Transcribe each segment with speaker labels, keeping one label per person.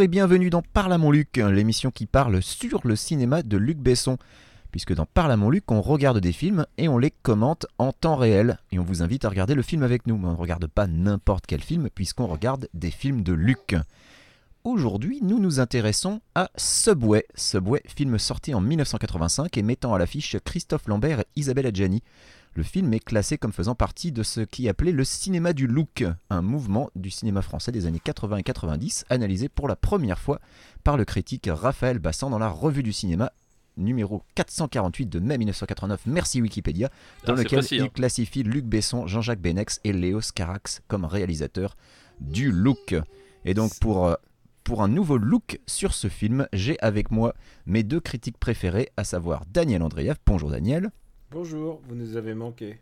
Speaker 1: et bienvenue dans Parle à mon Luc, l'émission qui parle sur le cinéma de Luc Besson. Puisque dans Parle à mon Luc, on regarde des films et on les commente en temps réel. Et on vous invite à regarder le film avec nous. Mais on ne regarde pas n'importe quel film, puisqu'on regarde des films de Luc. Aujourd'hui, nous nous intéressons à Subway. Subway, film sorti en 1985 et mettant à l'affiche Christophe Lambert et Isabelle Adjani. Le film est classé comme faisant partie de ce qui appelait le cinéma du look, un mouvement du cinéma français des années 80 et 90, analysé pour la première fois par le critique Raphaël Bassan dans la Revue du cinéma numéro 448 de mai 1989, merci Wikipédia, dans
Speaker 2: Ah, c'est
Speaker 1: lequel
Speaker 2: précis,
Speaker 1: il
Speaker 2: hein.
Speaker 1: classifie Luc Besson, Jean-Jacques Benex et Léo Scarax comme réalisateurs du look. Et donc pour, euh, pour un nouveau look sur ce film, j'ai avec moi mes deux critiques préférés, à savoir Daniel Andreev, bonjour Daniel,
Speaker 3: Bonjour, vous nous avez manqué.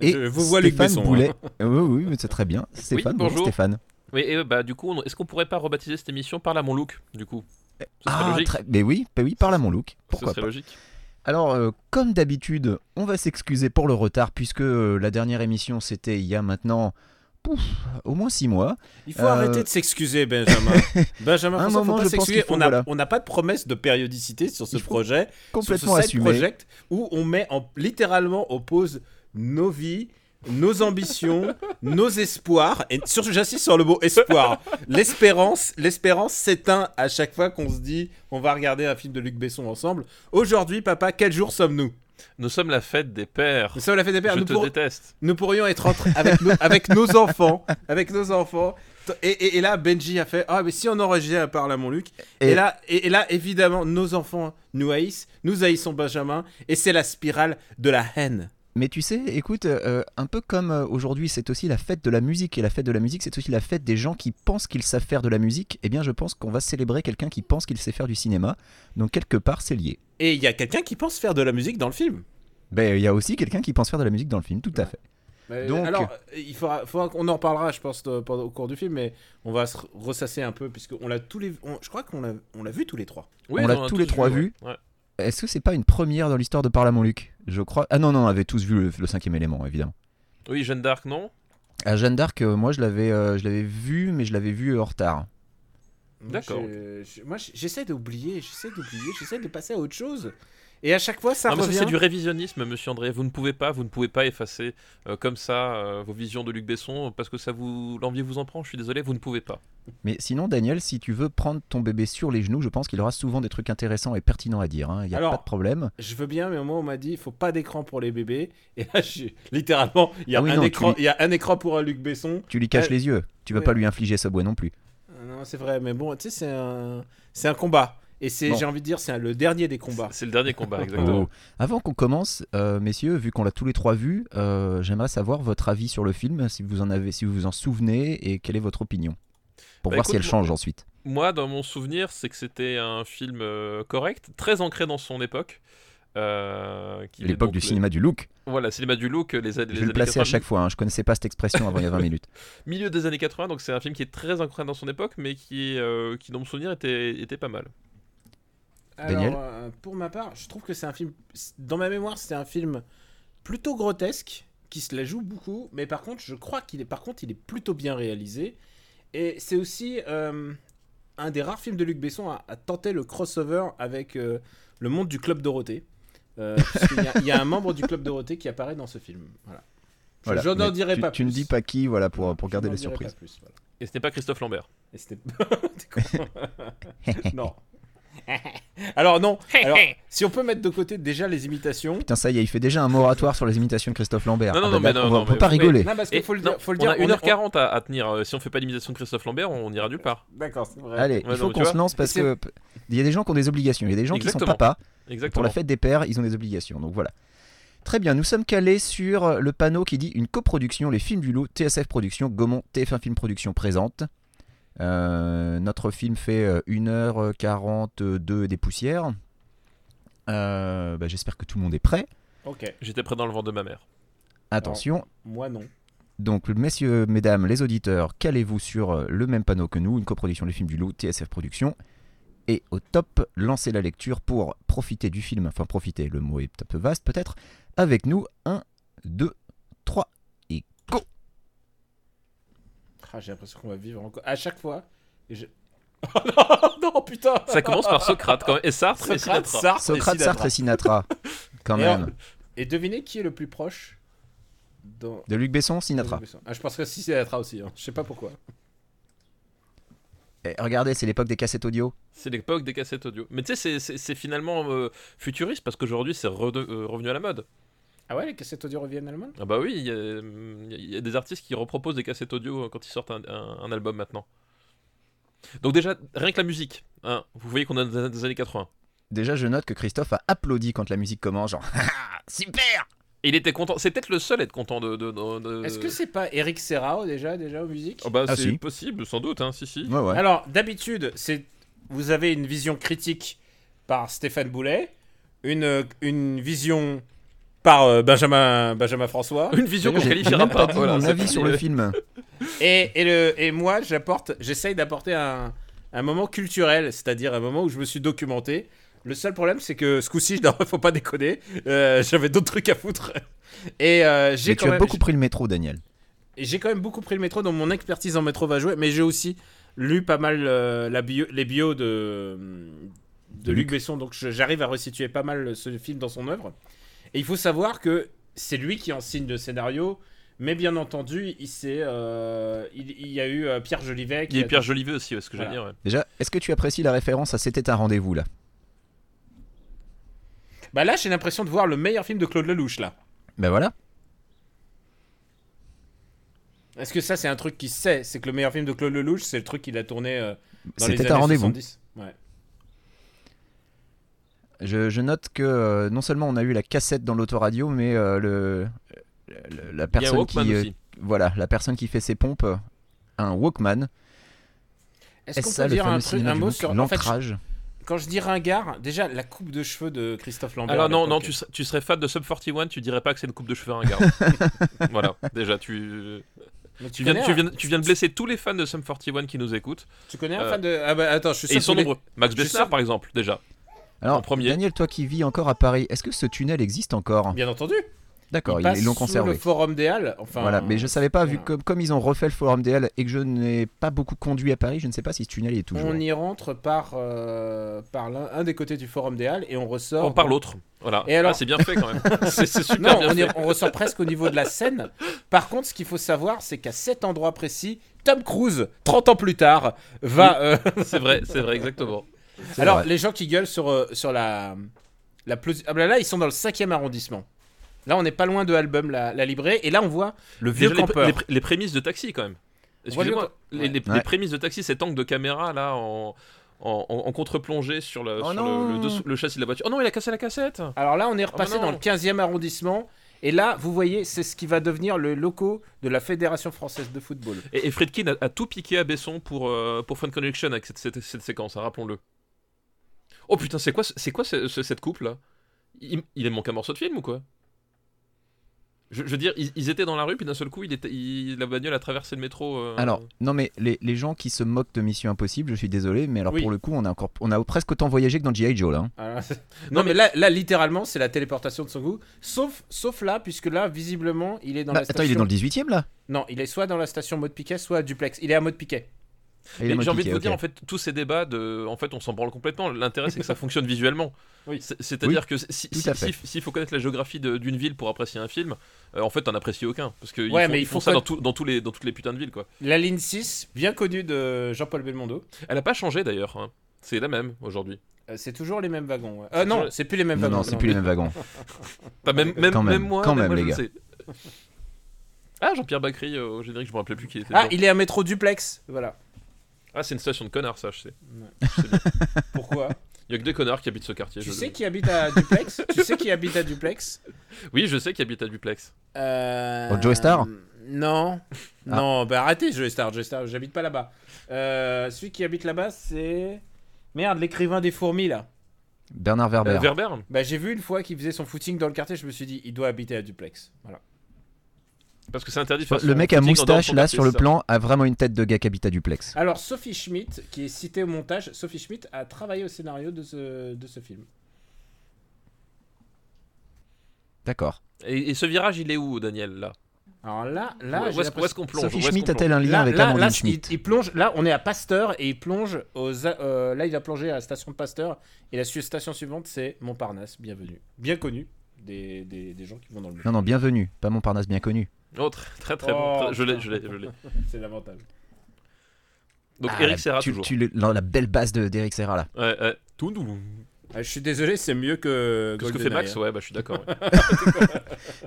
Speaker 1: et
Speaker 4: Je vous vois Luc
Speaker 1: Stéphane
Speaker 4: Besson, hein.
Speaker 1: Boulet. Euh, Oui, oui, mais c'est très bien. Stéphane, bonjour
Speaker 2: bonjour.
Speaker 1: Stéphane.
Speaker 2: Oui, et euh, bah du coup, on- est-ce qu'on pourrait pas rebaptiser cette émission par là mon look du coup Ce serait
Speaker 1: Ah,
Speaker 2: logique.
Speaker 1: très- mais oui, mais oui, parle à mon look.
Speaker 2: Ce
Speaker 1: Pourquoi
Speaker 2: serait
Speaker 1: pas
Speaker 2: logique.
Speaker 1: Alors, euh, comme d'habitude, on va s'excuser pour le retard puisque euh, la dernière émission c'était il y a maintenant pouf, au moins six mois.
Speaker 4: Il faut
Speaker 1: Euh,
Speaker 4: arrêter de s'excuser, Benjamin. Benjamin,
Speaker 1: Un
Speaker 4: François,
Speaker 1: moment,
Speaker 4: faut
Speaker 1: je
Speaker 4: pas
Speaker 1: pense
Speaker 4: s'excuser.
Speaker 1: qu'il faut,
Speaker 4: On n'a
Speaker 1: voilà.
Speaker 4: pas de promesse de périodicité sur ce
Speaker 1: Il faut
Speaker 4: projet, sur ce
Speaker 1: Complètement
Speaker 4: side
Speaker 1: assumé.
Speaker 4: project, où on met en, littéralement en pause nos vies, nos ambitions, nos espoirs, et surtout j'insiste sur le mot espoir. L'espérance, l'espérance s'éteint à chaque fois qu'on se dit on va regarder un film de Luc Besson ensemble. Aujourd'hui, papa, quel jour sommes-nous
Speaker 2: Nous sommes la fête des pères.
Speaker 4: Nous sommes la fête des pères.
Speaker 2: Je
Speaker 4: nous
Speaker 2: te
Speaker 4: pour-
Speaker 2: déteste.
Speaker 4: nous pourrions être entre, avec, nos, avec nos enfants, avec nos enfants. T- Et, et- et là, Benji a fait ah mais si on enregistrait à parle à mon Luc. Et,
Speaker 1: Et-
Speaker 4: là, et, et là évidemment, nos enfants nous haïssent, nous haïssons Benjamin, et c'est la spirale de la haine.
Speaker 1: Mais tu sais, écoute, euh, un peu comme euh, aujourd'hui, c'est aussi la fête de la musique et la fête de la musique, c'est aussi la fête des gens qui pensent qu'ils savent faire de la musique. Eh bien, je pense qu'on va célébrer quelqu'un qui pense qu'il sait faire du cinéma. Donc quelque part, c'est lié.
Speaker 4: Et il y a quelqu'un qui pense faire de la musique dans le film.
Speaker 1: Ben, il y a aussi quelqu'un qui pense faire de la musique dans le film, tout à fait. Donc-
Speaker 4: alors, euh, il faudra, faudra qu'on en reparlera, je pense, de- pendant- au cours du film, mais on va se re- ressasser un peu puisque on l'a tous les, on- je crois qu'on l'a, on l'a vu tous les trois.
Speaker 2: Oui,
Speaker 1: On l'a
Speaker 2: en a
Speaker 1: tous les trois
Speaker 2: ouais.
Speaker 1: vus.
Speaker 2: Ouais.
Speaker 1: Est-ce que c'est pas une première dans l'histoire de Parle à mon Luc Je crois. Ah non, non, on avait tous vu le, le cinquième élément, évidemment.
Speaker 2: Oui, Jeanne d'Arc, non
Speaker 1: À Jeanne d'Arc, euh, moi je l'avais, euh, je l'avais vu, mais je l'avais vu euh, en retard.
Speaker 4: Moi,
Speaker 2: D'accord,
Speaker 4: je- je- Moi, j- j'essaie d'oublier, j'essaie d'oublier, j'essaie de passer à autre chose. Et à chaque fois, ça
Speaker 2: Non, Ah, mais ça,
Speaker 4: revient.
Speaker 2: c'est du révisionnisme, monsieur André. Vous ne pouvez pas, vous ne pouvez pas effacer euh, comme ça euh, vos visions de Luc Besson parce que ça vous l'envie vous en prend. Je suis désolé, vous ne pouvez pas.
Speaker 1: Mais sinon, Daniel, si tu veux prendre ton bébé sur les genoux, je pense qu'il aura souvent des trucs intéressants et pertinents à dire. hein. Il n'y a
Speaker 4: Alors-
Speaker 1: pas de problème.
Speaker 4: Je veux bien, mais au moins on m'a dit, il faut pas d'écran pour les bébés. Et là, je... littéralement, il y a
Speaker 1: Ah oui,
Speaker 4: un
Speaker 1: non, tu
Speaker 4: écran,
Speaker 1: lis-
Speaker 4: il y a un écran pour un Luc Besson.
Speaker 1: Tu lui caches
Speaker 4: Euh,
Speaker 1: les yeux. Tu vas
Speaker 4: oui.
Speaker 1: pas lui infliger sa boîte non plus.
Speaker 4: Euh, Non, c'est vrai, mais bon, tu sais, c'est un, c'est un combat. Et c'est,
Speaker 1: Bon.
Speaker 4: j'ai envie de dire, c'est un- le dernier des combats.
Speaker 2: C'est- C'est le dernier combat, exactement.
Speaker 1: Oh. Avant qu'on commence, euh, messieurs, vu qu'on l'a tous les trois vu, euh, j'aimerais savoir votre avis sur le film, si vous en avez, si vous vous en souvenez, et quelle est votre opinion, pour
Speaker 2: Bah,
Speaker 1: voir si elle
Speaker 2: écoute, moi-
Speaker 1: change ensuite.
Speaker 2: Moi, dans mon souvenir, c'est que c'était un film euh, correct, très ancré dans son époque. euh, qui est
Speaker 1: L'époque
Speaker 2: donc
Speaker 1: du
Speaker 2: le-
Speaker 1: cinéma du look.
Speaker 2: Voilà, cinéma du look, les, années-
Speaker 1: Je vais
Speaker 2: les
Speaker 1: le
Speaker 2: années
Speaker 1: placer à
Speaker 2: 90.
Speaker 1: chaque fois. hein. Je connaissais pas cette expression avant il y a 20 minutes.
Speaker 2: milieu des années 80, donc c'est un film qui est très incroyable dans son époque, mais qui, est, euh, qui dans mon souvenir, était, était pas mal.
Speaker 1: Daniel
Speaker 4: Alors, euh, pour ma part, je trouve que c'est un film. Dans ma mémoire, c'est un film plutôt grotesque qui se la joue beaucoup, mais par contre, je crois qu'il est. Par contre, il est plutôt bien réalisé. Et c'est aussi euh, un des rares films de Luc Besson à, à tenter le crossover avec euh, le monde du club Dorothée. Euh, puisqu'il y a- il y, a un membre du club Dorothée qui apparaît dans ce film. Voilà. Je-
Speaker 1: Voilà.
Speaker 4: je n'en
Speaker 1: Mais
Speaker 4: dirai
Speaker 1: tu-
Speaker 4: pas
Speaker 1: Tu
Speaker 4: plus.
Speaker 1: ne dis pas qui, voilà, pour, pour
Speaker 4: Je
Speaker 1: garder
Speaker 4: n'en
Speaker 1: les
Speaker 4: dirai pas
Speaker 1: surprises.
Speaker 4: plus, voilà.
Speaker 2: Et ce n'est pas Christophe Lambert.
Speaker 4: Et c'était. T'es con. non. Alors non. Alors, si on peut mettre de côté déjà les imitations.
Speaker 1: Putain, ça y est, il fait déjà un moratoire sur les imitations de Christophe Lambert.
Speaker 2: Non, non,
Speaker 1: Ah bah,
Speaker 2: non, mais
Speaker 1: là,
Speaker 2: non,
Speaker 1: on va-
Speaker 2: non,
Speaker 1: on peut
Speaker 2: mais-
Speaker 1: pas
Speaker 2: oui.
Speaker 1: rigoler.
Speaker 4: Non, parce qu'il faut, le
Speaker 2: non,
Speaker 4: dire- faut le
Speaker 2: on
Speaker 4: dire.
Speaker 2: a 1h40 à, à tenir. euh, si on fait pas l'imitation de Christophe Lambert, on ira nulle part.
Speaker 4: on- D'accord, c'est vrai.
Speaker 1: Allez,
Speaker 2: Ouais,
Speaker 1: il faut
Speaker 2: non, tu
Speaker 1: qu'on
Speaker 2: vois.
Speaker 1: se lance parce
Speaker 4: C'est-
Speaker 1: que p- il y a des gens qui ont des obligations. Il y a des gens qui sont
Speaker 2: Exactement.
Speaker 1: papas. Pour
Speaker 2: Exactement.
Speaker 1: la fête des pères, ils ont des obligations. Donc voilà. Très bien, nous sommes calés sur le panneau qui dit une coproduction, les films du lot, TSF Productions, Gaumont, TF1 Film Production présente. Euh, notre film fait euh, 1h42 et des poussières. Euh, bah, J'espère que tout le monde est prêt.
Speaker 4: Ok,
Speaker 2: J'étais près dans le ventre de ma mère.
Speaker 1: Attention,
Speaker 4: moi non.
Speaker 1: Donc, messieurs, mesdames, les auditeurs, calez-vous sur euh, le même panneau que nous, une coproduction Les Films du Loup, TSF Productions. Et au top, lancez la lecture pour profiter du film, enfin profiter, le mot est un peu vaste peut-être, avec nous. 1, 2, 3 et go
Speaker 4: Ah, J'ai l'impression qu'on va vivre encore. À chaque fois, je- non, non, putain
Speaker 2: Ça commence par Socrate quand même. Et Sartre, et
Speaker 4: Socrate,
Speaker 2: Sinatra.
Speaker 4: Sartre, et
Speaker 1: Socrate,
Speaker 4: Ah, Sinatra.
Speaker 1: Sartre et Sinatra. Quand
Speaker 4: Et
Speaker 1: même.
Speaker 4: Et devinez qui est le plus proche dans...
Speaker 1: De Luc Besson, Sinatra.
Speaker 4: Ah, je pense que si c'est Sinatra aussi, hein. je sais pas pourquoi.
Speaker 1: Eh, regardez, c'est l'époque des cassettes audio.
Speaker 2: C'est l'époque des cassettes audio. Mais tu sais, c'est- c'est- c'est finalement euh, futuriste parce qu'aujourd'hui, c'est rede- euh, revenu à la mode.
Speaker 4: Ah ouais, les cassettes audio reviennent allemandes
Speaker 2: Ah bah oui, il y, a, hum, il y a des artistes qui reproposent des cassettes audio euh, quand ils sortent un, un- un album maintenant. Donc déjà, rien que la musique, hein, vous voyez qu'on est dans les années 80.
Speaker 1: Déjà, je note que Christophe a applaudi quand la musique commence, genre Ah, super.
Speaker 2: Et il était content, c'est peut-être le seul à être content de... de- de- de-
Speaker 4: Est-ce que c'est pas Eric Serrao déjà, déjà aux musiques
Speaker 2: Oh bah
Speaker 1: Ah,
Speaker 2: c'est
Speaker 1: si.
Speaker 2: possible, sans doute, hein, si si.
Speaker 1: Ouais, ouais.
Speaker 4: Alors, d'habitude, c'est vous avez une vision critique par Stéphane Boulet, une, une vision par euh, Benjamin, Benjamin François,
Speaker 2: Une vision qu'on
Speaker 1: D'ailleurs, j'ai
Speaker 2: qualifiera
Speaker 1: même
Speaker 2: pas.
Speaker 1: pas dit
Speaker 2: voilà,
Speaker 1: mon
Speaker 2: c'est
Speaker 1: avis
Speaker 2: parti.
Speaker 1: sur le film.
Speaker 4: et, et, le, et moi, j'apporte, j'essaye d'apporter un, un moment culturel, c'est-à-dire un moment où je me suis documenté. Le seul problème, c'est que ce coup-ci, non, faut pas déconner, euh, j'avais d'autres trucs à foutre. Et euh, j'ai
Speaker 1: Mais
Speaker 4: quand
Speaker 1: tu as
Speaker 4: même-
Speaker 1: beaucoup pris le métro, Daniel.
Speaker 4: Et j'ai quand même beaucoup pris le métro, donc mon expertise en métro va jouer, mais j'ai aussi lu pas mal euh, la bio- les bios de, de Luc Besson, donc je- j'arrive à resituer pas mal ce film dans son œuvre. Et il faut savoir que c'est lui qui en signe le scénario, mais bien entendu, il, s'est, euh, il, il y a eu euh, Pierre
Speaker 2: Il
Speaker 4: Jolivet.
Speaker 2: y
Speaker 4: qui
Speaker 2: a
Speaker 4: a-
Speaker 2: Pierre Jolivet aussi, ouais, ce que j'allais dire. ouais.
Speaker 1: Déjà, est-ce que tu apprécies la référence à C'était un rendez-vous là
Speaker 4: Bah là, j'ai l'impression de voir le meilleur film de Claude Lelouch, là.
Speaker 1: Ben voilà.
Speaker 4: Est-ce que ça, c'est un truc qu'il sait C'est que le meilleur film de Claude Lelouch, c'est le truc qu'il a tourné euh, dans les
Speaker 1: C'était
Speaker 4: années
Speaker 1: un rendez-vous.
Speaker 4: 70. Ouais.
Speaker 1: Je, je note que euh, non seulement on a eu la cassette dans l'autoradio, mais euh, le, le- la
Speaker 2: Il y a un
Speaker 1: personne qui
Speaker 2: Walkman
Speaker 1: euh,
Speaker 2: aussi.
Speaker 1: voilà, la personne qui fait ses pompes, euh, a un Walkman.
Speaker 4: Est-ce
Speaker 1: Est-ce
Speaker 4: qu'on
Speaker 1: ça
Speaker 4: peut
Speaker 1: le
Speaker 4: dire un,
Speaker 1: fameux
Speaker 4: truc,
Speaker 1: cinéma
Speaker 4: un
Speaker 1: du
Speaker 4: mot
Speaker 1: look,
Speaker 4: sur... en fait,
Speaker 1: l'ancrage
Speaker 4: Quand je dis ringard, déjà la coupe de cheveux de Christophe Lambert. à
Speaker 2: Alors non,
Speaker 4: l'époque.
Speaker 2: non, tu, ser- tu serais fan de Sub 41, tu dirais pas que c'est une coupe de cheveux ringard. voilà, déjà, tu,
Speaker 4: Mais tu,
Speaker 2: tu, viens,
Speaker 4: connais hein
Speaker 2: tu,
Speaker 4: un-
Speaker 2: viens, tu viens de blesser tous les fans de Sum 41 qui nous écoutent.
Speaker 4: tu connais un
Speaker 2: euh,
Speaker 4: fan de. Ah bah attends, je suis
Speaker 2: Et
Speaker 4: sûr.
Speaker 2: ils sont
Speaker 4: que les-
Speaker 2: nombreux. Max
Speaker 4: je suis
Speaker 2: Bessner,
Speaker 4: sûr-
Speaker 2: par exemple, déjà.
Speaker 1: Alors,
Speaker 2: premier.
Speaker 1: Daniel, toi qui vis encore à Paris, est-ce que ce tunnel existe encore
Speaker 4: Bien entendu.
Speaker 1: D'accord,
Speaker 4: il
Speaker 1: ils
Speaker 4: passe
Speaker 1: ils l'ont
Speaker 4: sous Le
Speaker 1: conservé.
Speaker 4: Forum des Halles. Enfin. euh,
Speaker 1: Voilà, mais je savais pas, vu
Speaker 4: voilà.
Speaker 1: que comme ils ont refait le Forum des Halles et que je n'ai pas beaucoup conduit à Paris, je ne sais pas si ce tunnel y est toujours.
Speaker 4: On y rentre par euh, par l'un un des côtés du Forum des Halles et on ressort.
Speaker 2: On parle l'autre. Voilà.
Speaker 4: Et alors-
Speaker 2: Ah, c'est bien fait quand même. c'est c'est super
Speaker 4: Non,
Speaker 2: bien
Speaker 4: on, y-
Speaker 2: fait.
Speaker 4: on ressort presque au niveau de la scène. Par contre, ce qu'il faut savoir, c'est qu'à cet endroit précis, Tom Cruise, 30 ans plus tard, va. euh,
Speaker 2: C'est vrai, c'est vrai, exactement.
Speaker 1: C'est
Speaker 4: Alors,
Speaker 1: vrai.
Speaker 4: les gens qui gueulent sur, euh, sur la, la plus- ah, bah là, ils sont dans le 5e arrondissement. Là, on n'est pas loin de Album, la, la libraie. Et là, on voit le vieux
Speaker 2: Déjà, les,
Speaker 4: campeur.
Speaker 2: les pr- les prémices de taxi quand même. Excusez-moi.
Speaker 4: Ouais.
Speaker 2: Les, les-
Speaker 1: Ouais.
Speaker 2: les prémices de taxi, cet angle de caméra là en, en, en- en contre-plongée sur, le,
Speaker 1: Oh
Speaker 2: sur
Speaker 1: non.
Speaker 2: le, le dessous- le châssis de la voiture. Oh non, il a cassé la cassette.
Speaker 4: Alors là, on est repassé
Speaker 2: Oh, non.
Speaker 4: dans le 15e arrondissement. Et là, vous voyez, c'est ce qui va devenir le loco de la Fédération Française de Football.
Speaker 2: Et, et Friedkin a, a tout piqué à Besson pour, euh, pour Fun Connection avec cette, cette- cette séquence, hein, rappelons-le. Oh putain, c'est quoi, ce- c'est quoi ce- ce- cette coupe là il, il manque un morceau de film ou quoi je, je veux dire, ils, ils étaient dans la rue, puis d'un seul coup, il était, il- la bagnole a traversé le métro. euh,
Speaker 1: Alors, non mais les, les gens qui se moquent de Mission Impossible, je suis désolé, mais alors
Speaker 4: Oui.
Speaker 1: pour le coup, on a encore, on a presque autant voyagé que dans G.I. Joe là. hein.
Speaker 4: Alors, Ah. non, mais là, là, littéralement, c'est la téléportation de son goût. Sauf, sauf là, puisque là, visiblement, il est dans
Speaker 1: Bah,
Speaker 4: la
Speaker 1: attends,
Speaker 4: station.
Speaker 1: il est dans le 18 e là
Speaker 4: Non, il est soit dans la station mode piquet, soit à duplex. Il est à mode piquet.
Speaker 1: Ah, il est
Speaker 2: Mais
Speaker 1: dans le
Speaker 2: J'ai envie de
Speaker 1: piquet,
Speaker 2: vous
Speaker 1: ok.
Speaker 2: dire, en fait, tous ces débats, de, en fait, on s'en branle complètement. L'intérêt, c'est que ça fonctionne visuellement.
Speaker 4: Oui.
Speaker 2: C'est- C'est-à-dire que si-
Speaker 1: tout
Speaker 2: si-
Speaker 1: à
Speaker 2: si-
Speaker 1: fait.
Speaker 2: s'il faut connaître la géographie de- d'une ville pour apprécier un film, euh, en fait, t'en apprécies aucun. Parce que ils
Speaker 4: Ouais,
Speaker 2: font-
Speaker 4: mais
Speaker 2: ils
Speaker 4: il
Speaker 2: font
Speaker 4: faut
Speaker 2: ça dans,
Speaker 4: conna-
Speaker 2: tout- dans tous les, dans toutes les putains de villes, quoi.
Speaker 4: La ligne 6, bien connue de Jean-Paul Belmondo.
Speaker 2: Elle a pas changé d'ailleurs. hein. C'est la même aujourd'hui.
Speaker 4: Euh, C'est toujours les mêmes wagons. ouais. Euh,
Speaker 2: C'est
Speaker 4: non,
Speaker 2: toujours-
Speaker 4: c'est plus les mêmes
Speaker 1: Non,
Speaker 4: wagons.
Speaker 1: non, c'est plus les mêmes wagons.
Speaker 2: Enfin, même, même,
Speaker 1: Ah, Quand même,
Speaker 2: moi,
Speaker 1: quand même,
Speaker 2: moi,
Speaker 1: les
Speaker 2: je
Speaker 1: gars.
Speaker 2: sais. Ah, Jean-Pierre Bacry euh, au générique, je me rappelais plus qui était.
Speaker 4: Ah,
Speaker 2: dedans.
Speaker 4: il est à métro duplex. Voilà.
Speaker 2: Ah, c'est une station de connards, ça, je sais.
Speaker 4: Pourquoi
Speaker 2: Il y a que des connards qui habitent ce quartier.
Speaker 4: Tu
Speaker 2: je le-
Speaker 4: sais qui habite à duplex Tu sais qui habite à duplex
Speaker 2: Oui, je sais qu'il habite à Duplex.
Speaker 4: euh...
Speaker 1: Oh, Joey Star
Speaker 4: Non.
Speaker 1: Ah.
Speaker 4: Non, bah arrêtez, Joe Star, Joe Star, j'habite pas là-bas. Euh, celui qui habite là-bas, c'est. Merde, l'écrivain des fourmis là.
Speaker 1: Bernard Werber.
Speaker 2: Euh, Verber
Speaker 4: Bah j'ai vu une fois qu'il faisait son footing dans le quartier, je me suis dit, il doit habiter à duplex. Voilà.
Speaker 2: Parce que c'est interdit de
Speaker 1: Tu vois,
Speaker 2: faire
Speaker 1: le
Speaker 2: son
Speaker 1: mec à
Speaker 2: footing dans- dans
Speaker 1: moustache
Speaker 2: son
Speaker 1: là
Speaker 2: quartier,
Speaker 1: sur le
Speaker 2: c'est ça.
Speaker 1: plan a vraiment une tête de gars qui habite à duplex.
Speaker 4: Alors Sophie Schmidt, qui est citée au montage, Sophie Schmidt a travaillé au scénario de ce, de ce film.
Speaker 1: D'accord.
Speaker 2: Et, et ce virage, il est où, Daniel, là
Speaker 4: Alors là, là,
Speaker 2: Où
Speaker 4: j'ai
Speaker 2: est-ce où est-ce qu'on plonge Où
Speaker 1: Sophie
Speaker 2: est-ce qu'on
Speaker 1: Schmitt
Speaker 2: plonge
Speaker 1: a-t-elle un lien
Speaker 4: là,
Speaker 1: avec
Speaker 4: là,
Speaker 1: Amandine
Speaker 4: là,
Speaker 1: Schmitt
Speaker 4: il, il plonge. Là, on est à Pasteur et il plonge aux. a- euh, là, il a plongé à la station de Pasteur et la su- station suivante, c'est Montparnasse. Bienvenue, bien connu des, des, des gens qui vont dans le mur.
Speaker 1: Non, non, bienvenue, pas Montparnasse bien connu.
Speaker 2: Oh, tr- très très bon.
Speaker 4: Oh,
Speaker 2: Très- Je l'ai,
Speaker 4: putain.
Speaker 2: je l'ai, je l'ai.
Speaker 4: C'est l'avantage.
Speaker 2: Donc
Speaker 1: Ah,
Speaker 2: Eric Serra
Speaker 1: tu-
Speaker 2: toujours.
Speaker 1: tu le- la, la belle base de- d'Eric Serra là.
Speaker 2: Ouais, ouais. Tout doux.
Speaker 4: Ah, je suis désolé, c'est mieux que.
Speaker 2: Qu'est-ce que
Speaker 4: GoldenEye,
Speaker 2: fait Max
Speaker 4: hein.
Speaker 2: Ouais, bah je suis d'accord. ouais.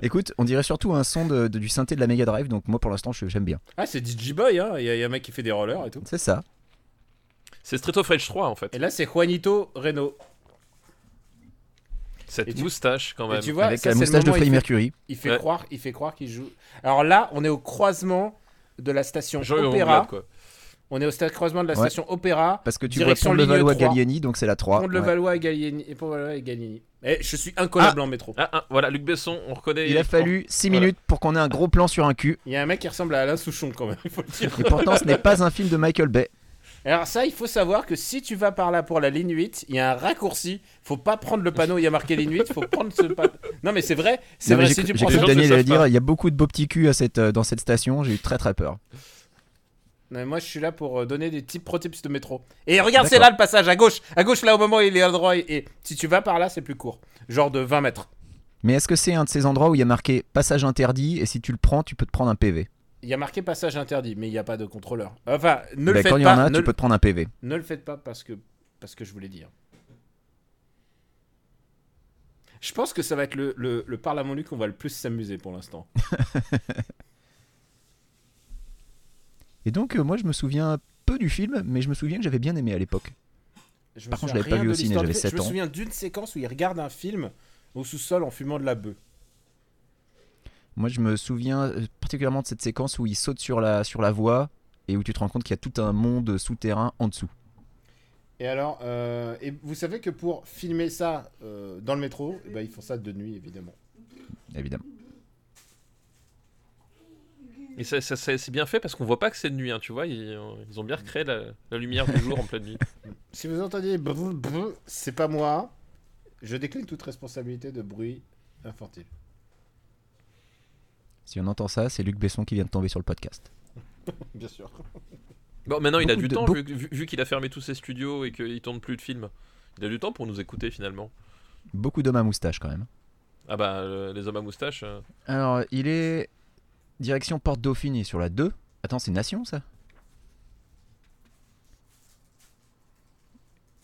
Speaker 1: Écoute, on dirait surtout un son de, de- du synthé de la Mega Drive, donc moi pour l'instant je- j'aime bien.
Speaker 4: Ah, c'est DJ Boy, hein. Il y, a- il y a un mec qui fait des rollers et tout.
Speaker 1: C'est ça.
Speaker 2: C'est Street of Rage 3 en fait.
Speaker 4: Et là, c'est Juanito Reno.
Speaker 2: Cette
Speaker 4: et tu-
Speaker 2: moustache quand
Speaker 4: Et
Speaker 2: même.
Speaker 4: tu vois,
Speaker 1: avec
Speaker 4: ça,
Speaker 1: la
Speaker 4: c'est le
Speaker 1: moustache de
Speaker 4: moment, il
Speaker 1: Freddie
Speaker 4: fait-
Speaker 1: Mercury.
Speaker 4: Il fait
Speaker 2: Ouais.
Speaker 4: croire, il fait croire qu'il joue. Alors là, on est au croisement de la station
Speaker 2: Jean-Yves
Speaker 4: Opéra.
Speaker 2: Anglade, quoi.
Speaker 4: On est au sta- croisement de la
Speaker 1: Ouais.
Speaker 4: station Opéra.
Speaker 1: Parce que tu
Speaker 4: Direction
Speaker 1: vois Pont de
Speaker 4: ligne
Speaker 1: Valois
Speaker 4: 3.
Speaker 1: Gallieni, donc c'est la 3.
Speaker 4: Pont de
Speaker 1: ouais.
Speaker 4: Levallois et Gallieni. Et Pont de Levallois et Gallieni. Eh, je suis incollable en métro.
Speaker 2: Ah, ah, voilà, Luc Besson, on reconnaît.
Speaker 1: Il a fallu 6
Speaker 2: Voilà.
Speaker 1: minutes pour qu'on ait un gros plan sur un cul.
Speaker 4: Il y a un mec qui ressemble à Alain Souchon quand même, il faut le dire.
Speaker 1: Et pourtant, ce n'est pas un film de Michael Bay.
Speaker 4: Alors ça, il faut savoir que si tu vas par là pour la ligne 8, il y a un raccourci. Faut pas prendre le panneau, il y a marqué ligne 8, faut prendre ce panneau. Non mais c'est vrai, c'est
Speaker 1: Non, mais J'ai
Speaker 4: vrai. Si tu
Speaker 1: j'ai
Speaker 4: prends
Speaker 1: cru
Speaker 4: ça,
Speaker 2: les
Speaker 1: que
Speaker 2: gens ne le
Speaker 1: Daniel allait
Speaker 2: savent
Speaker 1: dire
Speaker 2: pas.
Speaker 1: il y a beaucoup de beaux petits culs à cette, euh, dans cette station, j'ai eu très très peur.
Speaker 4: Non, mais moi, je suis là pour euh, donner des tips pro tips de métro. Et regarde, c'est
Speaker 1: D'accord.
Speaker 4: là le passage à gauche. À gauche, là, au moment où il est à droit. Et, et si tu vas par là, c'est plus court. Genre de 20 mètres.
Speaker 1: Mais est-ce que c'est un de ces endroits où il y a marqué passage interdit et si tu le prends, tu peux te prendre un PV
Speaker 4: Il y a marqué passage interdit, mais il n'y a pas de contrôleur. Enfin, ne le
Speaker 1: Bah,
Speaker 4: faites
Speaker 1: Quand
Speaker 4: pas.
Speaker 1: il y en a,
Speaker 4: ne,
Speaker 1: tu peux te prendre un PV.
Speaker 4: ne le faites pas parce que, parce que je voulais dire. Je pense que ça va être le, le, le parle à mon Luc qu'on va le plus s'amuser pour l'instant.
Speaker 1: Et donc, euh, moi, je me souviens peu du film, mais je me souviens que j'avais bien aimé à l'époque.
Speaker 4: Je me
Speaker 1: Par contre, je l'avais
Speaker 4: souviens
Speaker 1: pas
Speaker 4: rien
Speaker 1: vu
Speaker 4: de
Speaker 1: au ciné,
Speaker 4: l'histoire du
Speaker 1: j'avais
Speaker 4: film. Je
Speaker 1: 7
Speaker 4: me
Speaker 1: ans.
Speaker 4: souviens d'une séquence où il regarde un film au sous-sol en fumant de la bœuf.
Speaker 1: Moi, je me souviens euh, particulièrement de cette séquence où il saute sur la, sur la voie et où tu te rends compte qu'il y a tout un monde souterrain en dessous.
Speaker 4: Et alors, euh, et vous savez que pour filmer ça euh, dans le métro, eh ben, ils font ça de nuit, évidemment.
Speaker 1: Évidemment.
Speaker 2: Et ça, ça- ça- c'est bien fait parce qu'on voit pas que c'est de nuit, hein, tu vois. Ils, ils ont bien recréé la, la lumière du jour en pleine nuit.
Speaker 4: Si vous entendez brr, brr, c'est pas moi. Je décline toute responsabilité de bruit infantile.
Speaker 1: Si on entend ça, c'est Luc Besson qui vient de tomber sur le podcast.
Speaker 4: Bien sûr.
Speaker 2: Bon, maintenant il a
Speaker 1: Beaucoup
Speaker 2: du
Speaker 1: de-
Speaker 2: temps
Speaker 1: beau-
Speaker 2: vu, vu- vu qu'il a fermé tous ses studios et qu'il tourne plus de films. Il a du temps pour nous écouter finalement.
Speaker 1: Beaucoup d'hommes à moustache quand même.
Speaker 2: Ah bah euh, les hommes à moustache. euh,
Speaker 1: Alors, il est direction Porte Dauphine et sur la 2. Attends, c'est Nation ça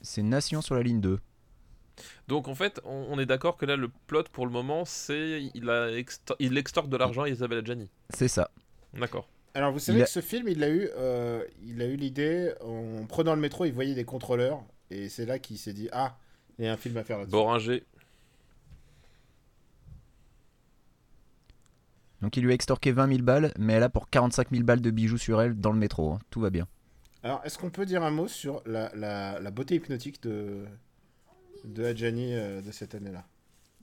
Speaker 1: C'est Nation sur la ligne 2.
Speaker 2: Donc en fait, on, on est d'accord que là, le plot pour le moment, c'est il, a extor- il extorque de l'argent à Isabelle Adjani.
Speaker 1: C'est ça.
Speaker 2: D'accord.
Speaker 4: Alors, vous savez
Speaker 1: Il a-
Speaker 4: que ce film, il a eu, euh, il a eu l'idée en prenant le métro, il voyait des contrôleurs, et c'est là qu'il s'est dit ah, il y a un film à faire là-dessus.
Speaker 2: Boringer.
Speaker 1: Donc il lui a extorqué 20 000 balles, mais elle a pour 45 000 balles de bijoux sur elle dans le métro. hein. Tout va bien.
Speaker 4: Alors, est-ce qu'on peut dire un mot sur la, la- la beauté hypnotique de de Adjani euh, de cette année-là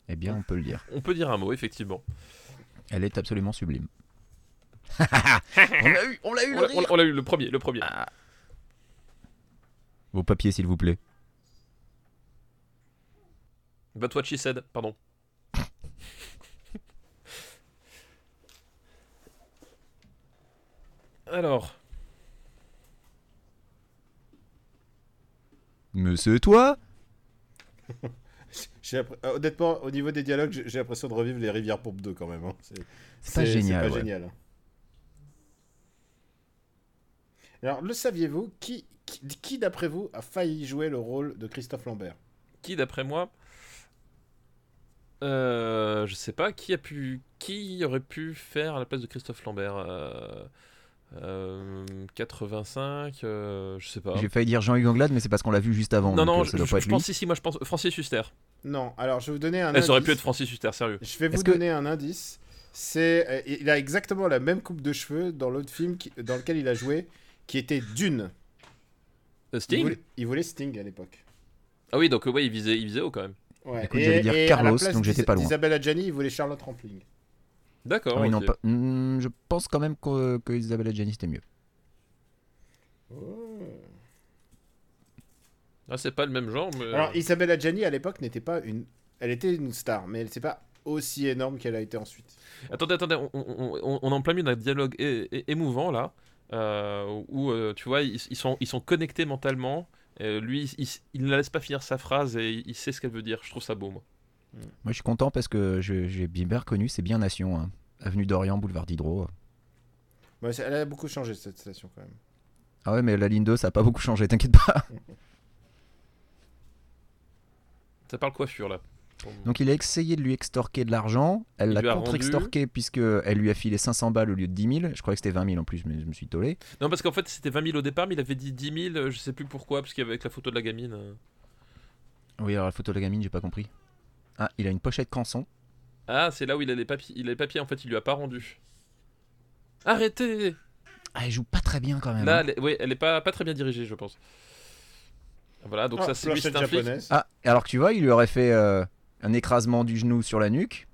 Speaker 1: Eh bien, on peut le dire.
Speaker 2: On peut dire un mot, effectivement.
Speaker 1: Elle est absolument sublime. on l'a eu, on l'a eu le
Speaker 2: On l'a- on
Speaker 1: rire.
Speaker 2: l'a- on l'a eu, le premier, le premier.
Speaker 1: Vos papiers, s'il vous plaît.
Speaker 2: But what she said, pardon. Alors,
Speaker 1: Mais c'est toi
Speaker 4: J'ai appr- euh, Honnêtement, au niveau des dialogues, j'ai j'ai l'impression de revivre les Rivières Pompes 2 quand même. hein. C'est
Speaker 1: C'est pas
Speaker 4: c'est-
Speaker 1: génial.
Speaker 4: c'est pas
Speaker 1: ouais.
Speaker 4: génial, hein. Alors, le saviez-vous Qui, qui, qui, d'après vous, a failli jouer le rôle de Christophe Lambert
Speaker 2: qui d'après moi Euh, je sais pas qui a pu qui aurait pu faire à la place de Christophe Lambert Euh, euh, 85 euh, je sais pas
Speaker 1: J'ai failli dire Jean-Hugues Anglade, mais c'est parce qu'on l'a vu juste avant. donc,
Speaker 2: non non
Speaker 1: euh,
Speaker 2: je,
Speaker 1: ça doit
Speaker 2: je-
Speaker 1: pas
Speaker 2: je
Speaker 1: être lui.
Speaker 2: pense ici moi je pense Francis Huster
Speaker 4: Non, alors je vais vous donner un
Speaker 2: Eh, ça aurait pu être
Speaker 4: indice.
Speaker 2: Francis Huster sérieux
Speaker 4: Je vais vous
Speaker 1: Est-ce que-
Speaker 4: donner un indice. C'est, euh, il a exactement la même coupe de cheveux dans l'autre film qui- dans lequel il a joué, qui était Dune.
Speaker 2: Euh,
Speaker 4: Il
Speaker 2: Sting
Speaker 4: voulait, il voulait Sting à l'époque.
Speaker 2: ah oui donc euh, ouais il visait il visait haut quand même
Speaker 4: Ouais.
Speaker 1: Écoute, j'allais dire
Speaker 4: à la
Speaker 1: Carlos,
Speaker 4: place
Speaker 1: donc j'étais
Speaker 4: d'Is-
Speaker 1: pas loin.
Speaker 4: d'Isabelle Adjani, il voulait Charlotte Rampling.
Speaker 2: d'accord
Speaker 1: Ah oui, non,
Speaker 2: ok.
Speaker 1: pas- Hmm, je pense quand même que, que Isabella Gianni c'était mieux.
Speaker 2: Ah, c'est pas le même genre mais Ah,
Speaker 4: Alors Isabelle Adjani à l'époque n'était pas une, elle était une star, mais elle s'est pas aussi énorme qu'elle a été ensuite.
Speaker 2: Attendez, attendez, on, on- on- on est en plein milieu d'un dialogue é- é- émouvant là, euh, où euh, tu vois, ils, ils sont, ils sont connectés mentalement. euh, lui, il, il- il ne la laisse pas finir sa phrase et il sait ce qu'elle veut dire. Je trouve ça beau, moi.
Speaker 1: Moi, je suis content parce que je- j'ai bien reconnu, c'est bien Nation. hein. Avenue d'Orient, boulevard Diderot.
Speaker 4: Ouais, c'est- elle a beaucoup changé cette station quand même.
Speaker 1: Ah ouais, mais la ligne 2, ça a pas beaucoup changé, t'inquiète pas.
Speaker 2: Ça parle coiffure là.
Speaker 1: Donc, il a essayé de lui extorquer de l'argent. Elle
Speaker 2: Il lui
Speaker 1: l'a
Speaker 2: a rendu.
Speaker 1: contre-extorqué puisque elle lui a filé 500 balles au lieu de 10 000. Je croyais que c'était 20 000 en plus, mais je me suis tolé.
Speaker 2: Non, parce qu'en fait, c'était 20 000 au départ, mais il avait dit 10 000, euh, je sais plus pourquoi, parce qu'il y avait avec la photo de la gamine. euh.
Speaker 1: Oui, alors la photo de la gamine, j'ai pas compris. Ah, il a une pochette canson.
Speaker 2: Ah, c'est là où il a les papiers. Il a les papiers, en fait, il lui a pas rendu. Arrêtez
Speaker 1: Ah, elle joue pas très bien quand même.
Speaker 2: Là,
Speaker 1: hein.
Speaker 2: elle est, oui, elle est pas, pas très bien dirigée, je pense. Voilà, donc
Speaker 4: Ah,
Speaker 2: ça, c'est lui,
Speaker 4: planchette
Speaker 2: c'est un flic.
Speaker 4: japonaise.
Speaker 1: Ah, alors que tu vois, il lui aurait fait euh, un écrasement du genou sur la nuque.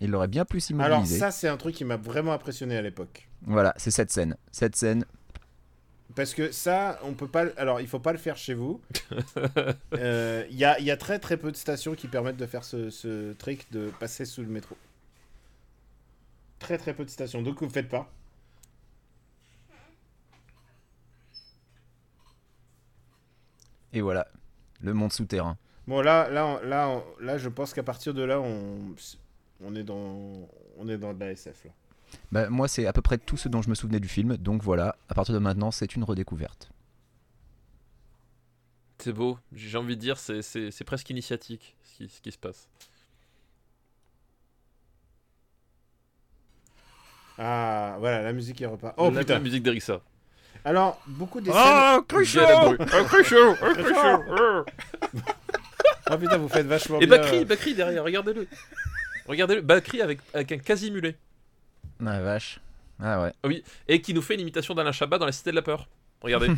Speaker 1: Il l'aurait bien plus immobilisé.
Speaker 4: Alors ça, c'est un truc qui m'a vraiment impressionné à l'époque.
Speaker 1: Voilà, c'est cette scène. Cette scène.
Speaker 4: Parce que ça, on peut pas. le- Alors, il faut pas le faire chez vous. Euh, Il y, a, il y a très très peu de stations qui permettent de faire ce, ce trick de passer sous le métro. Très très peu de stations. Donc, vous ne faites pas.
Speaker 1: Et voilà, le monde souterrain.
Speaker 4: Bon, là, là, on- là, on- là, je pense qu'à partir de là, on, on est dans, on est dans de la SF là.
Speaker 1: Bah, moi, c'est à peu près tout ce dont je me souvenais du film. Donc voilà, à partir de maintenant, c'est une redécouverte.
Speaker 2: C'est beau, j'ai envie de dire, c'est- c'est c'est presque initiatique ce qui, ce qui se passe.
Speaker 4: Ah, voilà, la musique est repart. Oh
Speaker 2: la,
Speaker 4: putain.
Speaker 2: la musique Ah d'Erissa.
Speaker 4: Alors, beaucoup des
Speaker 2: Bien la bruit.
Speaker 4: scènes. Oh putain, vous faites vachement
Speaker 2: Et
Speaker 4: bien.
Speaker 2: Bakri, Bakri derrière, regardez-le. Regardez-le, Bakri avec, avec un quasi-mulet.
Speaker 1: Ah vache. Ah ouais.
Speaker 2: Et qui nous fait une imitation d'Alain Chabat dans La Cité de la Peur. Regardez.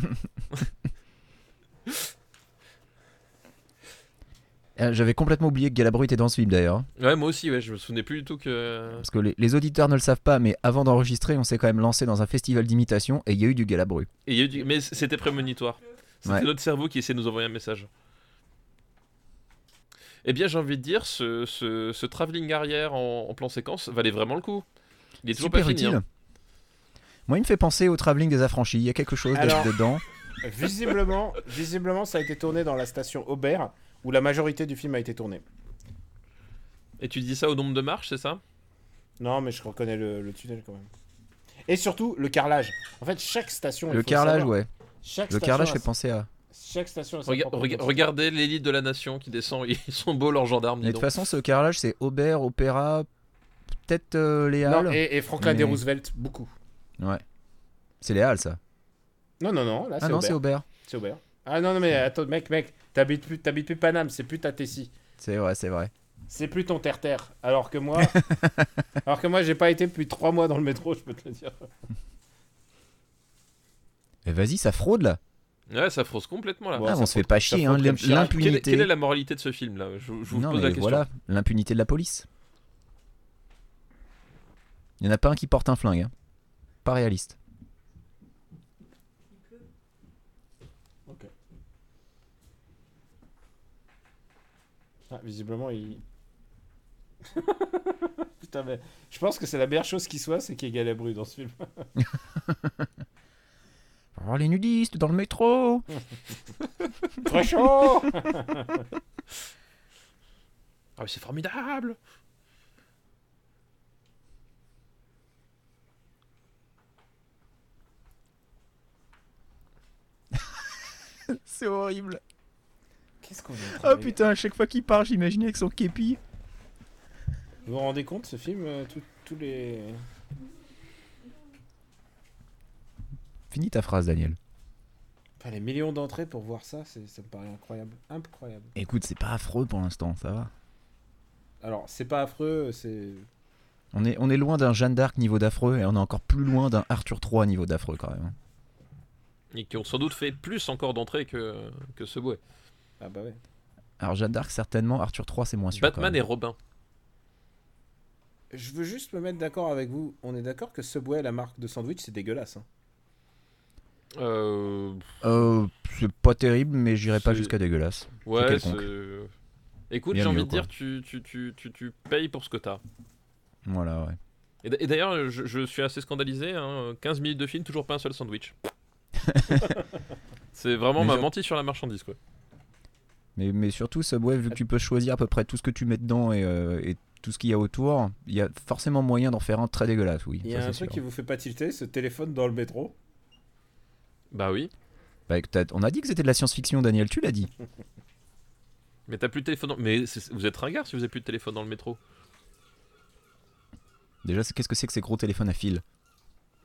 Speaker 1: Euh, J'avais complètement oublié que Galabru était dans ce film d'ailleurs. hein.
Speaker 2: ouais, moi aussi, ouais, je me souvenais plus du tout que.
Speaker 1: Parce que les, les auditeurs ne le savent pas, mais avant d'enregistrer, on s'est quand même lancé dans un festival d'imitation et il y a eu du Galabru.
Speaker 2: Et il y a eu du- Mais c'était prémonitoire. C'était
Speaker 1: Ouais.
Speaker 2: notre cerveau qui essayait de nous envoyer un message. Eh bien, j'ai envie de dire, ce, ce, ce travelling arrière en, en plan séquence valait vraiment le coup. Il est toujours
Speaker 1: Super
Speaker 2: pas fini.
Speaker 1: utile.
Speaker 2: hein.
Speaker 1: Moi, il me fait penser au travelling des affranchis. Il y a quelque chose de-
Speaker 4: Alors-
Speaker 1: dedans.
Speaker 4: Visiblement, visiblement, ça a été tourné dans la station Aubert, où la majorité du film a été tourné.
Speaker 2: Et tu dis ça au nombre de marches, c'est ça
Speaker 4: Non, mais je reconnais le, le tunnel quand même. Et surtout, le carrelage. En fait, chaque station. il
Speaker 1: Le
Speaker 4: faut
Speaker 1: carrelage,
Speaker 4: savoir,
Speaker 1: ouais.
Speaker 4: Chaque
Speaker 1: Le
Speaker 4: station
Speaker 1: carrelage
Speaker 4: a-
Speaker 1: fait penser à.
Speaker 4: Chaque station. a sa
Speaker 2: Rega-
Speaker 4: propre
Speaker 2: rega-
Speaker 4: identité.
Speaker 2: Regardez l'élite de la nation qui descend, ils sont beaux leurs gendarmes,
Speaker 1: Mais de
Speaker 2: dis
Speaker 1: toute
Speaker 2: donc.
Speaker 1: façon, ce carrelage, c'est Aubert, Opéra, peut-être euh, les
Speaker 4: Non,
Speaker 1: Halles.
Speaker 4: et, et Franklin
Speaker 1: Mais-
Speaker 4: D. Roosevelt, beaucoup.
Speaker 1: C'est les Halles, ça.
Speaker 4: Non, non, non, là,
Speaker 1: Ah
Speaker 4: c'est
Speaker 1: non, c'est
Speaker 4: Aubert.
Speaker 1: Aubert.
Speaker 4: C'est Aubert. Ah non, non, mais attends, mec, mec, t'habites plus, t'habites plus Paname, c'est plus ta Tessie.
Speaker 1: C'est vrai, c'est vrai.
Speaker 4: C'est plus ton terre-terre. Alors que moi, alors que moi, j'ai pas été depuis trois mois dans le métro, je peux te le dire.
Speaker 1: Mais Eh, vas-y, ça fraude là.
Speaker 2: Ouais, ça frosse complètement là.
Speaker 4: Bon,
Speaker 1: ah,
Speaker 4: ça
Speaker 1: on se fait
Speaker 4: fraude-
Speaker 1: pas
Speaker 4: ça
Speaker 1: chier, hein.
Speaker 4: fraude
Speaker 1: l'im-
Speaker 4: comme Chirac.
Speaker 2: Quelle, est- quelle est
Speaker 1: L'impunité.
Speaker 2: la moralité de ce film là je, je vous
Speaker 1: Non,
Speaker 2: pose la
Speaker 1: mais
Speaker 2: question.
Speaker 1: voilà, l'impunité de la police. Il y en a pas un qui porte un flingue. hein. Pas réaliste.
Speaker 4: Ah, visiblement, il. Putain, mais je pense que c'est la meilleure chose qui soit, c'est qu'il y ait Galabru dans ce film.
Speaker 1: Oh, les nudistes dans le métro
Speaker 4: Très chaud
Speaker 2: Ah, mais c'est formidable
Speaker 1: C'est horrible.
Speaker 4: Qu'est-ce qu'on a
Speaker 1: Oh
Speaker 4: travaillé
Speaker 1: putain, à chaque fois qu'il part, j'imaginais avec son képi.
Speaker 4: Vous vous rendez compte, ce film, euh, tout- tous les.
Speaker 1: Finis ta phrase, Daniel.
Speaker 4: Enfin, les millions d'entrées pour voir ça, c'est- ça me paraît incroyable. Incroyable.
Speaker 1: Écoute, c'est pas affreux pour l'instant, ça va.
Speaker 4: Alors, c'est pas affreux, c'est.
Speaker 1: On est, on est loin d'un Jeanne d'Arc niveau d'affreux et on est encore plus loin d'un Arthur III niveau d'affreux quand même.
Speaker 2: Et qui ont sans doute fait plus encore d'entrées que, que ce bouet.
Speaker 4: Ah bah ouais.
Speaker 1: Alors Jeanne d'Arc certainement, Arthur III c'est moins sûr. quand
Speaker 2: Batman
Speaker 1: même.
Speaker 2: et Robin.
Speaker 4: Je veux juste me mettre d'accord avec vous. On est d'accord que Subway, la marque de sandwich, c'est dégueulasse. hein.
Speaker 2: Euh,
Speaker 1: Euh, c'est pas terrible mais j'irai pas
Speaker 2: C'est-
Speaker 1: jusqu'à dégueulasse.
Speaker 2: ouais,
Speaker 1: quelconque.
Speaker 2: c'est- Écoute,
Speaker 1: Bien
Speaker 2: j'ai envie
Speaker 1: mieux,
Speaker 2: de dire, tu, tu, tu, tu, tu payes pour ce que t'as.
Speaker 1: Voilà, ouais.
Speaker 2: Et d- et d'ailleurs, je, je suis assez scandalisé. hein, 15 minutes de film, toujours pas un seul sandwich. c'est vraiment, on
Speaker 1: Mais
Speaker 2: m'a
Speaker 1: je-
Speaker 2: menti sur la marchandise, quoi.
Speaker 1: Mais, mais surtout, Subway, vu que tu peux choisir à peu près tout ce que tu mets dedans et, euh, et tout ce qu'il y a autour, il y a forcément moyen d'en faire un très dégueulasse, oui.
Speaker 4: Il y
Speaker 1: ça,
Speaker 4: a un
Speaker 1: c'est
Speaker 4: truc
Speaker 1: sûr.
Speaker 4: qui vous fait pas tilter, ce téléphone dans le métro.
Speaker 2: Bah oui.
Speaker 1: Bah, que t'as- On a dit que c'était de la science-fiction, Daniel, tu l'as dit.
Speaker 2: Mais t'as plus de téléphone. Dans... Mais c'est- vous êtes ringard si vous avez plus de téléphone dans le métro.
Speaker 1: Déjà, c'est- qu'est-ce que c'est que ces gros téléphones à fil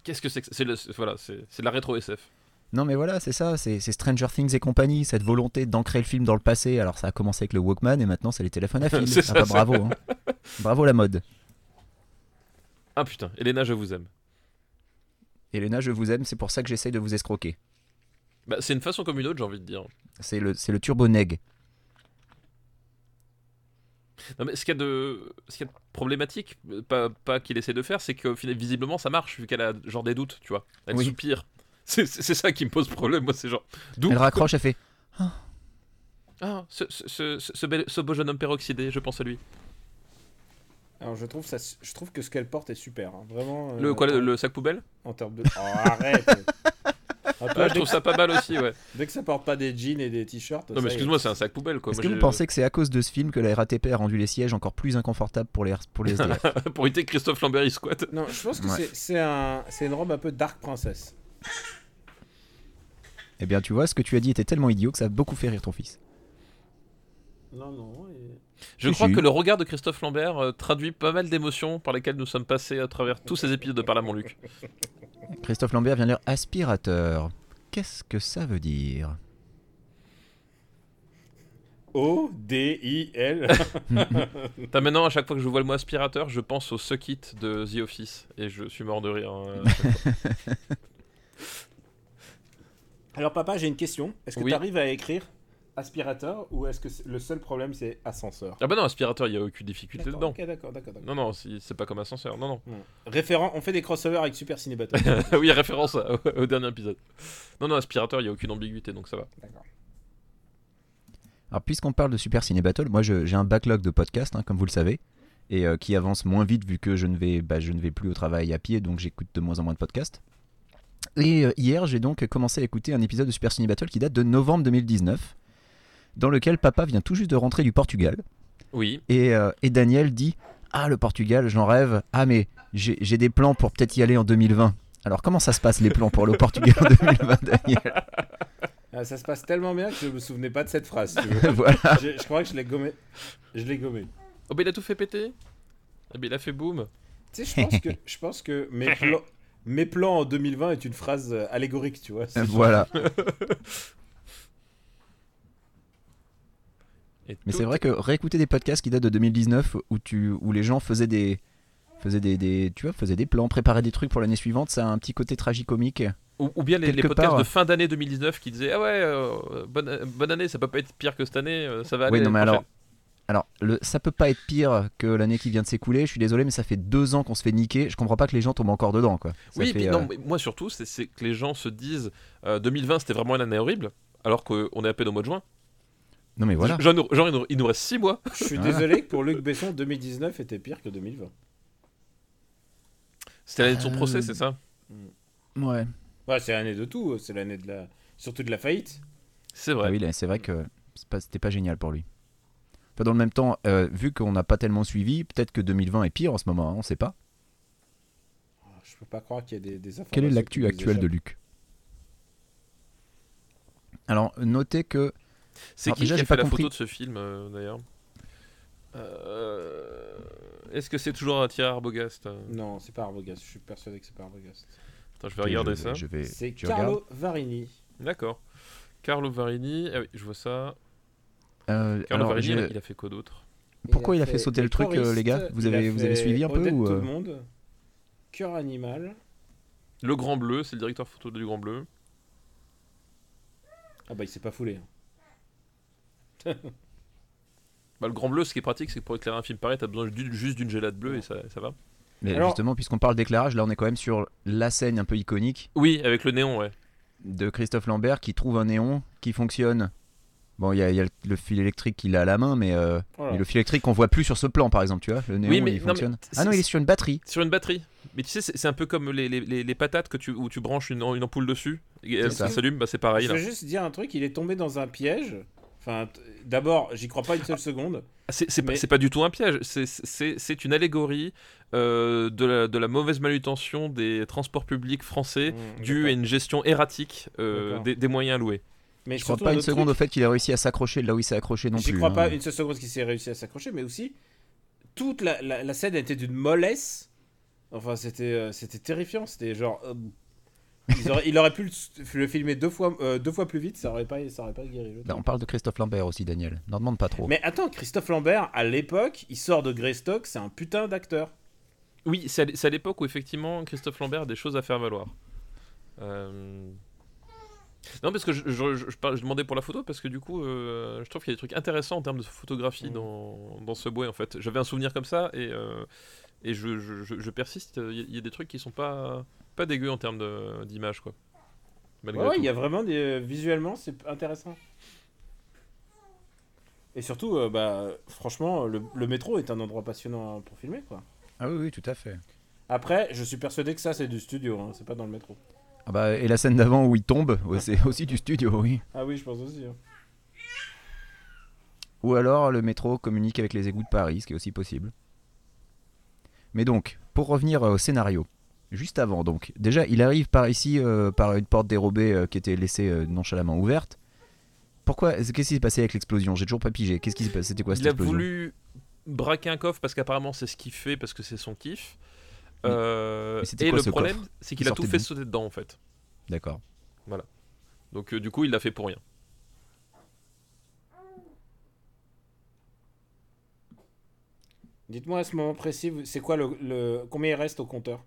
Speaker 2: Qu'est-ce que c'est que c'est le- c'est- Voilà, c'est c'est de la rétro SF.
Speaker 1: Non, mais voilà, c'est ça, c'est c'est Stranger Things et compagnie, cette volonté d'ancrer le film dans le passé. Alors, ça a commencé avec le Walkman et maintenant, c'est les téléphones à fil.
Speaker 2: C'est
Speaker 1: Ah
Speaker 2: ça,
Speaker 1: bah,
Speaker 2: c'est-
Speaker 1: bravo, hein. bravo la mode.
Speaker 2: Ah putain, Elena, je vous aime.
Speaker 1: Elena, je vous aime, c'est pour ça que j'essaye de vous escroquer.
Speaker 2: Bah, c'est une façon comme une autre, j'ai envie de dire.
Speaker 1: C'est le, c'est le turbo neg.
Speaker 2: Non, mais ce qu'il y a de, ce qu'il y a de problématique, euh, pas, pas qu'il essaie de faire, c'est que fina- visiblement ça marche, vu qu'elle a genre des doutes, tu vois. Elle
Speaker 1: Oui.
Speaker 2: soupire. C'est c'est- c'est ça qui me pose problème, moi, c'est genre. D'où
Speaker 1: Elle raccroche, elle fait
Speaker 2: Ah, ce, ce, ce, ce bel- ce beau jeune homme peroxydé, je pense à lui.
Speaker 4: Alors je trouve ça, su- je trouve que ce qu'elle porte est super, hein. vraiment. euh,
Speaker 2: Le, quoi, le, le sac poubelle
Speaker 4: En termes de. Oh, arrête. Un peu,
Speaker 2: Ah, Je
Speaker 4: dès,
Speaker 2: trouve ça pas mal aussi, ouais.
Speaker 4: dès que ça porte pas des jeans et des t-shirts.
Speaker 2: Non, mais excuse-moi, c'est un sac poubelle, quoi.
Speaker 1: Est-ce
Speaker 2: Moi,
Speaker 1: que vous
Speaker 2: j'ai-
Speaker 1: pensez que c'est à cause de ce film que la RATP a rendu les sièges encore plus inconfortables pour les, pour les SDF
Speaker 2: Pour éviter que Christophe Lambert il squatte.
Speaker 4: Non, je pense que
Speaker 1: Ouais.
Speaker 4: c'est- c'est un, c'est une robe un peu dark princesse.
Speaker 1: Eh bien, tu vois, ce que tu as dit était tellement idiot que ça a beaucoup fait rire ton fils.
Speaker 3: Non, non. et-
Speaker 2: Je
Speaker 1: Si,
Speaker 2: crois
Speaker 1: si.
Speaker 2: que le regard de Christophe Lambert euh, traduit pas mal d'émotions par lesquelles nous sommes passés à travers tous ces épisodes de Par là mon Luc.
Speaker 1: Christophe Lambert vient de lire aspirateur. Qu'est-ce que ça veut dire
Speaker 4: O D I L.
Speaker 2: T'as maintenant, à chaque fois que je vois le mot aspirateur, je pense au Suckit de The Office et je suis mort de rire. hein.
Speaker 4: Alors papa, j'ai une question. Est-ce que
Speaker 2: Oui.
Speaker 4: tu arrives à écrire aspirateur ou est-ce que c'est- le seul problème c'est ascenseur
Speaker 2: ah bah non, aspirateur, il n'y a aucune difficulté
Speaker 4: D'accord,
Speaker 2: dedans.
Speaker 4: Ok, d'accord, d'accord. d'accord.
Speaker 2: Non, non, si- c'est pas comme ascenseur, non, non.
Speaker 4: Hmm. Référent, on fait des crossovers avec Super Ciné Battle.
Speaker 2: oui, référence à- au dernier épisode. Non, non, aspirateur, il n'y a aucune ambiguïté, donc ça va.
Speaker 4: D'accord.
Speaker 1: Alors, puisqu'on parle de Super Ciné Battle, moi je- j'ai un backlog de podcasts, hein, comme vous le savez, et euh, qui avance moins vite vu que je ne, vais, bah, je ne vais plus au travail à pied, donc j'écoute de moins en moins de podcasts. Et euh, hier, j'ai donc commencé à écouter un épisode de Super Ciné Battle qui date de novembre 2019, dans lequel papa vient tout juste de rentrer du Portugal.
Speaker 2: Oui,
Speaker 1: Et, euh, et Daniel dit Ah, le Portugal, j'en rêve. Ah, mais j'ai j'ai des plans pour peut-être y aller en 2020. Alors, comment ça se passe les plans pour le Portugal en 2020, Daniel
Speaker 4: Ah, ça se passe tellement bien que je me souvenais pas de cette phrase. si tu veux.
Speaker 1: Voilà.
Speaker 4: je, je crois que je l'ai gommé. Je l'ai gommé.
Speaker 2: oh bah il a tout fait péter. Ah bah il a fait boum.
Speaker 4: Tu sais, je pense que, je pense que mes, plans, mes plans en 2020 est une phrase euh, allégorique, tu vois. C'est-
Speaker 1: voilà.
Speaker 2: Et
Speaker 1: Mais
Speaker 2: tout-
Speaker 1: c'est vrai que réécouter des podcasts qui datent de 2019 où, tu, où les gens faisaient des. Faisaient des, des- tu vois, faisaient des plans, préparaient des trucs pour l'année suivante, ça a un petit côté tragicomique.
Speaker 2: Ou, ou bien les, les
Speaker 1: quelque
Speaker 2: podcasts
Speaker 1: part- euh,
Speaker 2: de fin d'année 2019 qui disaient Ah ouais, euh, bonne, euh, bonne année, ça peut pas être pire que cette année, euh, ça va aller.
Speaker 1: Oui, non, mais
Speaker 2: prochaine.
Speaker 1: alors, alors le, ça peut pas être pire que l'année qui vient de s'écouler. Je suis désolé, mais ça fait deux ans qu'on se fait niquer. Je comprends pas que les gens tombent encore dedans, quoi. Ça
Speaker 2: oui, et
Speaker 1: fait,
Speaker 2: puis
Speaker 1: euh,
Speaker 2: non, mais moi surtout, c'est- c'est que les gens se disent euh, 2020 c'était vraiment une année horrible, alors qu'on est à peine au mois de juin.
Speaker 1: non, mais voilà.
Speaker 2: Genre, il nous- genre, il nous- il nous reste 6 mois.
Speaker 4: Je suis
Speaker 1: Voilà.
Speaker 2: Hein
Speaker 4: désolé que pour Luc Besson, 2019 était pire que 2020.
Speaker 2: C'était l'année de son
Speaker 1: Euh,
Speaker 2: procès, c'est ça
Speaker 1: Ouais.
Speaker 4: Ouais, c'est l'année de tout. euh, C'est l'année de la. Surtout de la faillite.
Speaker 2: C'est
Speaker 1: Ah
Speaker 2: vrai.
Speaker 1: oui, là, c'est vrai que c'est pas- c'était pas génial pour lui. Enfin, dans le même temps, euh, vu qu'on n'a pas tellement suivi, peut-être que 2020 est pire en ce moment, hein, on sait pas.
Speaker 4: Oh, Je peux pas croire qu'il y a des, des informations.
Speaker 1: Quelle est l'actu
Speaker 4: qui nous
Speaker 1: actuelle de
Speaker 4: échappent.
Speaker 1: Luc Alors, notez que.
Speaker 2: C'est
Speaker 1: Alors,
Speaker 2: qui
Speaker 1: déjà,
Speaker 2: qui a
Speaker 1: j'ai
Speaker 2: fait
Speaker 1: pas
Speaker 2: la
Speaker 1: compris.
Speaker 2: photo de ce film euh, d'ailleurs Euh, Est-ce que c'est toujours Thierry Arbogast Attends,
Speaker 4: Non, c'est pas Arbogast. Je suis persuadé que c'est pas Arbogast.
Speaker 2: je vais regarder
Speaker 1: je,
Speaker 2: ça.
Speaker 1: je vais-
Speaker 4: C'est
Speaker 1: tu
Speaker 4: Carlo
Speaker 1: regardes
Speaker 4: Varini.
Speaker 2: D'accord. Carlo Varini, ah oui, je vois ça.
Speaker 1: Euh,
Speaker 2: Carlo
Speaker 1: alors,
Speaker 2: Varini,
Speaker 1: j'ai-
Speaker 2: il a- il a fait quoi d'autre
Speaker 1: Pourquoi il a fait sauter le truc, euh,
Speaker 4: Choriste,
Speaker 1: les gars Vous
Speaker 4: il a
Speaker 1: avez- vous avez
Speaker 4: fait
Speaker 1: suivi un peu,
Speaker 4: Odette
Speaker 1: ou,
Speaker 4: tout
Speaker 1: euh
Speaker 4: le monde. Cœur animal.
Speaker 2: Le Grand Bleu, c'est le directeur photo du Grand Bleu.
Speaker 4: Ah bah il s'est pas foulé. hein.
Speaker 2: Bah, le Grand Bleu, ce qui est pratique, c'est que pour éclairer un film pareil, t'as besoin d'une- juste d'une gélade bleue et ça, ça va.
Speaker 1: Mais
Speaker 4: Alors-
Speaker 1: justement, puisqu'on parle d'éclairage, là, on est quand même sur la scène un peu iconique
Speaker 2: Oui, avec le néon, ouais.
Speaker 1: de Christophe Lambert qui trouve un néon qui fonctionne. Bon, il y a, il y a le, le fil électrique qu'il a à la main, mais, euh,
Speaker 4: Voilà.
Speaker 1: mais le fil électrique qu'on voit plus sur ce plan, par exemple, tu vois. Le néon,
Speaker 2: mais-
Speaker 1: il
Speaker 2: non, mais
Speaker 1: fonctionne.
Speaker 2: c'est-
Speaker 1: ah non, il est sur une batterie.
Speaker 2: Sur une batterie. Mais tu sais, c'est c'est un peu comme les, les- les- les patates que tu, où tu branches une, une ampoule dessus et elle
Speaker 1: ça.
Speaker 2: s'allume, bah c'est pareil
Speaker 4: Je
Speaker 2: là.
Speaker 4: veux juste dire un truc, il est tombé dans un piège. Enfin, t- d'abord, j'y crois pas une seule seconde.
Speaker 2: C'est c'est pas-
Speaker 4: Mais-
Speaker 2: c'est pas, du tout un piège, c'est- c'est c'est une allégorie euh, de, la, de la mauvaise manutention des transports publics français due à une gestion erratique euh,
Speaker 4: Mmh. D'accord.
Speaker 2: des, des moyens alloués.
Speaker 4: Mais
Speaker 1: Je crois
Speaker 4: surtout
Speaker 1: pas
Speaker 4: un
Speaker 1: une
Speaker 4: autre
Speaker 1: seconde
Speaker 4: truc,
Speaker 1: au fait qu'il a réussi à s'accrocher de là où il s'est accroché non
Speaker 4: J'y
Speaker 1: plus.
Speaker 4: crois
Speaker 1: hein.
Speaker 4: pas une seule seconde qu'il s'est réussi à s'accrocher, mais aussi toute la, la- la scène était d'une mollesse. Enfin, c'était euh, c'était terrifiant. C'était genre. euh, ils auraient- il aurait pu le, le filmer deux fois, euh, deux fois plus vite, ça aurait pas, ça aurait pas guéri le
Speaker 1: Bah,
Speaker 4: truc.
Speaker 1: on parle de Christophe Lambert aussi, Daniel. N'en demande pas trop.
Speaker 4: Mais attends, Christophe Lambert, à l'époque, il sort de Greystock, c'est un putain d'acteur.
Speaker 2: Oui, c'est à l'é- c'est à l'époque où effectivement Christophe Lambert a des choses à faire valoir. Euh, Non, parce que je, je- je- je par- je demandais pour la photo, parce que du coup, euh, je trouve qu'il y a des trucs intéressants en termes de photographie
Speaker 4: Mm.
Speaker 2: dans, dans ce bois en fait. J'avais un souvenir comme ça et, euh, et je, je- je- je persiste. Il y a- il y, a des trucs qui sont pas, pas dégueux en termes de- d'image, quoi.
Speaker 4: Ouais,
Speaker 2: Malgré
Speaker 4: ouais,
Speaker 2: tout.
Speaker 4: il y a vraiment des. euh, Visuellement, c'est intéressant. Et surtout, euh, bah, franchement, le, le métro est un endroit passionnant pour filmer, quoi.
Speaker 1: Ah oui, oui, tout à fait.
Speaker 4: Après, je suis persuadé que ça, c'est du studio, hein, c'est pas dans le métro.
Speaker 1: Ah bah, et la scène d'avant où il tombe, ouais, c'est aussi du studio, oui.
Speaker 4: Ah oui, je pense aussi. hein.
Speaker 1: Ou alors le métro communique avec les égouts de Paris, ce qui est aussi possible. Mais donc, pour revenir euh, au scénario, juste avant donc, déjà il arrive par ici euh, par une porte dérobée euh, qui était laissée euh, nonchalamment ouverte. Pourquoi euh, Qu'est-ce qui s'est passé avec l'explosion J'ai toujours pas pigé. Qu'est-ce qui s'est passé C'était quoi cette
Speaker 2: Il a
Speaker 1: explosion
Speaker 2: voulu braquer un coffre parce qu'apparemment c'est ce qu'il fait parce que c'est son kiff.
Speaker 1: Mais-
Speaker 2: Euh,
Speaker 1: Mm. mais c'était
Speaker 2: et
Speaker 1: quoi
Speaker 2: le
Speaker 1: ce
Speaker 2: problème, c'est qu'il
Speaker 1: Il
Speaker 2: a tout
Speaker 1: sortait
Speaker 2: fait
Speaker 1: d'où
Speaker 2: sauter dedans en fait.
Speaker 1: D'accord.
Speaker 2: Donc euh, du coup, il l'a fait pour rien.
Speaker 4: Dites-moi à ce moment précis, vous- c'est quoi le, le- Combien il reste au compteur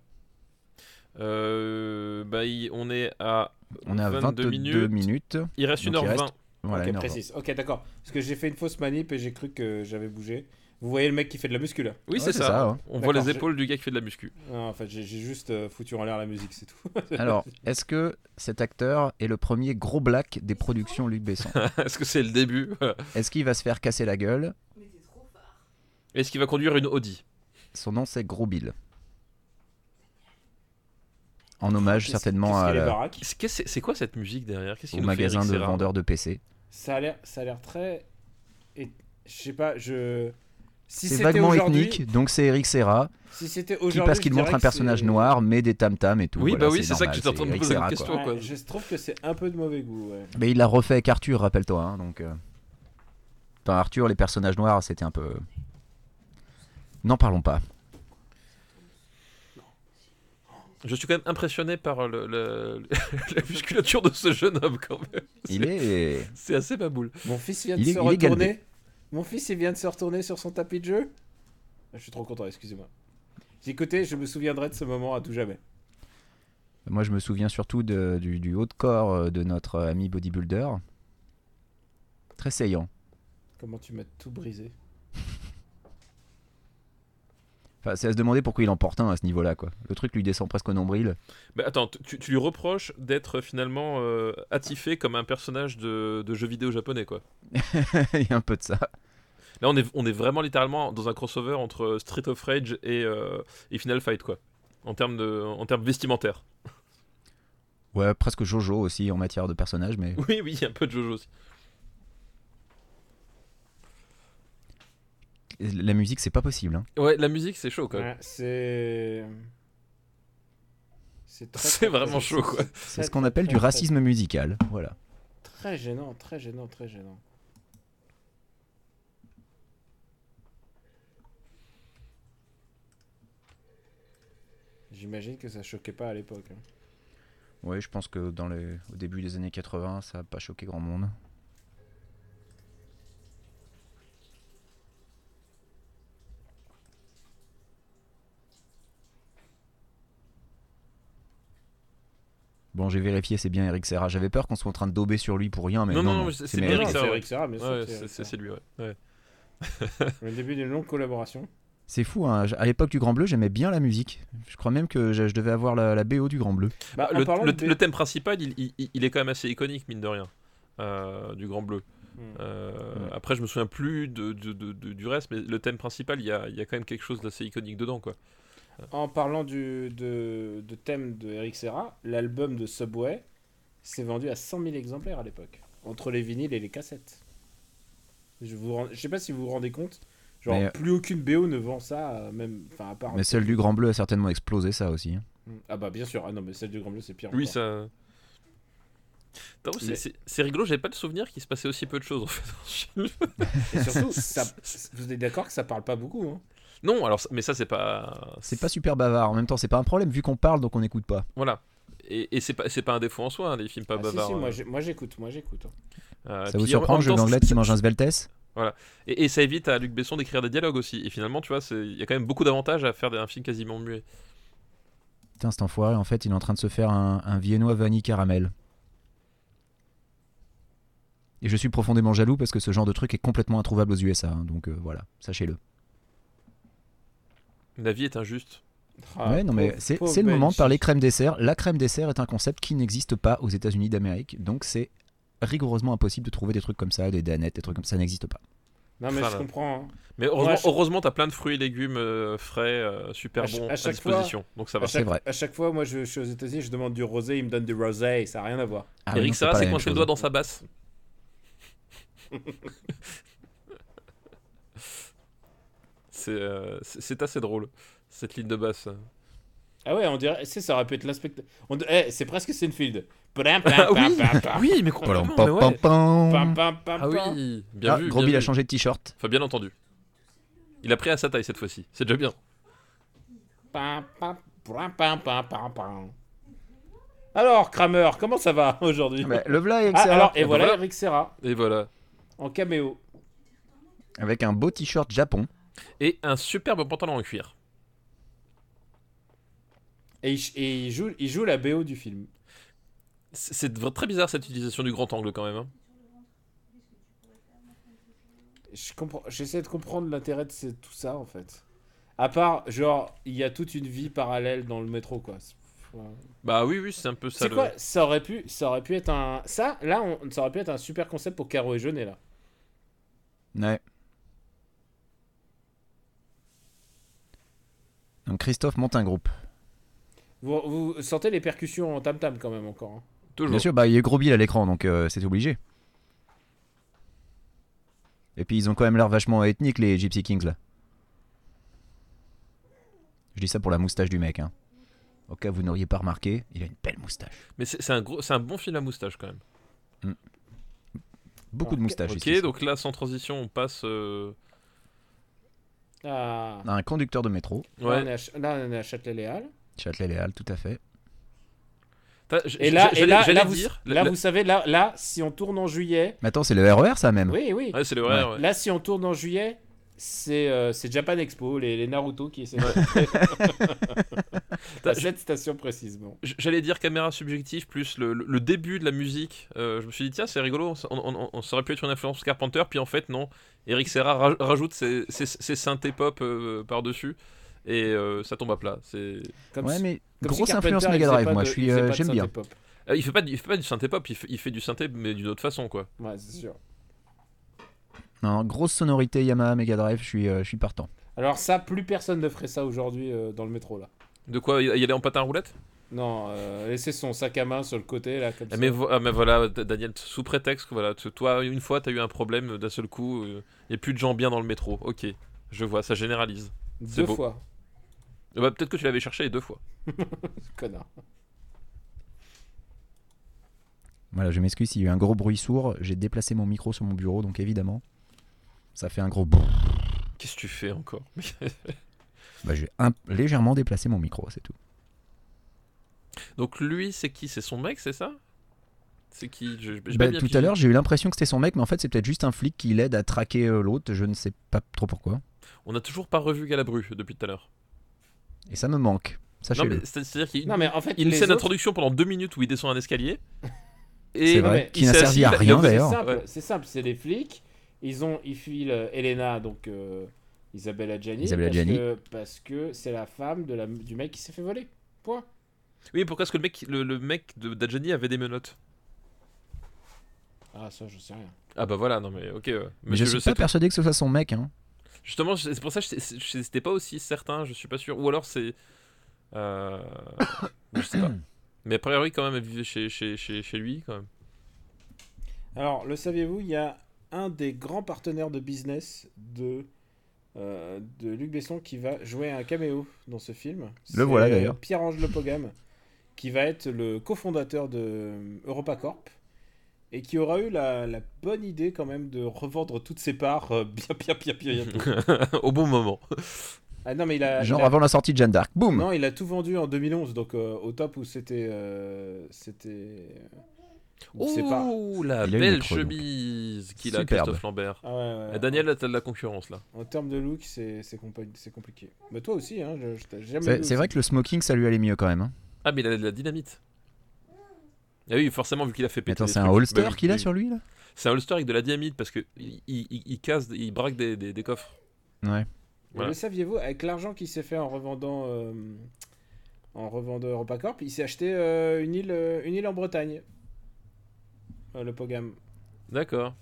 Speaker 2: Euh, bah, il- on est à
Speaker 1: On est à 22 minutes.
Speaker 2: Il reste
Speaker 1: Donc,
Speaker 2: 1h20.
Speaker 1: il reste- Voilà,
Speaker 4: Ok,
Speaker 1: une heure vingt.
Speaker 4: précise. Ok, d'accord. Parce que j'ai fait une fausse manip et j'ai cru que j'avais bougé. Vous voyez le mec qui fait de la muscu là
Speaker 2: Oui,
Speaker 1: Ouais, hein.
Speaker 2: c'est ça.
Speaker 1: ouais.
Speaker 2: On voit les
Speaker 4: D'accord, je-
Speaker 2: épaules du gars qui fait de la muscu.
Speaker 4: Non, en fait, j'ai j'ai juste euh, foutu en l'air la musique, c'est tout.
Speaker 1: Alors, est-ce que cet acteur est le premier gros black des productions Luc Besson
Speaker 2: Est-ce que c'est le début Voilà.
Speaker 1: Est-ce qu'il va se faire casser la gueule
Speaker 2: Est-ce qu'il va conduire une Audi
Speaker 1: Son nom c'est Gros Bill. En hommage certainement
Speaker 4: Qu'est-ce
Speaker 1: à
Speaker 4: qu'il est
Speaker 1: la-
Speaker 4: baraque
Speaker 2: Qu'est-ce que C'est c'est quoi cette musique derrière Qu'est-ce
Speaker 1: au
Speaker 2: qu'il nous fait,
Speaker 1: magasin
Speaker 2: Eric
Speaker 1: de
Speaker 2: Serra
Speaker 1: vendeurs de PC.
Speaker 4: Ça a l'air, ça a l'air très. et- Je sais pas, je. Si
Speaker 1: c'est
Speaker 4: c'était
Speaker 1: vaguement
Speaker 4: aujourd'hui-
Speaker 1: ethnique, donc c'est Eric Serra,
Speaker 4: Si c'était
Speaker 1: qui
Speaker 4: aujourd'hui,
Speaker 1: parce qu'il
Speaker 4: je dirais
Speaker 1: montre un
Speaker 4: que
Speaker 1: personnage
Speaker 4: c'est-
Speaker 1: noir, mais des tam-tams et tout.
Speaker 2: Oui,
Speaker 1: voilà,
Speaker 2: bah oui, c'est ça
Speaker 1: normal,
Speaker 2: que j'étais en train de
Speaker 1: Eric
Speaker 2: poser
Speaker 1: Serra,
Speaker 2: une
Speaker 1: quoi.
Speaker 2: question.
Speaker 4: Ouais,
Speaker 2: quoi.
Speaker 4: je trouve que c'est un peu de mauvais goût. Ouais.
Speaker 1: Mais il l'a refait avec Arthur, rappelle-toi. hein, donc, euh. Enfin, Arthur, les personnages noirs, c'était un peu. N'en parlons pas.
Speaker 2: Je suis quand même impressionné par le, le- la musculature de ce jeune homme quand même.
Speaker 1: Il est.
Speaker 2: C'est assez baboule.
Speaker 4: Mon fils vient de
Speaker 1: Il est-
Speaker 4: se
Speaker 1: il est galbé.
Speaker 4: retourner. Mon fils, il vient de se retourner sur son tapis de jeu. Ah, Je suis trop content, excusez-moi. J'écoutais, je me souviendrai de ce moment à tout jamais.
Speaker 1: Moi, je me souviens surtout de- du, du haut de corps euh, de notre euh, ami bodybuilder. Très saillant.
Speaker 4: Comment tu m'as tout brisé.
Speaker 1: Enfin, c'est à se demander pourquoi il en porte un à ce niveau-là, quoi. Le truc lui descend presque au nombril.
Speaker 2: Mais attends, tu- tu, tu lui reproches d'être finalement euh, attifé comme un personnage de, de jeu vidéo japonais quoi.
Speaker 1: il y a un peu de ça.
Speaker 2: Là, on est, on est vraiment littéralement dans un crossover entre Street of Rage et, euh, et Final Fight, quoi. En termes, de, en termes vestimentaires.
Speaker 1: Ouais, presque Jojo aussi en matière de personnage, mais
Speaker 2: Oui, oui, il y a un peu de Jojo aussi.
Speaker 1: la musique, c'est pas possible. hein.
Speaker 2: Ouais, la musique, c'est chaud, quoi.
Speaker 4: Ouais, c'est. C'est très,
Speaker 2: C'est
Speaker 4: très,
Speaker 2: vraiment
Speaker 4: très-
Speaker 2: chaud, quoi.
Speaker 1: C'est ce qu'on appelle du racisme musical. Voilà.
Speaker 4: Très gênant, très gênant, très gênant. J'imagine que ça choquait pas à l'époque. hein.
Speaker 1: Oui, je pense que dans les... au début des années 80, ça n'a pas choqué grand monde. Bon, j'ai vérifié, c'est bien Eric Serra. J'avais peur qu'on soit en train de dauber sur lui pour rien, mais
Speaker 2: Non,
Speaker 1: non,
Speaker 2: non, non, c'est- c'est
Speaker 1: mes
Speaker 2: bien
Speaker 1: rêves.
Speaker 2: Eric
Speaker 4: Non,
Speaker 2: Serra,
Speaker 4: c'est
Speaker 2: ouais.
Speaker 4: Eric Serra, bien sûr.
Speaker 2: Ouais,
Speaker 4: c'est
Speaker 2: c'est
Speaker 4: Eric
Speaker 2: c'est-
Speaker 4: Serra.
Speaker 2: c'est lui, ouais. ouais.
Speaker 4: Le début d'une longue collaboration.
Speaker 1: C'est fou, hein. à l'époque du Grand Bleu, j'aimais bien la musique. Je crois même que je je devais avoir la, la BO du Grand Bleu.
Speaker 4: Bah, en
Speaker 2: Ah, le,
Speaker 4: parlant
Speaker 2: le-
Speaker 4: de-
Speaker 2: le thème principal, il, il- il- il est quand même assez iconique, mine de rien, euh, du Grand Bleu. Euh,
Speaker 4: Hmm.
Speaker 1: Ouais.
Speaker 2: Après, je me souviens plus de, de- de- de- du reste, mais le thème principal, il y a, il y a quand même quelque chose d'assez iconique dedans, quoi.
Speaker 4: En parlant du, de, de thème de Eric Serra, l'album de Subway s'est vendu à 100 000 exemplaires à l'époque, entre les vinyles et les cassettes. Je vous rends- je sais pas si vous vous rendez compte, genre
Speaker 1: Mais, euh,
Speaker 4: plus aucune BO ne vend ça, euh, même, enfin à part.
Speaker 1: Mais celle du Grand Bleu a certainement explosé ça aussi. hein.
Speaker 4: Ah bah bien sûr, ah non mais celle du Grand Bleu c'est pire.
Speaker 2: Oui,
Speaker 4: encore.
Speaker 2: ça. Putain, ouais, c'est-
Speaker 4: Mais-
Speaker 2: C'est c'est rigolo, j'avais pas le souvenir qu'il se passait aussi peu de choses en fait. dans ce film.
Speaker 4: Et surtout, ça- vous êtes d'accord que ça parle pas beaucoup. Hein
Speaker 2: non, alors, ça- mais ça, c'est pas.
Speaker 1: C'est pas super bavard. En même temps, c'est pas un problème vu qu'on parle donc on n'écoute pas.
Speaker 2: Voilà. Et, et c'est pas, c'est pas un défaut en soi, hein, les films pas
Speaker 4: Ah, si,
Speaker 2: bavards.
Speaker 4: si, moi
Speaker 2: hein.
Speaker 4: j'ai- moi j'écoute, moi j'écoute. hein.
Speaker 2: Euh,
Speaker 1: Ça
Speaker 2: puis
Speaker 1: vous
Speaker 2: en-
Speaker 1: surprend
Speaker 2: en
Speaker 1: le jeu
Speaker 2: même temps,
Speaker 1: d'anglais qui
Speaker 2: ça-
Speaker 1: mange un Sveltes
Speaker 2: Et, et ça évite à Luc Besson d'écrire des dialogues aussi. Et finalement, tu vois, c'est- il y a quand même beaucoup d'avantages à faire un film quasiment muet.
Speaker 1: Putain, cet enfoiré, en fait, il est en train de se faire un, un viennois vanille caramel. Et je suis profondément jaloux parce que ce genre de truc est complètement introuvable aux USA. hein, donc euh, voilà, sachez-le.
Speaker 2: La vie est injuste.
Speaker 4: Ah,
Speaker 1: ouais, non, mais
Speaker 4: pauvre-
Speaker 1: c'est
Speaker 4: pauvre
Speaker 1: c'est le moment de
Speaker 4: Belgique.
Speaker 1: parler crème dessert. La crème dessert est un concept qui n'existe pas aux États-Unis d'Amérique. Donc c'est rigoureusement impossible de trouver des trucs comme ça, des danettes, des trucs comme ça, ça n'existe pas.
Speaker 4: Non mais
Speaker 2: Enfin,
Speaker 4: je
Speaker 2: là.
Speaker 4: comprends. hein.
Speaker 2: Mais heureusement,
Speaker 4: Ouais, je-
Speaker 2: heureusement, t'as plein de fruits et légumes euh, frais, euh, super
Speaker 4: À ch-
Speaker 2: bons
Speaker 4: à
Speaker 2: à,
Speaker 4: chaque
Speaker 2: disposition. Donc ça va.
Speaker 4: à, chaque,
Speaker 1: vrai.
Speaker 4: à chaque fois, moi je, je suis aux États-Unis, je demande du rosé, ils me donnent du rosé, ça a rien à voir.
Speaker 1: Ah,
Speaker 2: Eric
Speaker 1: non,
Speaker 2: Serra
Speaker 1: pas la
Speaker 2: s'est
Speaker 1: même
Speaker 2: coincé le
Speaker 1: chose.
Speaker 2: doigt dans sa basse. c'est euh, c'est- c'est assez drôle, cette ligne de basse.
Speaker 4: Ah ouais, on dirait, c'est ça aurait pu être l'inspecteur. on d- Eh, c'est presque Sinfield.
Speaker 2: Ah oui, oui, mais
Speaker 1: Pam,
Speaker 2: complètement, mais
Speaker 1: pam,
Speaker 2: ouais.
Speaker 1: pam, pam.
Speaker 2: Ah oui, bien
Speaker 1: Ah,
Speaker 2: vu.
Speaker 1: Groby
Speaker 2: bien
Speaker 1: a
Speaker 2: vu.
Speaker 1: changé de t-shirt.
Speaker 2: Enfin, bien entendu. Il a pris à sa taille cette fois-ci. C'est déjà bien.
Speaker 4: Alors, Kramer, comment ça va aujourd'hui
Speaker 1: Mais le v'là, Eric
Speaker 4: Ah,
Speaker 1: Serra.
Speaker 4: alors, et
Speaker 2: Ah,
Speaker 4: voilà
Speaker 2: voilà.
Speaker 4: Eric Serra
Speaker 2: Et voilà.
Speaker 4: en caméo.
Speaker 1: Avec un beau t-shirt Japon.
Speaker 2: Et un superbe pantalon en cuir.
Speaker 4: Et, il, ch- et il joue, il joue la BO du film.
Speaker 2: C'est c'est vra- très bizarre cette utilisation du grand angle quand même. hein.
Speaker 4: Je comprends- J'essaie de comprendre l'intérêt de ce- tout ça en fait. À part, genre, il y a toute une vie parallèle dans le métro quoi. C'est- ouais.
Speaker 2: Bah oui, oui, c'est un peu ça.
Speaker 4: C'est
Speaker 2: le-
Speaker 4: quoi Ça aurait pu, ça aurait pu être un, ça, là, on, ça aurait pu être un super concept pour Caro et Jeunet là.
Speaker 1: Ouais. Donc Christophe monte un groupe.
Speaker 4: Vous, vous sentez les percussions en tam tam quand même encore. hein.
Speaker 2: Toujours.
Speaker 1: Bien sûr, bah, il y a eu Gros Bill à l'écran, donc euh, c'est obligé. Et puis ils ont quand même l'air vachement ethnique, les Gypsy Kings là. Je dis ça pour la moustache du mec. Hein. Au cas où vous n'auriez pas remarqué, il a une belle moustache.
Speaker 2: Mais c'est c'est un, gros- c'est un bon film à moustache quand même.
Speaker 1: Beaucoup de
Speaker 4: Ok,
Speaker 1: moustaches
Speaker 2: Ok,
Speaker 1: ici.
Speaker 2: donc là, sans transition, on passe. euh,
Speaker 4: Ah.
Speaker 1: On a un conducteur de métro,
Speaker 4: Là, on
Speaker 2: Ouais.
Speaker 4: est à Ch- là, on est à Châtelet-Léal.
Speaker 1: Châtelet Léal, tout à fait.
Speaker 2: T'as- j-
Speaker 4: Et
Speaker 2: j-
Speaker 4: là, et
Speaker 2: j'allais-
Speaker 4: là,
Speaker 2: j'allais
Speaker 4: là, vous,
Speaker 2: dire-
Speaker 4: là,
Speaker 2: la-
Speaker 4: vous savez, là, là, si on tourne en juillet,
Speaker 1: Mais attends, c'est le RER ça même
Speaker 4: oui, oui.
Speaker 2: la- Ouais, c'est le vrai. ouais.
Speaker 4: Là, si on tourne en juillet, c'est euh, c'est Japan Expo, les, les Naruto qui essaient de à
Speaker 2: T'as-
Speaker 4: cette station précisément.
Speaker 2: j- J'allais dire caméra subjective plus le, le- le début de la musique. Euh, je me suis dit, tiens, c'est rigolo, on, on- on- on- ça aurait pu être une influence Carpenter, puis en fait, non. Eric Serra ra- rajoute ses, ses, ses synthés pop euh, par-dessus, et euh, ça tombe à plat. C'est...
Speaker 4: Comme
Speaker 1: Ouais,
Speaker 4: si-
Speaker 1: mais
Speaker 4: comme si
Speaker 1: grosse
Speaker 4: Carpenter,
Speaker 1: influence
Speaker 4: il
Speaker 1: Mega
Speaker 4: faisait
Speaker 1: Drive,
Speaker 4: pas
Speaker 1: moi
Speaker 4: de-
Speaker 1: je
Speaker 4: il
Speaker 1: suis,
Speaker 4: faisait
Speaker 1: euh,
Speaker 4: pas de
Speaker 1: j'aime bien.
Speaker 4: synthé pop.
Speaker 2: Euh, il, fait pas, du- il fait pas du synthé pop, il fait, il fait du synthé, mais d'une autre façon, quoi.
Speaker 4: Ouais, c'est sûr.
Speaker 1: Non, non, grosse sonorité Yamaha Mega Drive, je suis, euh, je suis partant.
Speaker 4: Alors ça, plus personne ne ferait ça aujourd'hui euh, dans le métro là.
Speaker 2: De quoi Il y allait en patin à roulette
Speaker 4: Non, euh, laisser son sac à main sur le côté là comme
Speaker 2: Ah,
Speaker 4: ça.
Speaker 2: mais, vo- ah, mais voilà, D- Daniel, sous prétexte que voilà, t- toi, une fois, t'as eu un problème d'un seul coup, il n'y a plus de gens bien dans le métro. Ok, je vois, ça généralise. c'est
Speaker 4: Deux
Speaker 2: beau.
Speaker 4: fois,
Speaker 2: Euh, bah, Peut-être que tu l'avais cherché deux fois.
Speaker 4: connard.
Speaker 1: Voilà, je m'excuse s'il y a eu un gros bruit sourd. J'ai déplacé mon micro sur mon bureau, donc évidemment, ça fait un gros brrr.
Speaker 2: Qu'est-ce que tu fais encore
Speaker 1: Bah, j'ai un- légèrement déplacé mon micro, c'est tout.
Speaker 2: Donc lui, c'est qui C'est son mec, c'est ça C'est qui Je- j'ai pas
Speaker 1: Bah,
Speaker 2: bien
Speaker 1: tout
Speaker 2: pigé.
Speaker 1: à l'heure, j'ai eu l'impression que c'était son mec, mais en fait, c'est peut-être juste un flic qui l'aide à traquer euh, l'autre. Je ne sais pas trop pourquoi.
Speaker 2: On n'a toujours pas revu Galabru depuis tout à l'heure.
Speaker 1: Et ça me manque.
Speaker 2: Non,
Speaker 1: Sachez-le.
Speaker 2: mais c'est- C'est-à-dire qu'il
Speaker 4: Non mais en fait,
Speaker 2: il y a une
Speaker 4: les
Speaker 2: scène
Speaker 4: autres,
Speaker 2: d'introduction pendant deux minutes où il descend un escalier.
Speaker 1: C'est
Speaker 2: Et
Speaker 4: non,
Speaker 1: vrai.
Speaker 4: mais
Speaker 1: Qui
Speaker 2: il
Speaker 1: n'a
Speaker 2: s'est assis,
Speaker 1: servi à
Speaker 2: il a- il a
Speaker 1: rien
Speaker 2: fait-
Speaker 4: C'est
Speaker 1: d'ailleurs.
Speaker 4: simple,
Speaker 2: Ouais.
Speaker 4: c'est simple, c'est les flics. Ils ont, ils filent euh, Elena, donc euh, Isabelle Adjani,
Speaker 1: Isabelle
Speaker 4: parce,
Speaker 1: Adjani.
Speaker 4: que, parce que c'est la femme de la, du mec qui s'est fait voler. Point.
Speaker 2: oui, pourquoi est-ce que le mec, le, le mec de d'Adjani avait des menottes
Speaker 4: Ah ça, je sais rien.
Speaker 2: Ah bah voilà, non mais ok. ouais.
Speaker 1: Mais,
Speaker 2: Mais
Speaker 1: je
Speaker 2: je,
Speaker 1: suis
Speaker 2: sais
Speaker 1: pas persuadé que ce soit son mec. Hein.
Speaker 2: Justement, c'est c'est pour ça que je- c'est- je- c'était pas aussi certain, je suis pas sûr. Ou alors c'est. Euh... je sais pas. Mais a priori, quand même, elle vivait chez, chez, chez, chez lui, quand même.
Speaker 4: Alors, le saviez-vous, il y a un des grands partenaires de business de, euh, de Luc Besson qui va jouer un caméo dans ce film. C'est,
Speaker 1: voilà,
Speaker 4: euh,
Speaker 1: d'ailleurs.
Speaker 4: Pierre-Ange Le Pogam, qui va être le cofondateur de euh, EuropaCorp et qui aura eu la, la bonne idée quand même de revendre toutes ses parts euh, bien, bien, bien, bien, bien tôt.
Speaker 2: Au bon moment.
Speaker 4: Ah non, mais il a,
Speaker 1: Genre
Speaker 4: il a-
Speaker 1: avant la sortie de Jeanne d'Arc. Boum
Speaker 4: non, il a tout vendu en 2011, donc euh, au top où c'était... euh, c'était... euh, où ses parts.
Speaker 2: Oh, la
Speaker 1: Il a une
Speaker 2: belle
Speaker 1: autre, donc.
Speaker 2: chemise qu'il a,
Speaker 1: Superbe.
Speaker 2: Christophe Lambert.
Speaker 4: Ah ouais, ouais,
Speaker 2: Eh, Daniel, là, t'as de la concurrence, là.
Speaker 4: En termes de look, c'est c'est compli- c'est compliqué. Mais toi aussi, hein, je, je t'ai jamais
Speaker 1: C'est
Speaker 4: vu
Speaker 1: c'est
Speaker 4: aussi.
Speaker 1: vrai que le smoking, ça lui allait mieux quand même. hein.
Speaker 2: Ah, mais il a de la dynamite. Ah oui, forcément, vu qu'il a fait péter.
Speaker 1: Attends,
Speaker 2: des
Speaker 1: c'est un
Speaker 2: trucs.
Speaker 1: holster
Speaker 2: Bah oui,
Speaker 1: qu'il a
Speaker 2: oui.
Speaker 1: sur lui là
Speaker 2: C'est un holster avec de la dynamite parce que il, il, il- il casse, il braque des, des, des coffres.
Speaker 1: Ouais.
Speaker 4: Mais
Speaker 2: Voilà.
Speaker 4: Le saviez-vous, avec l'argent qu'il s'est fait en revendant, euh, en revendant EuropaCorp, il s'est acheté euh, une, île, euh, une île en Bretagne. Euh, le Pogam.
Speaker 2: D'accord.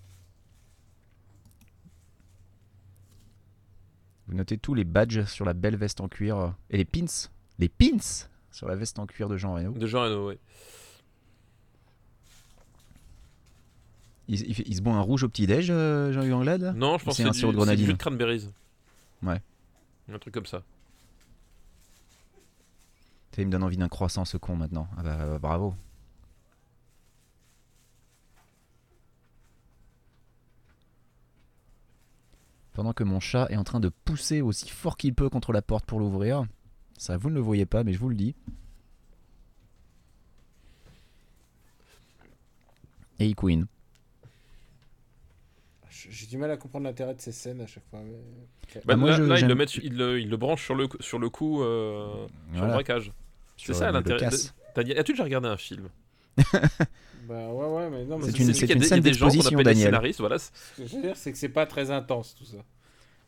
Speaker 1: Vous notez tous les badges sur la belle veste en cuir euh, et les pins. Les pins sur la veste en cuir de Jean Reno.
Speaker 2: De Jean Reno, ouais.
Speaker 1: Il, il fait- il se boit un rouge au petit-déj, euh, Jean-Hugues Anglade là
Speaker 2: Non, je pense
Speaker 1: C'est
Speaker 2: que
Speaker 1: un
Speaker 2: c'est
Speaker 1: sirop
Speaker 2: du,
Speaker 1: de
Speaker 2: c'est du
Speaker 1: grenadine.
Speaker 2: jus de cranberries.
Speaker 1: Ouais. Ah,
Speaker 2: Un truc comme ça.
Speaker 1: Putain, Il me donne envie d'un croissant ce con maintenant. Ah bah euh, bravo. Pendant que mon chat est en train de pousser aussi fort qu'il peut contre la porte pour l'ouvrir, ça vous ne le voyez pas mais je vous le dis. Hey Queen.
Speaker 4: J- J'ai du mal à comprendre l'intérêt de ces scènes à chaque fois. mais-
Speaker 2: Bah,
Speaker 1: moi,
Speaker 2: là,
Speaker 1: je-
Speaker 2: là, il,
Speaker 1: j'aime-
Speaker 2: le met, sur- il, le, il le branche sur le, cou- sur le cou, euh, sur le
Speaker 1: Voilà,
Speaker 2: braquage. C'est
Speaker 1: sur
Speaker 2: ça
Speaker 1: le
Speaker 2: l'intérêt. de-
Speaker 1: casse.
Speaker 2: Daniel, as-tu déjà regardé un film
Speaker 4: Bah ouais, ouais, mais non, mais
Speaker 1: C'est
Speaker 4: c'est-
Speaker 1: une-
Speaker 4: c'est-
Speaker 1: c'est
Speaker 2: qu'il y a des-
Speaker 1: scène
Speaker 2: il y a des gens qu'on
Speaker 1: d'exposition,
Speaker 2: appelle des
Speaker 1: Daniel.
Speaker 2: scénaristes, voilà.
Speaker 4: ce que je veux dire, c'est que c'est pas très intense tout ça.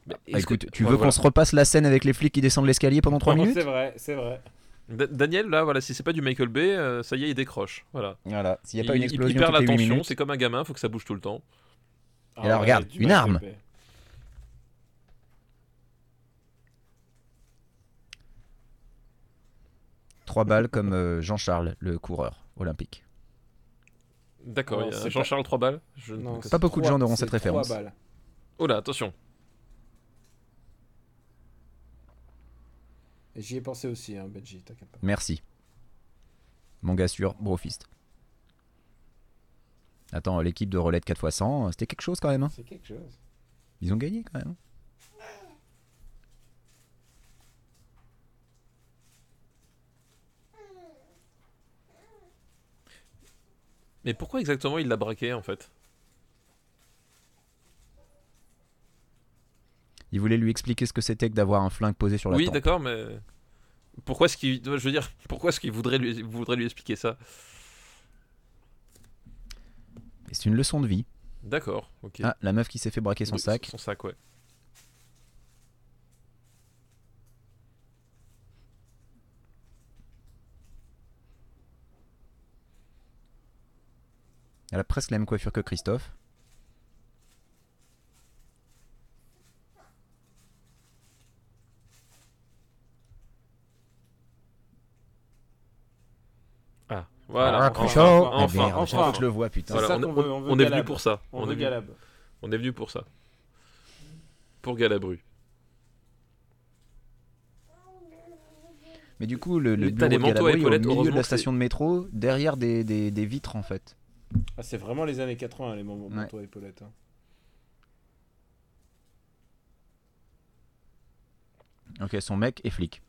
Speaker 2: Bah,
Speaker 1: Bah, écoute, tu
Speaker 2: Ouais,
Speaker 1: veux qu'on
Speaker 2: voilà.
Speaker 1: se repasse la scène avec les flics qui descendent l'escalier pendant 3 minutes
Speaker 4: C'est vrai, c'est vrai.
Speaker 2: Da- Daniel, là, voilà, si c'est pas du Michael Bay, euh, ça y est, il décroche. Voilà.
Speaker 1: Voilà, s'il n'y a
Speaker 2: il,
Speaker 1: pas une
Speaker 2: il- il
Speaker 1: explosion
Speaker 2: perd
Speaker 1: toutes les huit
Speaker 2: l'attention,
Speaker 1: minutes.
Speaker 2: c'est comme un gamin, faut que ça bouge tout le temps.
Speaker 1: Et là, regarde,
Speaker 4: Ah, du
Speaker 1: une
Speaker 4: mal à
Speaker 1: arme.
Speaker 4: taper.
Speaker 1: Trois balles comme euh, Jean-Charles, le coureur olympique.
Speaker 2: D'accord,
Speaker 4: Non,
Speaker 2: il y a
Speaker 4: c'est
Speaker 2: Jean-Charles 3 balles. Je ne
Speaker 4: Non,
Speaker 2: connais
Speaker 1: Pas
Speaker 4: c'est
Speaker 1: beaucoup de
Speaker 4: trois-
Speaker 1: gens n'auront cette
Speaker 4: c'est trois
Speaker 1: référence.
Speaker 4: balles.
Speaker 2: Oh là, attention.
Speaker 4: Et J'y ai pensé aussi, hein, Benji, t'inquiète pas.
Speaker 1: Merci. Mon gars sûr, brofist. Attends, l'équipe de relais de 4x100, euh, c'était quelque chose quand même. hein.
Speaker 4: C'est quelque chose.
Speaker 1: Ils ont gagné quand même.
Speaker 2: Mais pourquoi exactement il l'a braqué en fait
Speaker 1: Ils voulaient lui expliquer ce que c'était que d'avoir un flingue posé sur la
Speaker 2: Oui,
Speaker 1: tempe.
Speaker 2: d'accord, mais pourquoi est-ce qu'il, je veux dire, pourquoi est-ce qu'il voudrait lui, voudrait lui expliquer ça
Speaker 1: Et C'est une leçon de vie.
Speaker 2: D'accord, ok.
Speaker 1: Ah, la meuf qui s'est fait braquer son
Speaker 2: Oui,
Speaker 1: sac.
Speaker 2: Son sac, ouais.
Speaker 1: Elle a presque la même coiffure que Christophe.
Speaker 2: Ah, voilà.
Speaker 1: Ah,
Speaker 2: enfin,
Speaker 1: Cruchot
Speaker 2: enfin,
Speaker 1: Ah,
Speaker 2: enfin,
Speaker 1: merde,
Speaker 2: enfin.
Speaker 1: faut que je le vois, putain.
Speaker 2: Voilà,
Speaker 4: ça
Speaker 2: on,
Speaker 4: qu'on veut,
Speaker 2: on-
Speaker 4: on veut
Speaker 2: on est venu
Speaker 4: Galab.
Speaker 2: pour ça.
Speaker 4: On
Speaker 2: est
Speaker 4: veut
Speaker 2: venu,
Speaker 4: Galab.
Speaker 2: on est venu pour ça. Pour Galabru.
Speaker 1: Mais du coup, le, le
Speaker 2: Mais t'as
Speaker 1: bureau
Speaker 2: les
Speaker 1: de
Speaker 2: manteaux
Speaker 1: Galabru
Speaker 2: à
Speaker 1: est au
Speaker 2: épaulettes,
Speaker 1: milieu de
Speaker 2: heureusement
Speaker 1: la
Speaker 2: que c'est-
Speaker 1: station de métro, derrière des, des- des vitres en fait.
Speaker 4: Ah, c'est vraiment les années 80, les moments
Speaker 1: Ouais.
Speaker 4: pour toi, Paulette. hein.
Speaker 1: Ok, son mec est flic.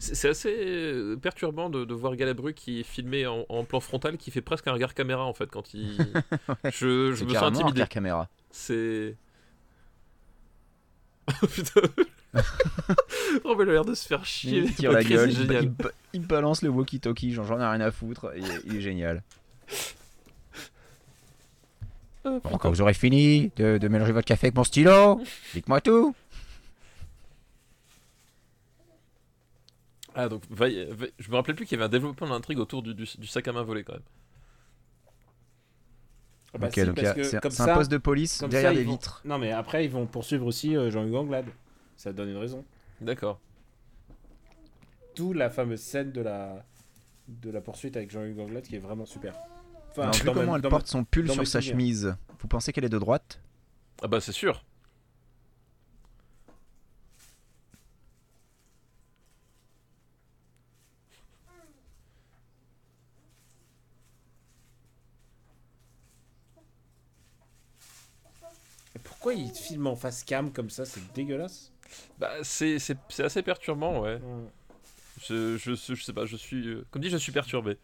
Speaker 2: C'est c'est assez euh, perturbant de, de voir Galabru qui est filmé en, en plan frontal, qui fait presque un regard caméra en fait quand il. je je
Speaker 1: C'est
Speaker 2: me sens
Speaker 1: carrément un
Speaker 2: intimidé.
Speaker 1: regard caméra.
Speaker 2: C'est. Oh putain. oh mais il a l'air de se faire chier.
Speaker 1: Il tire la
Speaker 2: Ok, c'est
Speaker 1: gueule, il,
Speaker 2: génial.
Speaker 1: il ba- il balance le walkie-talkie, genre j'en ai rien à foutre, il, est- il est génial.
Speaker 4: Oh,
Speaker 2: Ah,
Speaker 1: Bon, quand vous aurez fini de, de mélanger votre café avec mon stylo, dites-moi tout.
Speaker 2: Ah, donc Veil- Veil- je me rappelais plus qu'il y avait un développement d'intrigue autour du, du- du sac à main volé quand même.
Speaker 4: Ah Ah bah
Speaker 1: Ok,
Speaker 4: si,
Speaker 1: donc il y
Speaker 4: parce
Speaker 1: a-
Speaker 4: que
Speaker 1: c'est
Speaker 4: comme
Speaker 1: c'est un
Speaker 4: ça-
Speaker 1: poste de police
Speaker 4: comme
Speaker 1: derrière
Speaker 4: ça,
Speaker 1: des
Speaker 4: ils vont-
Speaker 1: vitres.
Speaker 4: Non, mais après, ils vont poursuivre aussi euh, Jean-Hugues Anglade. Ça donne une raison.
Speaker 2: D'accord.
Speaker 4: D'où la fameuse scène de la, de la poursuite avec Jean-Hugues Anglade qui est vraiment super. Enfin,
Speaker 1: Alors, vu
Speaker 4: dans
Speaker 1: comment
Speaker 4: ma-
Speaker 1: elle
Speaker 4: dans ma-
Speaker 1: porte son pull
Speaker 4: dans
Speaker 1: sur
Speaker 4: mes
Speaker 1: sa
Speaker 4: souvenirs.
Speaker 1: chemise, vous pensez qu'elle est de droite
Speaker 2: Ah bah c'est sûr.
Speaker 4: Pourquoi ils filment en face cam comme ça C'est dégueulasse.
Speaker 2: Bah c'est c'est- c'est assez perturbant, ouais.
Speaker 4: Ouais.
Speaker 2: Je, je, je sais pas, je suis... euh, Comme dit, je suis perturbé.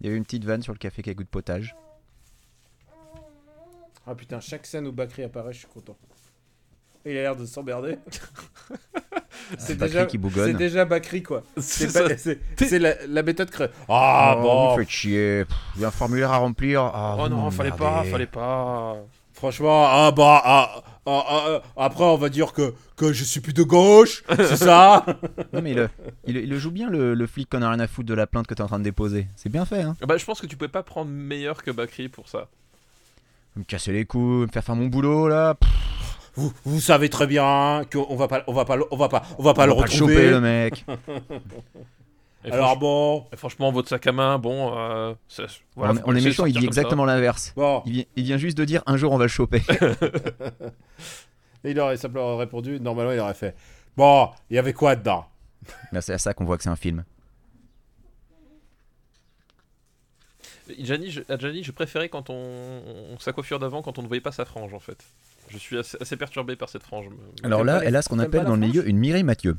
Speaker 1: Il y avait une petite vanne sur le café qui a goût de potage.
Speaker 4: Ah putain, chaque scène où Bakri apparaît, je suis content. Il a l'air de s'emmerder.
Speaker 1: C'est Bakri qui bougonne.
Speaker 4: C'est déjà Bakri quoi.
Speaker 2: C'est
Speaker 4: C'est
Speaker 2: ça.
Speaker 4: pas- c'est- c'est la, la méthode creux.
Speaker 2: Ah
Speaker 1: Oh,
Speaker 2: bon
Speaker 1: Vous me faites chier. Pff, il y a un formulaire à remplir. Ah,
Speaker 2: Oh
Speaker 1: vous
Speaker 2: non, fallait pas,
Speaker 1: m'emmerdez.
Speaker 2: fallait pas.
Speaker 4: Franchement, ah bah, ah, ah, ah, ah, après on va dire que, que je suis plus de gauche, c'est ça
Speaker 1: Non, mais il, le- il, le- il le joue bien le, le flic qu'on a rien à foutre de la plainte que t'es en train de déposer. C'est bien fait, hein.
Speaker 2: Ah Bah je pense que tu pouvais pas prendre meilleur que Bakri pour ça.
Speaker 1: Vous Me casser les couilles, me faire faire mon boulot là. Pff,
Speaker 4: vous, vous savez très bien qu'on va pas, on va pas, le- on va pas, on va pas
Speaker 1: on
Speaker 4: le
Speaker 1: va pas
Speaker 4: retrouver.
Speaker 1: choper le mec.
Speaker 2: Et
Speaker 4: Alors bon,
Speaker 2: franch- et franchement, votre sac à main, bon... euh, ça- voilà,
Speaker 1: on,
Speaker 2: faut
Speaker 1: on est
Speaker 2: laisser
Speaker 1: méchant, il
Speaker 2: sortir
Speaker 1: dit
Speaker 2: comme ça.
Speaker 1: exactement l'inverse.
Speaker 4: bon,
Speaker 1: Il vient, il vient juste de dire un jour on va le choper.
Speaker 4: il aurait simplement répondu. Normalement, il aurait fait. Bon, il y avait quoi dedans
Speaker 1: Ben, c'est à ça qu'on voit que c'est un film.
Speaker 2: Gianni, je, à Gianni, je préférais quand on, on- sa coiffure d'avant, quand on ne voyait pas sa frange en fait. Je suis assez, assez perturbé par cette frange.
Speaker 1: Alors
Speaker 4: T'aimes pas
Speaker 1: là,
Speaker 4: la-
Speaker 1: elle a ce qu'on
Speaker 4: t'aimes
Speaker 1: appelle
Speaker 4: pas la
Speaker 1: dans le
Speaker 4: France
Speaker 1: milieu une Mireille Mathieu.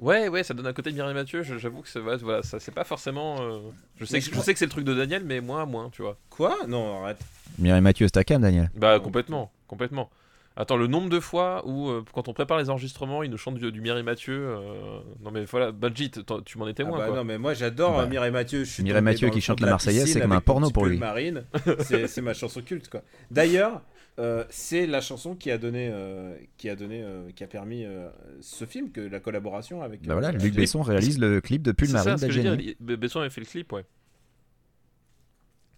Speaker 2: Ouais, ouais, ça donne un côté Mireille Mathieu. je- J'avoue que c'est voilà, voilà, ça, c'est pas forcément. euh, Je sais,
Speaker 4: Mais
Speaker 2: que, je
Speaker 4: je crois-
Speaker 2: sais que c'est le truc de Daniel, mais moins, moins, tu vois.
Speaker 4: Quoi Non, arrête.
Speaker 1: Mireille Mathieu, c'est ta cam, Daniel.
Speaker 2: Bah complètement, complètement. Attends, le nombre de fois où euh, quand on prépare les enregistrements, ils nous chantent du, du Mireille Mathieu. euh, Non mais voilà, Budget, t'en- tu m'en étais
Speaker 4: Ah
Speaker 2: moins.
Speaker 4: bah
Speaker 2: quoi.
Speaker 4: non, mais moi j'adore
Speaker 1: Bah,
Speaker 4: euh, Mireille Mathieu. Je suis
Speaker 1: Mireille
Speaker 4: tombé
Speaker 1: Mathieu
Speaker 4: dans
Speaker 1: qui
Speaker 4: le fond
Speaker 1: chante
Speaker 4: de
Speaker 1: la Marseillaise,
Speaker 4: piscine
Speaker 1: c'est comme un
Speaker 4: avec
Speaker 1: porno
Speaker 4: petit
Speaker 1: pour
Speaker 4: pull
Speaker 1: lui.
Speaker 4: Marine, c'est c'est ma chanson culte quoi. D'ailleurs, euh, c'est la chanson qui a donné, euh, qui a donné, euh, qui a permis euh, ce film que la collaboration avec.
Speaker 1: Bah voilà,
Speaker 4: euh,
Speaker 1: Luc Besson réalise le clip de Pull
Speaker 2: C'est
Speaker 1: Marine bah,
Speaker 2: ça, ce que je veux
Speaker 1: d'Algérie.
Speaker 2: dire. il- Besson avait fait le clip, ouais.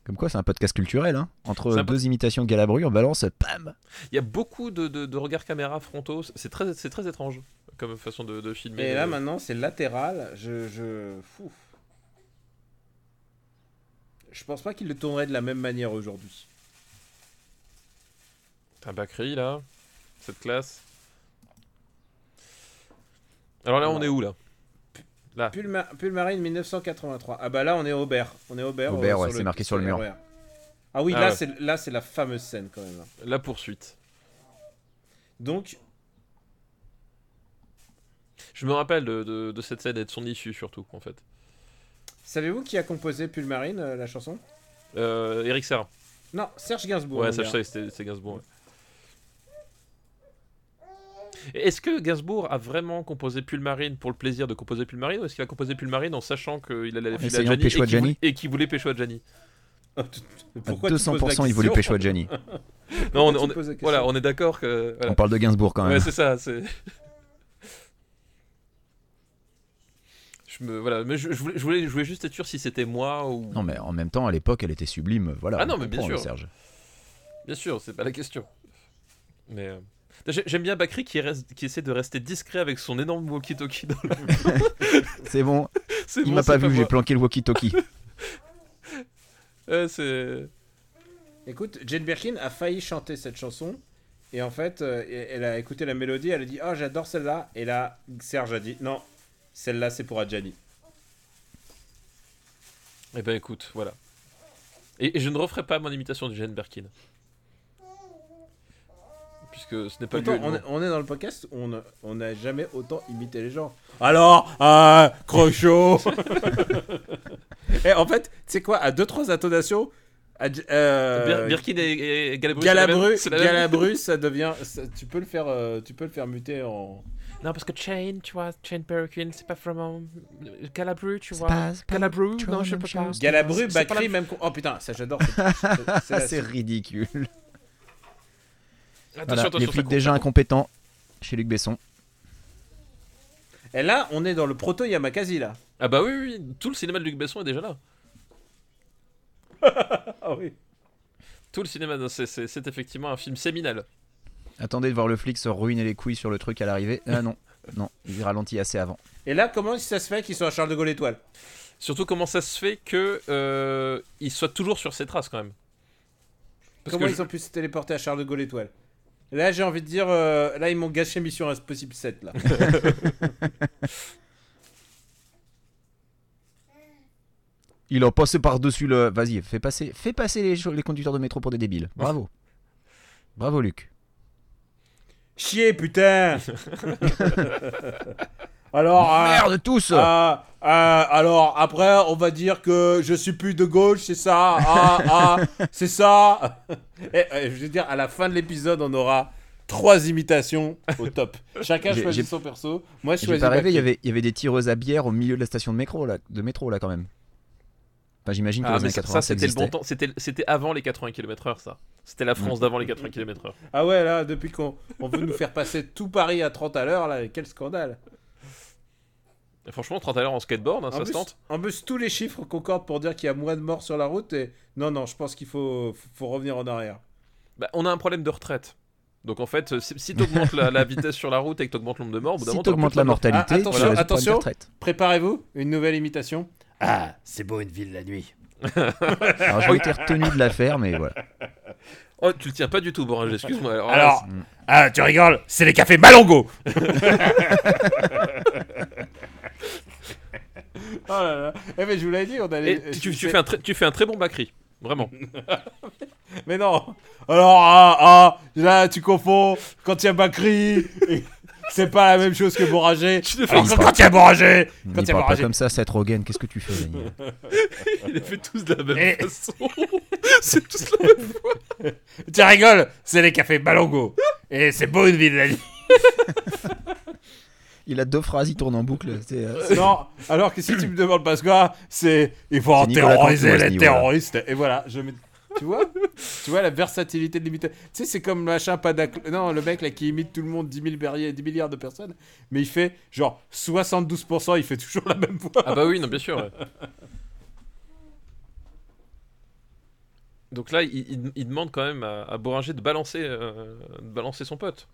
Speaker 1: Comme quoi, c'est un podcast culturel, hein.
Speaker 2: C'est
Speaker 1: Entre
Speaker 2: un peu-
Speaker 1: deux imitations de Galabru, on balance, pam
Speaker 2: Il y a beaucoup de, de, de regards caméra frontaux. C'est très, c'est très étrange comme façon de, de filmer.
Speaker 4: Et là
Speaker 2: Euh,
Speaker 4: maintenant c'est latéral. Je, je, fou. Je pense pas qu'il le tournerait de la même manière aujourd'hui.
Speaker 2: T'as Bakri là, cette classe. Alors là, on
Speaker 4: Alors.
Speaker 2: est où là
Speaker 4: Pull, Ma- Pull Marine 1983. Ah bah là on est Aubert. On est Aubert.
Speaker 1: Aubert,
Speaker 4: euh,
Speaker 1: ouais, c'est marqué sur le
Speaker 4: les
Speaker 1: mur.
Speaker 4: RER. Ah oui,
Speaker 2: Ah
Speaker 4: là
Speaker 2: ouais.
Speaker 4: c'est là c'est la fameuse scène quand même.
Speaker 2: La poursuite.
Speaker 4: Donc
Speaker 2: Je me rappelle de, de- de cette scène et de son issue surtout en fait.
Speaker 4: Savez-vous qui a composé Pulmarine, euh, la chanson
Speaker 2: Euh, Eric Serra.
Speaker 4: Non, Serge Gainsbourg.
Speaker 2: ouais,
Speaker 4: mon
Speaker 2: ça je
Speaker 4: gars.
Speaker 2: sais, c'était- c'est Gainsbourg. ouais. Et Est-ce que Gainsbourg a vraiment composé Pulmarine pour le plaisir de composer Pulmarine ou est-ce qu'il a composé Pulmarine en sachant qu'il allait la filer à
Speaker 1: essayant de
Speaker 2: Gianni
Speaker 1: pécho à
Speaker 2: et qu'il voulait-
Speaker 1: Gianni.
Speaker 2: et qu'il voulait pécho à Gianni
Speaker 4: Oh,
Speaker 1: À
Speaker 4: Pourquoi tu poses la
Speaker 1: 200%, il voulait
Speaker 4: question
Speaker 1: pécho à Gianni.
Speaker 2: Non, on,
Speaker 4: Pourquoi tu
Speaker 2: on-
Speaker 4: poses la question
Speaker 2: voilà, on est d'accord que. voilà.
Speaker 1: On parle de Gainsbourg quand
Speaker 2: Ouais,
Speaker 1: même.
Speaker 2: c'est ça, c'est. Je me voilà, mais je, je voulais, je voulais, je voulais juste être sûr si c'était moi ou.
Speaker 1: Non, mais en même temps, à l'époque, elle était sublime. Voilà.
Speaker 2: Ah
Speaker 1: on
Speaker 2: non, mais bien
Speaker 1: comprend,
Speaker 2: sûr.
Speaker 1: Serge.
Speaker 2: Bien sûr, c'est pas la question. Mais euh, j'ai- j'aime bien Bakri qui reste, qui essaie de rester discret avec son énorme walkie-talkie. Dans le...
Speaker 1: C'est bon,
Speaker 2: C'est
Speaker 1: il
Speaker 2: bon,
Speaker 1: m'a pas
Speaker 2: c'est
Speaker 1: vu, j'ai
Speaker 2: moi.
Speaker 1: planqué le walkie-talkie.
Speaker 2: Euh, c'est.
Speaker 4: Écoute, Jane Birkin a failli chanter cette chanson. Et en fait, euh, et- elle a écouté la mélodie, elle a dit Ah, j'adore celle-là. Et là, Serge a dit Non, celle-là, c'est pour Adjani.
Speaker 2: Eh ben écoute, voilà. Et, et je ne referai pas mon imitation du Jane Birkin. Puisque ce n'est pas
Speaker 4: Pourtant,
Speaker 2: lui.
Speaker 4: on, est- on est dans le podcast où on a- on n'a jamais autant imité les gens. Alors,
Speaker 5: Ah,
Speaker 4: euh, Crochot
Speaker 5: Eh,
Speaker 4: Et en fait, tu sais quoi À 2-3 intonations, Adj- euh,
Speaker 2: Birkin et, et Galabru. c'est la même-
Speaker 4: Galabru,
Speaker 2: c'est la même-
Speaker 4: Galabru, ça devient. ça- tu peux le faire, euh, tu peux le faire muter en.
Speaker 2: Non, parce que Chain, tu vois, Chain Perkin, c'est pas vraiment. Calabru, tu
Speaker 1: C'est
Speaker 2: vois.
Speaker 1: pas- c'est pas-
Speaker 2: Calabru,
Speaker 1: tu vois,
Speaker 2: non, je
Speaker 1: même
Speaker 2: peux pas.
Speaker 1: chose.
Speaker 4: Galabru,
Speaker 2: C'est pas la-
Speaker 4: Bakri, même. con- Oh putain, ça j'adore.
Speaker 1: Ah,
Speaker 4: la-
Speaker 1: c'est ridicule.
Speaker 2: Attention,
Speaker 1: Voilà,
Speaker 2: attention,
Speaker 1: les
Speaker 2: ça
Speaker 1: flics
Speaker 2: compte,
Speaker 1: déjà
Speaker 2: ça compte.
Speaker 1: incompétents chez Luc Besson.
Speaker 4: Et là, on est dans le proto Yamakasi là.
Speaker 2: Ah bah oui, oui, oui, tout le cinéma de Luc Besson est déjà là.
Speaker 4: Ah oui.
Speaker 2: Tout- tout le cinéma. Non, c'est- C'est c'est effectivement un film séminal.
Speaker 1: Attendez de voir le flic se ruiner les couilles sur le truc à l'arrivée. Ah non, non, il ralentit assez avant.
Speaker 5: Et là, comment ça se fait qu'ils sont à Charles de Gaulle étoile
Speaker 2: Surtout comment ça se fait que euh, il soit toujours sur ses traces quand même. Parce
Speaker 5: Comment
Speaker 2: que
Speaker 5: ils ont pu se téléporter à Charles de Gaulle étoile Là, j'ai envie de dire, euh, là, ils m'ont gâché Mission Impossible 7, là.
Speaker 1: Il a passé par-dessus le. Vas-y, fais passer, fais passer les, cho- les conducteurs de métro pour des débiles. Bravo. Bravo, Luc.
Speaker 5: Chier, putain Alors, euh,
Speaker 1: Merde, tous
Speaker 5: Ah, ah, alors après, on va dire que je suis plus de gauche, c'est ça. Ah, ah, c'est ça. Et, euh, je veux dire, à la fin de l'épisode, on aura trois imitations au top. Chacun
Speaker 1: J'ai-
Speaker 5: choisit
Speaker 1: j'ai-
Speaker 5: son perso. Moi, je
Speaker 1: J'ai
Speaker 5: choisis.
Speaker 1: pas rêvé, il y,
Speaker 5: Baki.
Speaker 1: avait, il y avait des tireuses à bière au milieu de la station de métro, là, de métro, là quand même. Enfin, j'imagine que
Speaker 2: Ah,
Speaker 1: les
Speaker 2: mais
Speaker 1: années
Speaker 2: ça,
Speaker 1: 80
Speaker 2: ça,
Speaker 1: ça
Speaker 2: c'était le
Speaker 1: existait. Mm.
Speaker 2: bon temps. C'était c'était avant les 80 km/h, ça. C'était la France d'avant les 80 km/h.
Speaker 5: Ah ouais, là, depuis qu'on on veut nous faire passer tout Paris à 30 à l'heure, là, quel scandale.
Speaker 2: Et Franchement, 30 à l'heure en skateboard, hein,
Speaker 5: en
Speaker 2: ça se
Speaker 5: plus,
Speaker 2: tente.
Speaker 5: en plus, tous les chiffres concordent pour dire qu'il y a moins de morts sur la route. Et non, non, je pense qu'il faut, faut revenir en arrière.
Speaker 2: Bah, on a un problème de retraite. Donc en fait, euh, si, si t'augmentes la, la vitesse sur la route et que t'augmentes le nombre de morts, au bout d'un
Speaker 1: Si
Speaker 2: moment,
Speaker 1: t'augmentes
Speaker 2: t'auras
Speaker 1: la
Speaker 2: plus de
Speaker 1: mortalité,
Speaker 5: Ah, attention,
Speaker 1: tu résoutes
Speaker 5: attention.
Speaker 1: pas une retraite.
Speaker 5: Préparez-vous, une nouvelle imitation.
Speaker 4: Ah, c'est beau une ville la nuit.
Speaker 1: Alors j'ai été retenu de la faire, mais voilà.
Speaker 2: Oh, tu le tiens pas du tout, Boranger, excuse-moi. là,
Speaker 4: Alors,
Speaker 1: c'est-
Speaker 4: ah, tu rigoles, c'est les cafés Malongo.
Speaker 5: Oh là là. Eh mais je vous l'avais dit, on allait. euh,
Speaker 2: et tu, tu fais un très, tu fais un très bon Bakri. Vraiment.
Speaker 5: Mais non. Alors ah ah, là tu confonds. Quand il y a Bakri, c'est pas la même chose que Boranger.
Speaker 2: tu te fais,
Speaker 4: Alors,
Speaker 1: il
Speaker 4: quand
Speaker 1: parle-
Speaker 4: quand il y a Boranger
Speaker 1: N'y
Speaker 5: Quand t'es
Speaker 1: parle pas
Speaker 5: enragé.
Speaker 1: comme ça, Seth Rogen, qu'est-ce que tu fais, Daniel
Speaker 2: il les fait tous de la même
Speaker 4: Et-
Speaker 2: façon. C'est tous la même.
Speaker 4: tu rigoles, c'est les cafés Malongo. Et c'est beau une ville la nuit.
Speaker 1: Il a deux phrases, il tourne en boucle. c'est, euh, c'est-
Speaker 5: Non. Alors que si tu me demandes Pasqua, c'est il faut en
Speaker 1: Nicolas Cantu,
Speaker 5: terroriser
Speaker 1: à ce
Speaker 5: les
Speaker 1: niveau-là.
Speaker 5: terroristes. Et voilà, je mets- Tu vois, tu vois la versatilité de l'imitation. Tu sais, c'est comme machin Padac... Non, le mec là qui imite tout le monde, 10 000 berriers- 10 milliards de personnes, mais il fait genre 72%, il fait toujours la même voix.
Speaker 2: Ah bah oui, non, bien sûr. ouais. Donc là, il, il- il demande quand même à, à Boranger de balancer, euh, de balancer son pote.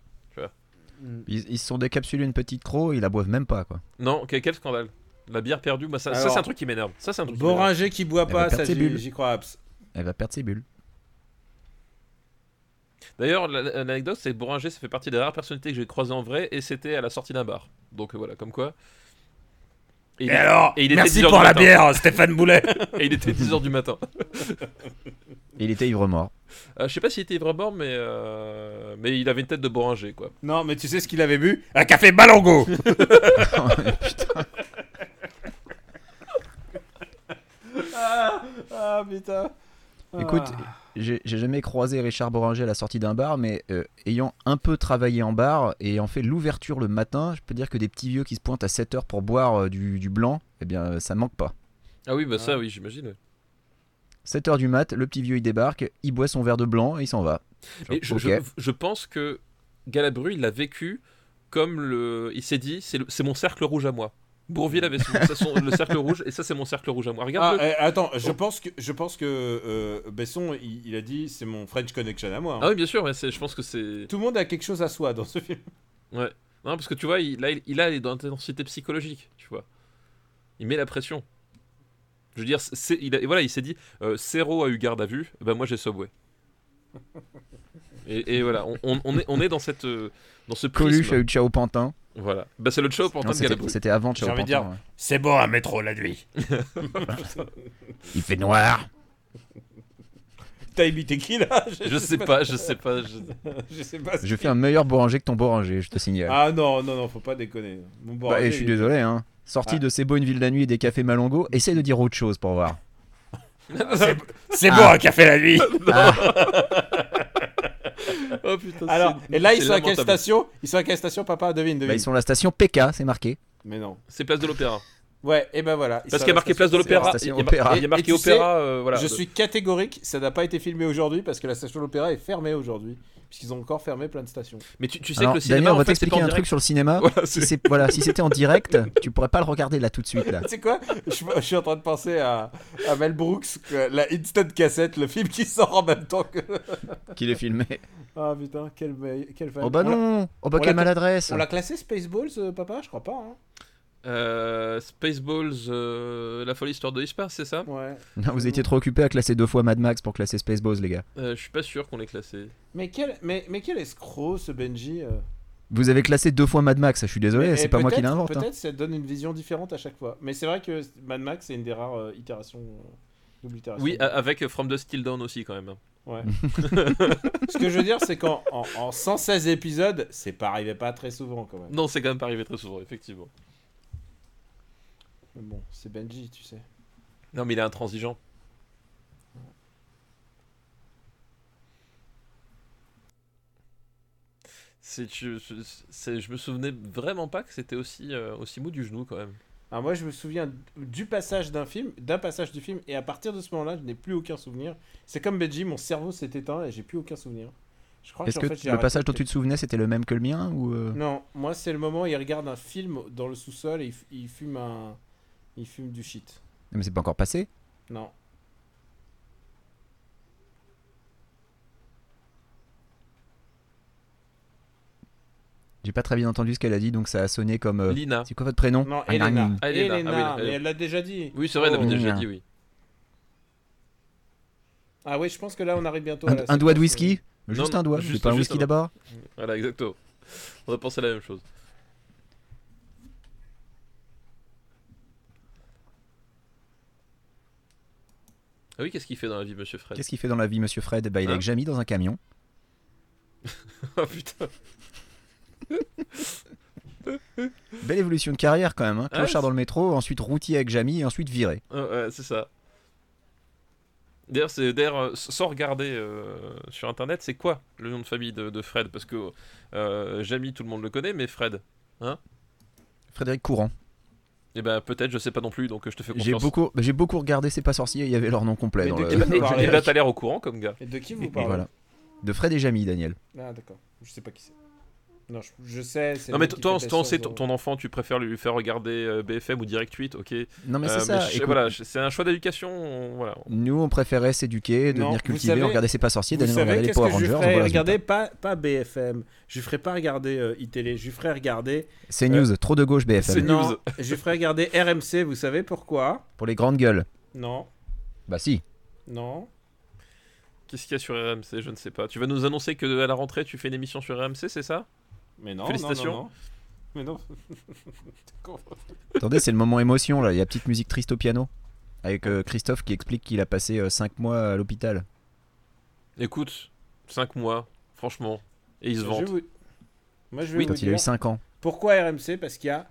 Speaker 1: Ils, ils se sont décapsulés une petite croc, ils la boivent même pas, quoi.
Speaker 2: Non, quel, quel scandale. La bière perdue, moi, ça, ça,
Speaker 5: Alors-
Speaker 2: c'est un truc qui m'énerve. Ça, c'est un truc qui m'énerve.
Speaker 5: Boringer qui boit
Speaker 1: Elle
Speaker 5: pas,
Speaker 1: va Eh ben, perdre
Speaker 5: ça
Speaker 1: ses bulles.
Speaker 5: j'y j'y crois abs.
Speaker 1: Elle va perdre ses bulles.
Speaker 2: D'ailleurs, la- la- l'anecdote, c'est que Boranger, ça fait partie des rares personnalités que j'ai croisées en vrai, et c'était à la sortie d'un bar. Donc euh, voilà, comme quoi. Et il,
Speaker 4: Et alors,
Speaker 2: et il était
Speaker 4: merci
Speaker 2: 10 heures
Speaker 4: pour
Speaker 2: du
Speaker 4: la
Speaker 2: matin.
Speaker 4: bière, Stéphane Boulet.
Speaker 2: et il était 10h du matin.
Speaker 1: Et il était ivre-mort.
Speaker 2: Euh, je sais pas s'il était vraiment, mais, euh, mais il avait une tête de Boranger, quoi.
Speaker 5: Non, mais tu sais ce qu'il avait bu
Speaker 4: Un café Malongo.
Speaker 5: Ah, ah, putain.
Speaker 1: Écoute, j'ai j'ai jamais croisé Richard Boranger à la sortie d'un bar, mais euh, ayant un peu travaillé en bar et ayant fait l'ouverture le matin, je peux dire que des petits vieux qui se pointent à 7h pour boire euh, du, du blanc, eh bien euh, ça manque pas.
Speaker 2: Ah oui, bah ça, oui, j'imagine.
Speaker 1: 7h du mat, le petit vieux il débarque, il boit son verre de blanc et il s'en va.
Speaker 2: Et je,
Speaker 1: Ok.
Speaker 2: je- je pense que Galabru, il l'a vécu comme le. Il s'est dit, c'est le- c'est mon cercle rouge à moi. Bourville avait son- ça, son- le cercle rouge, et ça, c'est mon cercle rouge à moi.
Speaker 5: Ah,
Speaker 2: Regarde.
Speaker 5: eh, attends, je pense que, je pense que euh, Besson, il, il a dit c'est mon French Connection à moi. hein.
Speaker 2: ah oui, bien sûr, ouais, c'est- je pense que c'est.
Speaker 5: Tout le monde a quelque chose à soi dans ce film.
Speaker 2: Non, parce que tu vois, il, là, il, il a dans l'intensité psychologique, tu vois. Il met la pression. Je veux dire, c'est, il a- et voilà, il s'est dit, euh, Cero a eu garde à vue, ben moi j'ai Subway. Et, et voilà, on, on- on est, on est dans cette, euh, dans ce prisme.
Speaker 5: euh,
Speaker 1: Coluche a eu Ciao Pantin.
Speaker 2: Voilà, ben c'est le show pour
Speaker 1: Non,
Speaker 2: entendre
Speaker 1: c'était-
Speaker 2: Galabru.
Speaker 1: C'était avant Ciao
Speaker 5: J'ai envie de
Speaker 1: Pantin.
Speaker 5: dire-
Speaker 1: ouais.
Speaker 4: C'est beau
Speaker 1: hein,
Speaker 4: un métro la nuit.
Speaker 1: Il fait noir.
Speaker 5: T'as imité qui là je,
Speaker 2: Je sais pas, je sais pas. je-
Speaker 5: Je sais pas.
Speaker 1: Je fais un meilleur Boranger que ton Boranger, je te signale.
Speaker 5: Ah non, non, non, faut pas déconner. Mon
Speaker 1: Bah,
Speaker 5: Boranger,
Speaker 1: et je suis
Speaker 5: il-
Speaker 1: désolé, hein. Sorti
Speaker 5: Ah.
Speaker 1: de ces beaux une ville de la nuit et des cafés Malongo, essaie de dire autre chose pour voir.
Speaker 4: C'est beau
Speaker 1: Ah.
Speaker 4: un café la nuit.
Speaker 1: Bah,
Speaker 2: Oh putain,
Speaker 5: Alors,
Speaker 2: c'est-
Speaker 5: et là, ils
Speaker 2: c'est
Speaker 5: sont à quelle
Speaker 2: lamentable.
Speaker 5: station Ils sont à quelle station, papa Devine, devine.
Speaker 1: Bah, ils sont à la station PK, c'est marqué.
Speaker 5: Mais non.
Speaker 2: C'est place de l'Opéra.
Speaker 5: Ouais, et ben voilà. ils
Speaker 2: Parce
Speaker 5: sont
Speaker 2: qu'il y a
Speaker 5: à la
Speaker 2: marqué
Speaker 5: station.
Speaker 2: place de l'Opéra.
Speaker 1: la
Speaker 2: Il y
Speaker 1: station
Speaker 2: a
Speaker 1: Opéra.
Speaker 2: mar- il y a
Speaker 5: Et- et
Speaker 2: marqué
Speaker 5: tu
Speaker 2: Opéra. euh, voilà.
Speaker 5: Je suis catégorique, ça n'a pas été filmé aujourd'hui parce que la station de l'Opéra est fermée aujourd'hui.
Speaker 4: puisqu'ils ont encore fermé plein de stations.
Speaker 2: Mais tu, tu sais
Speaker 1: Alors,
Speaker 2: que le cinéma,
Speaker 1: Damien, on
Speaker 2: en
Speaker 1: va
Speaker 2: fait, c'est pas
Speaker 1: t'expliquer
Speaker 2: en
Speaker 1: un truc
Speaker 2: direct.
Speaker 1: sur le cinéma.
Speaker 2: Voilà,
Speaker 1: Si
Speaker 2: c'est-
Speaker 1: c'est- voilà, si c'était en direct, tu pourrais pas le regarder là tout de suite. Là.
Speaker 5: Tu sais quoi je, je suis en train de penser à, à Mel Brooks, que la Instant Cassette, le film qui sort en même temps que.
Speaker 1: Qui est filmé
Speaker 4: Ah putain, quel, me- quel fan.
Speaker 1: Oh bah
Speaker 4: On l'a-
Speaker 1: non Oh bah
Speaker 4: on
Speaker 1: quelle
Speaker 4: l'a-
Speaker 1: maladresse
Speaker 4: On l'a classé Spaceballs, euh, papa Je crois pas. Hein.
Speaker 2: Euh, Spaceballs, euh, la folle histoire de l'espace, c'est ça
Speaker 4: Ouais.
Speaker 1: Non, vous étiez trop occupé à classer deux fois Mad Max pour classer Spaceballs, les gars.
Speaker 2: Euh, Je suis pas sûr qu'on l'ait classé.
Speaker 4: Mais quel, mais, mais quel escroc ce Benji. euh.
Speaker 1: Vous avez classé deux fois Mad Max, je suis désolé,
Speaker 4: Mais-
Speaker 1: c'est
Speaker 4: et
Speaker 1: pas moi qui
Speaker 4: peut-être-
Speaker 1: l'invente. hein.
Speaker 4: Peut-être ça donne une vision différente à chaque fois. Mais c'est vrai que Mad Max, c'est une des rares euh, itérations. euh, double itération.
Speaker 2: Oui, a- avec euh, From the Still Dawn aussi, quand même. hein.
Speaker 4: Ouais. Ce que je veux dire, c'est qu'en en, en 116 épisodes, c'est pas arrivé pas très souvent quand même.
Speaker 2: Non, c'est quand même pas arrivé très souvent, effectivement.
Speaker 4: Mais bon, c'est Benji, tu sais.
Speaker 2: Non, mais il est intransigeant. C'est, je, c'est- je me souvenais vraiment pas que c'était aussi, euh, aussi mou du genou, quand même.
Speaker 4: Alors moi, je me souviens du passage d'un film, d'un passage du film, et à partir de ce moment-là, je n'ai plus aucun souvenir. C'est comme Benji, mon cerveau s'est éteint et j'ai plus aucun souvenir. Je crois
Speaker 1: Est-ce
Speaker 4: qu'en
Speaker 1: que
Speaker 4: fait, j'ai
Speaker 1: le
Speaker 4: arrêté
Speaker 1: passage
Speaker 4: de
Speaker 1: dont tu te souvenais c'était le même que le mien ou euh,
Speaker 4: Non, moi c'est le moment où il regarde un film dans le sous-sol et il, f- il fume un, il fume du shit.
Speaker 1: Mais c'est pas encore passé
Speaker 4: Non.
Speaker 1: J'ai pas très bien entendu ce qu'elle a dit, donc ça a sonné comme. euh,
Speaker 2: Lina.
Speaker 1: C'est quoi votre prénom
Speaker 4: Non,
Speaker 1: Ah,
Speaker 4: Elena.
Speaker 1: Nani.
Speaker 2: Ah, Elena.
Speaker 4: Elena,
Speaker 2: Ah oui, Elena.
Speaker 4: mais elle l'a déjà dit.
Speaker 2: Oui, c'est vrai, elle avait
Speaker 4: Oh.
Speaker 2: déjà
Speaker 1: Lina.
Speaker 2: dit, oui.
Speaker 4: Ah oui, je pense que là on arrive bientôt. à
Speaker 1: Un,
Speaker 4: la
Speaker 1: un doigt de
Speaker 4: séquence,
Speaker 1: whisky
Speaker 2: Non,
Speaker 1: Juste
Speaker 2: non,
Speaker 1: un doigt,
Speaker 2: juste-
Speaker 1: c'est pas un
Speaker 2: juste
Speaker 1: whisky
Speaker 2: un doigt.
Speaker 1: d'abord
Speaker 2: Voilà, exactement. On a pensé à la même chose. Ah oui, qu'est-ce qu'il fait dans la vie, monsieur Fred
Speaker 1: Qu'est-ce qu'il fait dans la vie, monsieur Fred Bah, il est
Speaker 2: Hein
Speaker 1: avec Jamie dans un camion.
Speaker 2: Ah putain
Speaker 1: Belle évolution de carrière quand même, hein.
Speaker 2: Ah,
Speaker 1: clochard
Speaker 2: c'est-
Speaker 1: dans le métro, ensuite routier avec Jamie, et ensuite viré.
Speaker 2: Ah, ouais, C'est ça. D'ailleurs, c'est d'ailleurs euh, sans regarder euh, sur internet, c'est quoi le nom de famille de, de Fred Parce que euh, Jamie, tout le monde le connaît, mais Fred,
Speaker 1: Frédéric Courant.
Speaker 2: eh ben peut-être, je sais pas non plus, donc euh, je te fais
Speaker 1: J'ai
Speaker 2: confiance.
Speaker 1: beaucoup, j'ai beaucoup regardé C'est pas sorcier, il y avait leur nom complet
Speaker 4: Mais
Speaker 1: dans
Speaker 4: de
Speaker 1: le.
Speaker 4: qui vous
Speaker 2: Et,
Speaker 4: parlez
Speaker 2: et là, t'as l'air au courant comme gars.
Speaker 4: Et de qui
Speaker 1: Et-
Speaker 4: vous
Speaker 1: et
Speaker 4: parlez
Speaker 1: voilà. De Fred et Jamie, Daniel.
Speaker 4: Ah d'accord, je sais pas qui c'est. Non, je, je sais. c'est
Speaker 2: Non
Speaker 4: le
Speaker 2: mais
Speaker 4: mec qui
Speaker 2: toi,
Speaker 4: fait
Speaker 2: toi, on
Speaker 4: ta
Speaker 2: sait,
Speaker 4: sauce
Speaker 2: ton,
Speaker 4: au-
Speaker 2: ton enfant, tu préfères lui faire regarder euh, BFM ou Direct 8, ok
Speaker 1: Non mais
Speaker 2: Euh,
Speaker 1: c'est ça.
Speaker 2: mais je-
Speaker 1: écoute,
Speaker 2: voilà, je- c'est un choix d'éducation. on- Voilà.
Speaker 1: Nous, on préférait s'éduquer,
Speaker 4: Non,
Speaker 1: devenir
Speaker 4: vous
Speaker 1: cultivé,
Speaker 4: savez-
Speaker 1: regarder C'est pas sorcier,
Speaker 4: Vous
Speaker 1: Daniel
Speaker 4: savez
Speaker 1: regarder les
Speaker 4: qu'est-ce
Speaker 1: Power
Speaker 4: que je
Speaker 1: Rangers.
Speaker 4: lui
Speaker 1: on voit
Speaker 4: ferais
Speaker 1: le
Speaker 4: regarder
Speaker 1: résultat.
Speaker 4: pas, pas BFM. Je lui ferais pas regarder euh, iTélé. Je lui ferais regarder.
Speaker 1: C'est news, trop de gauche
Speaker 2: C'est
Speaker 1: BFM.
Speaker 4: non.
Speaker 2: news.
Speaker 4: je lui ferais regarder RMC. Vous savez pourquoi
Speaker 1: Pour les grandes gueules.
Speaker 4: Non,
Speaker 1: Bah si.
Speaker 4: non.
Speaker 2: Qu'est-ce qu'il y a sur RMC Je ne sais pas. Tu vas nous annoncer que à la rentrée, tu fais une émission sur RMC, c'est ça
Speaker 4: Mais non. non, non,
Speaker 2: Félicitations.
Speaker 4: non. Mais non.
Speaker 1: Attendez, c'est le moment émotion là. Il y a petite musique triste au piano. Avec euh, Christophe qui explique qu'il a passé 5 mois à l'hôpital.
Speaker 2: Écoute, 5 mois, franchement, et ils se
Speaker 4: Je vais
Speaker 2: vantent.
Speaker 4: vous- Moi, je vais
Speaker 1: Oui,
Speaker 4: vous
Speaker 1: quand il a eu
Speaker 4: dire
Speaker 1: 5 ans.
Speaker 4: pourquoi RMC Parce qu'il y a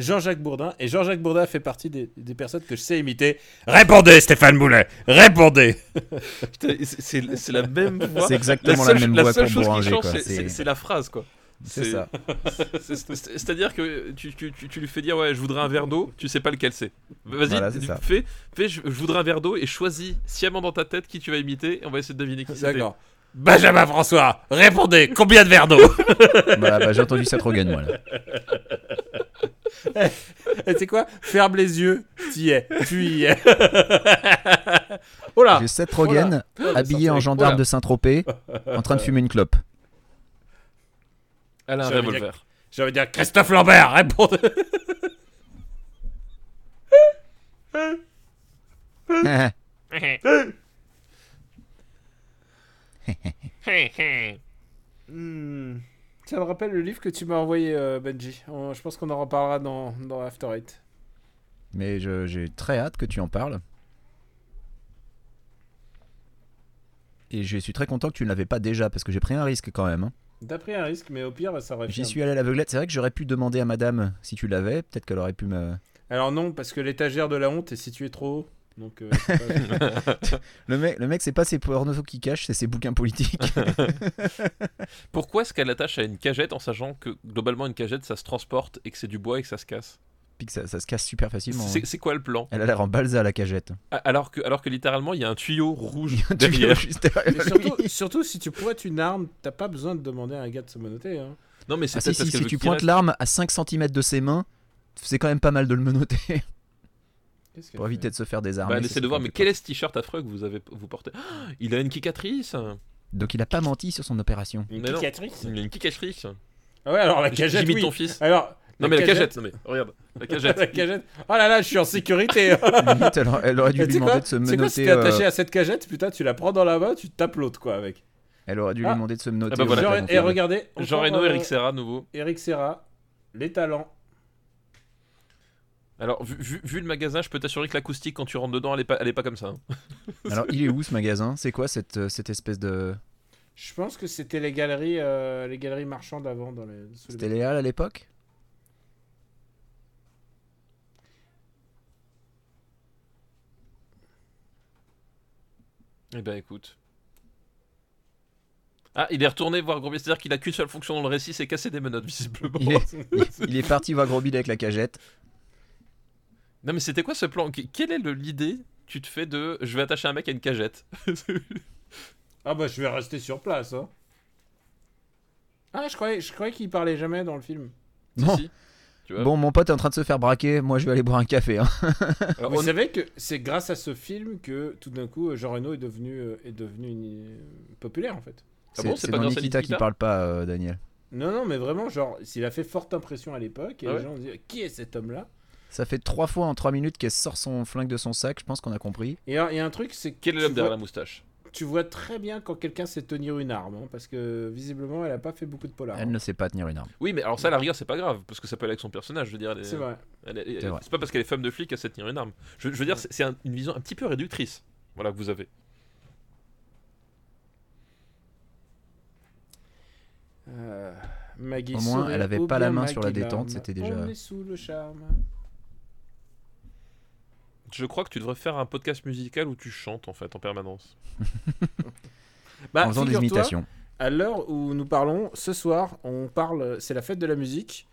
Speaker 4: Jean-Jacques Bourdin. Et Jean-Jacques Bourdin fait partie des, des personnes que je sais imiter.
Speaker 5: Répondez, Stéphane Boulet Répondez
Speaker 2: Putain, c'est- C'est c'est la même voix.
Speaker 1: C'est exactement la,
Speaker 2: seule,
Speaker 1: même voix
Speaker 2: seule
Speaker 1: pour
Speaker 2: chose qui
Speaker 1: Bouranger.
Speaker 2: change,
Speaker 1: quoi.
Speaker 2: c'est-
Speaker 1: C'est-
Speaker 2: c'est c'est la phrase, quoi.
Speaker 1: C'est ça.
Speaker 2: c'est- c'est- C'est-à-dire que tu, tu- tu- tu lui fais dire, ouais, je voudrais un verre d'eau, tu sais pas lequel c'est. Vas-y,
Speaker 1: Voilà, c'est ça.
Speaker 2: fais, fais, je, je voudrais un verre d'eau et choisis sciemment dans ta tête qui tu vas imiter et on va essayer de deviner qui c'était.
Speaker 5: D'accord. Benjamin François, répondez, combien de verres d'eau
Speaker 1: Voilà, bah, j'ai entendu Seth Rogen moi. là.
Speaker 4: Et tu sais quoi Ferme les yeux. T'y es. Tu y es. oh là
Speaker 1: J'ai Seth Rogen habillé en gendarme
Speaker 2: Ah, voilà.
Speaker 1: de Saint-Tropez, en train de fumer une clope.
Speaker 2: Elle a un
Speaker 5: Ça veut dire
Speaker 2: revolver.
Speaker 5: J'ai envie de dire Christophe Lambert, répondez
Speaker 1: Eh,
Speaker 4: Hmm. Ça me rappelle le livre que tu m'as envoyé, euh, Benji. On- je pense qu'on en reparlera dans, dans After Eight.
Speaker 1: Mais je- j'ai très hâte que tu en parles. Et je suis très content que tu ne l'avais pas déjà, parce que j'ai pris un risque quand même. hein.
Speaker 4: T'as pris un risque, mais au pire, ça
Speaker 2: Ah,
Speaker 4: aurait
Speaker 1: J'y
Speaker 4: fait un-
Speaker 1: suis allé à l'aveuglette. C'est vrai que j'aurais pu demander à madame si tu l'avais. Peut-être qu'elle aurait pu me.
Speaker 4: Alors non, parce que l'étagère de la honte est située trop haut. Donc, euh, c'est pas-
Speaker 1: Le mec, le mec c'est pas ses pornos qui cache, c'est ses bouquins politiques.
Speaker 2: Pourquoi est-ce qu'elle attache à une cagette en sachant que globalement une cagette ça se transporte et que c'est du bois et que ça se casse
Speaker 1: pique, ça, ça se casse super facilement. hein.
Speaker 2: C'est c'est quoi le plan
Speaker 1: Elle a l'air en balsa la cagette.
Speaker 2: A- Alors que, alors que littéralement, il y a un tuyau rouge
Speaker 1: Tu viens
Speaker 2: derrière.
Speaker 1: juste derrière
Speaker 4: Mais
Speaker 1: lui.
Speaker 4: surtout, surtout, si tu pointes une arme, t'as pas besoin de demander à un gars de se menoter. Hein.
Speaker 2: Non, mais c'est
Speaker 1: Ah, si,
Speaker 2: peut-être
Speaker 1: si,
Speaker 2: parce
Speaker 1: si
Speaker 2: qu'elle veut
Speaker 1: tu
Speaker 2: qu'il
Speaker 1: pointes
Speaker 2: reste.
Speaker 1: l'arme à 5 cm de ses mains, c'est quand même pas mal de le menoter
Speaker 4: Qu'est-ce qu'elle
Speaker 1: pour éviter de se faire des armes.
Speaker 2: Bah, on essaie de voir, mais quel est ce t-shirt affreux que vous, avez, vous portez Ah, Il a une cicatrice
Speaker 1: Donc il a pas menti sur son opération.
Speaker 4: fait Une
Speaker 2: Mais non.
Speaker 4: cicatrice
Speaker 2: Il a une cicatrice
Speaker 4: Ah ouais, alors la cagette.
Speaker 2: J'imite
Speaker 4: oui.
Speaker 2: ton fils.
Speaker 4: Alors.
Speaker 2: Non, mais la cagette, non, mais regarde, la cagette.
Speaker 4: la cagette. Oh là là, je suis en sécurité.
Speaker 1: Limite, elle, elle aurait dû
Speaker 4: Mais
Speaker 1: lui
Speaker 4: tu sais
Speaker 1: demander
Speaker 4: quoi
Speaker 1: de se
Speaker 4: C'est quoi si
Speaker 1: menoter.
Speaker 4: t'es attaché
Speaker 1: euh,
Speaker 4: à cette cagette Putain, tu la prends dans la main, tu tapes l'autre quoi avec.
Speaker 1: Elle aurait dû lui
Speaker 4: Ah.
Speaker 1: demander de se menoter.
Speaker 2: Ah bah
Speaker 1: au
Speaker 2: voilà.
Speaker 1: moment
Speaker 4: Genre-
Speaker 1: où on
Speaker 4: et
Speaker 1: fait-
Speaker 4: regardez.
Speaker 2: Jean
Speaker 4: encore,
Speaker 2: Reno,
Speaker 4: euh,
Speaker 2: Eric Serra, nouveau.
Speaker 4: Eric Serra, les talents.
Speaker 2: Alors, vu, vu- vu le magasin, je peux t'assurer que l'acoustique, quand tu rentres dedans, elle est pas, elle est pas comme ça. hein.
Speaker 1: Alors il est où ce magasin C'est quoi cette, euh, cette espèce de.
Speaker 4: Je pense que c'était les galeries, euh, les galeries marchandes avant dans les. sous les
Speaker 1: C'était les Halles à l'époque
Speaker 2: Eh ben, écoute. Ah, il est retourné voir Gros Bill, c'est-à-dire qu'il a qu'une seule fonction dans le récit, c'est casser des menottes, visiblement.
Speaker 1: Il est, il, il est parti voir Grobid avec la cagette.
Speaker 2: Non, mais c'était quoi ce plan Que- Quelle est le- l'idée que tu te fais de je vais attacher un mec à une cagette
Speaker 4: Ah bah je vais rester sur place. Hein. Ah je croyais, je croyais qu'il parlait jamais dans le film.
Speaker 1: Bon.
Speaker 2: Si, si. Tu vois
Speaker 1: Bon, mon pote est en train de se faire braquer. Moi, je vais aller boire un café.
Speaker 2: Ah
Speaker 1: hein.
Speaker 2: Alors,
Speaker 4: Vous
Speaker 2: on-
Speaker 4: savez que c'est grâce à ce film que tout d'un coup Jean Reno est devenu euh, est devenu une- euh, populaire en fait.
Speaker 2: Ah bon, c'est
Speaker 1: c'est
Speaker 2: pas
Speaker 1: dans
Speaker 2: grâce à
Speaker 1: Nikita qui
Speaker 2: Nikita
Speaker 1: parle pas, euh, Daniel.
Speaker 4: Non non mais vraiment genre s'il a fait forte impression à l'époque et
Speaker 2: Ah ouais.
Speaker 4: les gens ont dit qui est cet homme là
Speaker 1: Ça fait trois fois en trois minutes qu'elle sort son flingue de son sac. Je pense qu'on a compris.
Speaker 4: Et alors il y a un truc c'est que
Speaker 2: Quel est
Speaker 4: tu
Speaker 2: l'homme derrière
Speaker 4: vois,
Speaker 2: la moustache
Speaker 4: tu vois très bien quand quelqu'un sait tenir une arme hein, parce que visiblement elle a pas fait beaucoup
Speaker 2: Ah.
Speaker 4: de hein. polar.
Speaker 1: Elle ne sait pas tenir une arme.
Speaker 2: Oui, mais alors ça, à la rigueur, c'est pas grave, parce que ça peut aller avec son personnage. Je veux dire, elle est-
Speaker 4: C'est vrai.
Speaker 2: elle est-
Speaker 1: C'est vrai.
Speaker 2: c'est pas parce qu'elle est femme de flic qu'elle sait tenir une arme. Je, je veux dire, c'est c'est un- une vision un petit peu réductrice. Voilà, que vous avez.
Speaker 4: Euh, Maggie
Speaker 1: Au moins,
Speaker 4: Sourire
Speaker 1: elle avait
Speaker 4: ou
Speaker 1: pas la
Speaker 4: bien
Speaker 1: main sur la
Speaker 4: Maggie
Speaker 1: détente,
Speaker 4: Larme.
Speaker 1: c'était déjà-
Speaker 4: On est sous le charme.
Speaker 2: Je crois que tu devrais faire un podcast musical où tu chantes en fait en permanence.
Speaker 4: Bah,
Speaker 2: Ah,
Speaker 1: en faisant des
Speaker 4: figure-toi,
Speaker 1: imitations.
Speaker 4: À l'heure où nous parlons, ce soir, on parle. C'est la fête de la musique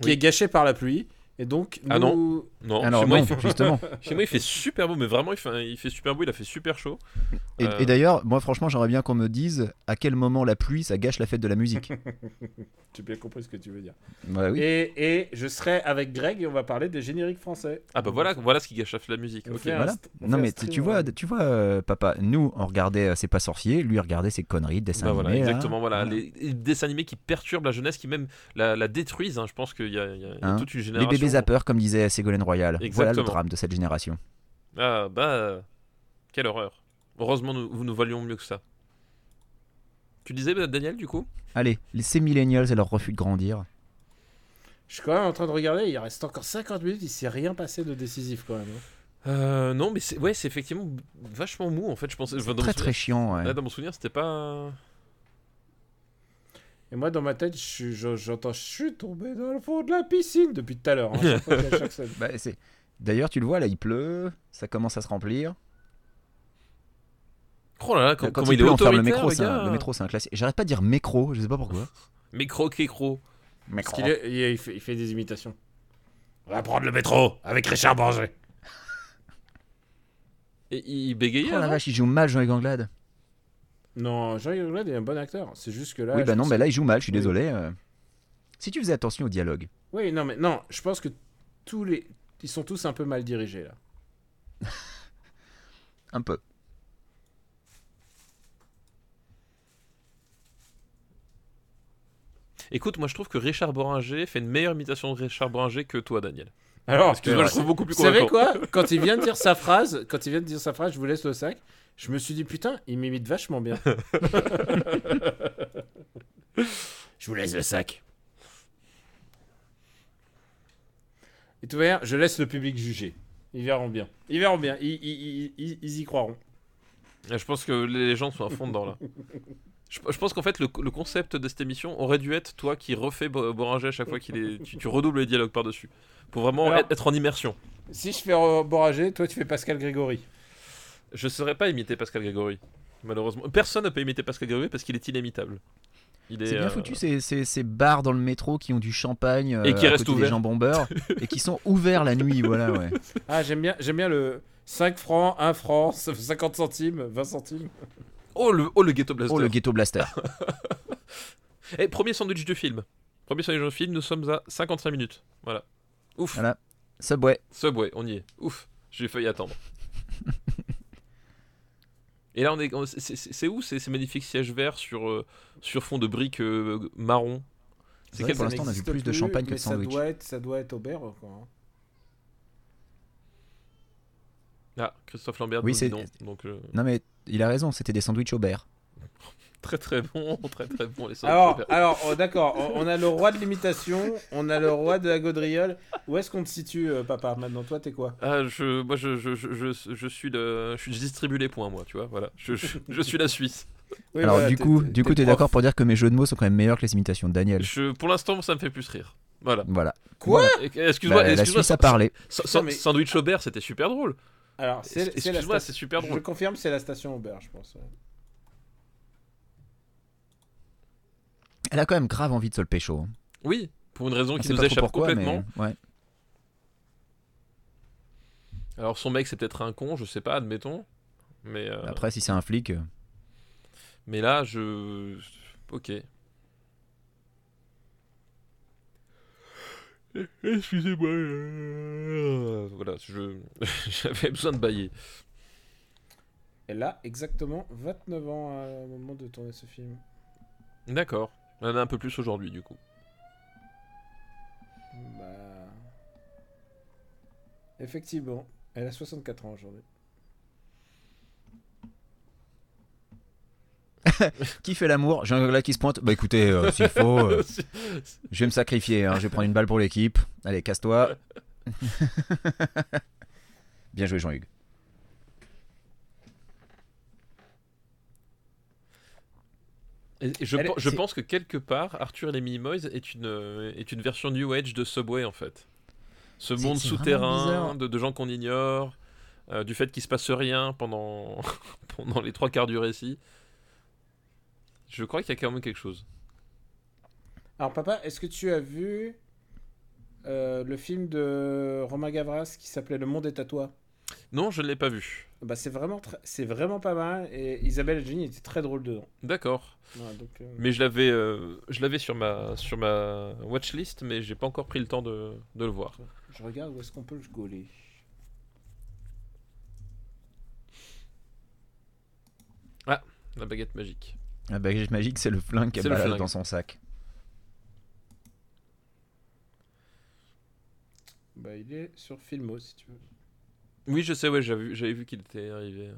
Speaker 4: qui
Speaker 2: Oui.
Speaker 4: est gâchée par la pluie. Et donc, nous...
Speaker 2: Ah Non,
Speaker 1: Alors
Speaker 2: chez, moi,
Speaker 1: non,
Speaker 2: il fait,
Speaker 1: justement.
Speaker 2: chez moi, il fait super beau, mais vraiment, il fait, un- il fait super beau, il a fait super chaud.
Speaker 1: Et,
Speaker 2: Euh.
Speaker 1: et d'ailleurs, moi franchement, j'aimerais bien qu'on me dise à quel moment la pluie ça gâche la fête de la musique.
Speaker 4: J'ai bien compris ce que tu veux dire.
Speaker 1: Ouais, oui.
Speaker 4: Et, et je serai avec Greg et on va parler des génériques français.
Speaker 2: Ah bah voilà, voilà ce qui gâche la musique.
Speaker 4: On
Speaker 2: ok.
Speaker 4: fait un
Speaker 1: Voilà.
Speaker 4: st- on
Speaker 1: Non
Speaker 4: fait un
Speaker 1: mais tu,
Speaker 4: stream,
Speaker 1: tu vois,
Speaker 4: ouais.
Speaker 1: tu vois, euh, papa, nous on regardait euh, c'est pas sorcier, lui regardait ses conneries, de hein. dessins
Speaker 2: Bah voilà,
Speaker 1: animés, là.
Speaker 2: exactement. Voilà, les, les dessins animés qui perturbent la jeunesse, qui même la, la détruisent. hein. Je pense qu'il y a, il y a- il y a
Speaker 1: Hein.
Speaker 2: toute une
Speaker 1: Les
Speaker 2: génération.
Speaker 1: bébés à peur, comme disait Ségolène Royal. Voilà le
Speaker 2: Exactement.
Speaker 1: drame de cette génération.
Speaker 2: Ah bah, quelle horreur. Heureusement, nous, nous valions mieux que ça. Tu disais, bah, Daniel, du coup
Speaker 1: Allez, les- ces millennials et leur refus de grandir.
Speaker 4: Je suis quand même en train de regarder. Il reste encore 50 minutes. Il s'est rien passé de décisif quand même. hein.
Speaker 2: Euh, Non, mais c'est ouais, c'est effectivement vachement mou en fait. Je pensais. enfin, dans mon
Speaker 1: Très très chiant. ouais.
Speaker 2: souvenir- Ah, dans mon souvenir, c'était pas.
Speaker 4: Et moi, dans ma tête, je suis- je- j'entends. Je, suis tombé dans le fond de la piscine depuis tout à l'heure. hein, à chaque fois qu'il y a chaque scène.
Speaker 1: Bah, c'est- D'ailleurs, tu le vois là, il pleut, ça commence à se remplir.
Speaker 2: Oh là là, com- comment
Speaker 1: il,
Speaker 2: il, est
Speaker 1: pleut, on ferme le
Speaker 2: autoritaire,
Speaker 1: métro.
Speaker 2: le
Speaker 1: c'est un-
Speaker 2: gars.
Speaker 1: le métro, c'est un classique. J'arrête pas de dire métro, je sais pas pourquoi.
Speaker 2: Mécro, Kécro.
Speaker 4: Parce qu'il est- il- il fait- il fait des imitations.
Speaker 5: On va prendre le métro avec Richard Branger.
Speaker 2: Et il bégayait
Speaker 1: Oh la
Speaker 2: avant
Speaker 1: vache, il joue mal Jean-Yves Anglade.
Speaker 4: Non, Jean-Yves Anglade est un bon acteur. C'est juste que là.
Speaker 1: oui,
Speaker 4: je
Speaker 1: bah non,
Speaker 4: pense-
Speaker 1: mais là il joue mal, je suis
Speaker 4: Oui.
Speaker 1: désolé. euh. Si tu faisais attention au dialogue.
Speaker 4: Oui, non, mais non, je pense que tous les. Ils sont tous un peu mal dirigés là.
Speaker 1: Un peu.
Speaker 2: Écoute, moi je trouve que Richard Boringer fait une meilleure imitation de Richard Boringer que toi, Daniel.
Speaker 4: Alors,
Speaker 2: Excuse-moi, je trouve beaucoup plus
Speaker 4: vous savez
Speaker 2: convaincant.
Speaker 4: quoi Quand il vient de dire sa phrase, quand il vient de dire sa phrase, je vous laisse le sac. Je me suis dit putain, il m'imite vachement bien.
Speaker 5: Je vous laisse le sac.
Speaker 4: Et tout manière, je laisse le public juger. Ils verront bien. Ils verront bien. Ils, ils- ils- ils- ils y croiront.
Speaker 2: Et Je pense que les gens sont à fond dedans là. Je, je pense qu'en fait, le, le concept de cette émission aurait dû être toi qui refais Bo- Boringer à chaque fois qu'il est. Tu, tu redoubles les dialogues par-dessus. Pour vraiment
Speaker 4: Alors-
Speaker 2: être en immersion.
Speaker 4: Si je fais euh, Borager, toi tu fais Pascal Grégory.
Speaker 2: Je ne saurais pas imiter Pascal Grégory, malheureusement. Personne ne peut imiter Pascal Grégory parce qu'il est inimitable. Il
Speaker 1: C'est
Speaker 2: est,
Speaker 1: bien
Speaker 2: euh,
Speaker 1: foutu ces, ces- ces bars dans le métro qui ont du champagne euh,
Speaker 2: Et qui
Speaker 1: à
Speaker 2: restent
Speaker 1: côté des
Speaker 2: ouverts.
Speaker 1: gens bombeurs et qui sont ouverts la nuit, voilà ouais.
Speaker 4: Ah, j'aime bien, j'aime bien le 5 francs, 1 franc, ça fait 50 centimes, 20 centimes.
Speaker 2: Oh le, oh, le Ghetto Blaster.
Speaker 1: Oh le ghetto blaster.
Speaker 2: Eh, premier sandwich de film. Premier sandwich de film, nous sommes à 55 minutes. Voilà. Ouf.
Speaker 1: Voilà. Subway.
Speaker 2: Subway, on y est. Ouf. J'ai failli attendre. Et là, on est. on- c'est- C'est c'est où ces, ces magnifiques sièges verts sur, euh, sur fond de briques euh, marron
Speaker 1: C'est
Speaker 2: C'est
Speaker 1: vrai
Speaker 2: quel
Speaker 1: que pour l'instant on a vu plus de champagne que de
Speaker 4: ça
Speaker 1: sandwich.
Speaker 4: doit être, ça doit être Aubert, quoi. hein.
Speaker 2: Ah, Christophe Lambert,
Speaker 1: Oui,
Speaker 2: nous
Speaker 1: c'est-
Speaker 2: dit non. Donc, euh,
Speaker 1: Non mais il a raison, c'était des sandwichs Aubert.
Speaker 2: très très bon, très très bon les sandwichs
Speaker 4: Alors,
Speaker 2: Aubert.
Speaker 4: alors oh, d'accord, on, on a le roi de l'imitation, on a le roi de la gaudriole. Où est-ce qu'on te situe, euh, papa Maintenant, toi, t'es quoi
Speaker 2: Ah, je, moi, je, je, je, je, je suis le, je suis- je distribue les points, moi, tu vois, voilà. Je, je, je suis la Suisse.
Speaker 4: Oui,
Speaker 1: Alors
Speaker 4: voilà,
Speaker 1: du
Speaker 4: t'es-
Speaker 1: coup, du coup t'es
Speaker 4: prof.
Speaker 1: d'accord pour dire que mes jeux de mots sont quand même meilleurs que les imitations de Daniel.
Speaker 2: Je, pour l'instant, ça me fait plus rire. Voilà.
Speaker 1: Voilà.
Speaker 4: Quoi
Speaker 2: Et- Excuse-moi,
Speaker 1: Bah, la
Speaker 2: excuse-moi.
Speaker 1: Suisse a parlé.
Speaker 2: sa- sa-
Speaker 4: Putain, mais-
Speaker 2: Sandwich Aubert, c'était super drôle.
Speaker 4: Alors, c'est c'est la
Speaker 2: Excuse-moi,
Speaker 4: station.
Speaker 2: c'est super
Speaker 4: Je
Speaker 2: drôle.
Speaker 4: confirme, c'est la station Aubert, je pense.
Speaker 1: Elle a quand même grave envie de se le pécho. hein.
Speaker 2: Oui, pour une raison
Speaker 1: On
Speaker 2: qui
Speaker 1: sait
Speaker 2: nous
Speaker 1: pas trop
Speaker 2: échappe
Speaker 1: pourquoi,
Speaker 2: complètement.
Speaker 1: mais ouais.
Speaker 2: Alors son mec c'est peut-être un con, je sais pas, admettons. Mais, euh,
Speaker 1: Après si c'est un flic, euh,
Speaker 2: mais là je... Ok. Excusez-moi. euh, Voilà, je... j'avais besoin de bailler.
Speaker 4: Elle a exactement 29 ans euh, au moment de tourner ce film.
Speaker 2: D'accord. On en a un peu plus aujourd'hui du coup.
Speaker 4: Bah... Effectivement, elle a 64 ans aujourd'hui.
Speaker 1: qui fait l'amour J'ai un gars qui se pointe. Bah écoutez, euh, s'il faut, euh,
Speaker 2: Si-
Speaker 1: je vais me sacrifier. hein. Je vais prendre une balle pour l'équipe. Allez, casse-toi. Bien joué Jean-Hugues.
Speaker 2: Et- et je,
Speaker 4: Elle est-
Speaker 2: pen- je
Speaker 1: c'est-
Speaker 2: pense que quelque part, Arthur et les Minimoys est une, euh, est une version New Age de Subway en fait. Ce
Speaker 1: C'est-
Speaker 2: monde
Speaker 1: c'est vraiment
Speaker 2: souterrain
Speaker 1: bizarre.
Speaker 2: de, de gens qu'on ignore, euh, du fait qu'il se passe rien pendant, pendant les trois quarts du récit. Je crois qu'il y a quand même quelque chose.
Speaker 4: Alors papa, est-ce que tu as vu euh, le film de Romain Gavras qui s'appelait Le Monde est à toi
Speaker 2: Non, je ne l'ai pas vu.
Speaker 4: Bah c'est vraiment, tr- c'est vraiment pas mal et Isabelle Adjani était très drôle dedans.
Speaker 2: D'accord.
Speaker 4: Voilà, donc, euh,
Speaker 2: Mais je l'avais, euh, je l'avais sur ma, sur ma watchlist, mais j'ai pas encore pris le temps de, de le voir.
Speaker 4: Je regarde où est-ce qu'on peut le gauler.
Speaker 2: La baguette magique.
Speaker 1: La baguette magique, c'est le flingue qu'elle
Speaker 2: C'est le
Speaker 1: balade
Speaker 2: flingue.
Speaker 1: dans son sac.
Speaker 4: Bah il est sur Filmo si tu veux.
Speaker 2: Oui, je sais, ouais, j'avais vu, j'avais vu qu'il était arrivé.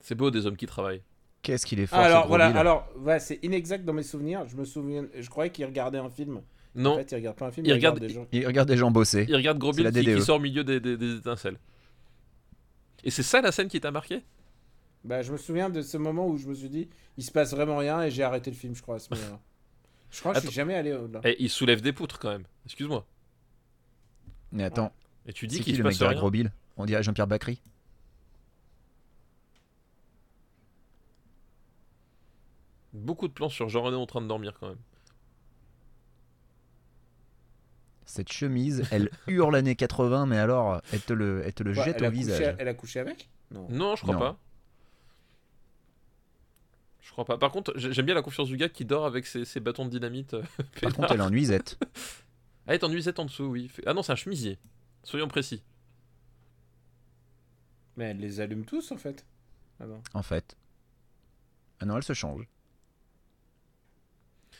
Speaker 2: C'est beau des hommes qui travaillent.
Speaker 1: Qu'est-ce qu'il est fort
Speaker 4: Ah,
Speaker 1: ce
Speaker 4: alors
Speaker 1: gros
Speaker 4: voilà,
Speaker 1: Bill.
Speaker 4: alors voilà, c'est inexact dans mes souvenirs. Je me souviens, je croyais qu'il regardait un film. En
Speaker 2: Non,
Speaker 4: fait, il regarde pas un film,
Speaker 2: Il
Speaker 4: il, regarde,
Speaker 2: regarde-
Speaker 4: des gens.
Speaker 1: Il regarde des gens bosser.
Speaker 2: il regarde Gros
Speaker 1: C'est la E.
Speaker 2: Bill qui, qui
Speaker 1: DDE.
Speaker 2: sort au milieu des, des- des étincelles. Et c'est ça la scène qui t'a marqué
Speaker 4: Bah je me souviens de ce moment où je me suis dit, il se passe vraiment rien et j'ai arrêté le film, je crois à ce moment-là. Je crois que je suis jamais allé au-delà.
Speaker 2: Eh, il soulève des poutres quand même, excuse-moi.
Speaker 1: Mais attends,
Speaker 2: Et tu
Speaker 1: c'est
Speaker 2: dis
Speaker 1: qui
Speaker 2: qu'il se
Speaker 1: le mec
Speaker 2: passe
Speaker 1: derrière
Speaker 2: rien.
Speaker 1: gros Bill On dirait Jean-Pierre Bacry.
Speaker 2: Beaucoup de plans sur Jean-René en train de dormir quand même.
Speaker 1: Cette chemise, elle hurle années 80, mais alors elle te le, elle te le
Speaker 4: Quoi,
Speaker 1: jette
Speaker 4: elle
Speaker 1: au
Speaker 4: a couché-
Speaker 1: visage.
Speaker 4: elle a couché avec Non.
Speaker 2: Non, je crois
Speaker 1: Non.
Speaker 2: pas. Je crois pas. Par contre, j'ai- j'aime bien la confiance du gars qui dort avec ses, ses bâtons de dynamite. euh,
Speaker 1: Par contre, elle est en nuisette.
Speaker 2: Ah, est en nuisette en dessous, oui. Fait- Ah non, c'est un chemisier. Soyons précis.
Speaker 4: Mais elle les allume tous en fait. Ah non.
Speaker 1: En fait. Ah non, elle se change.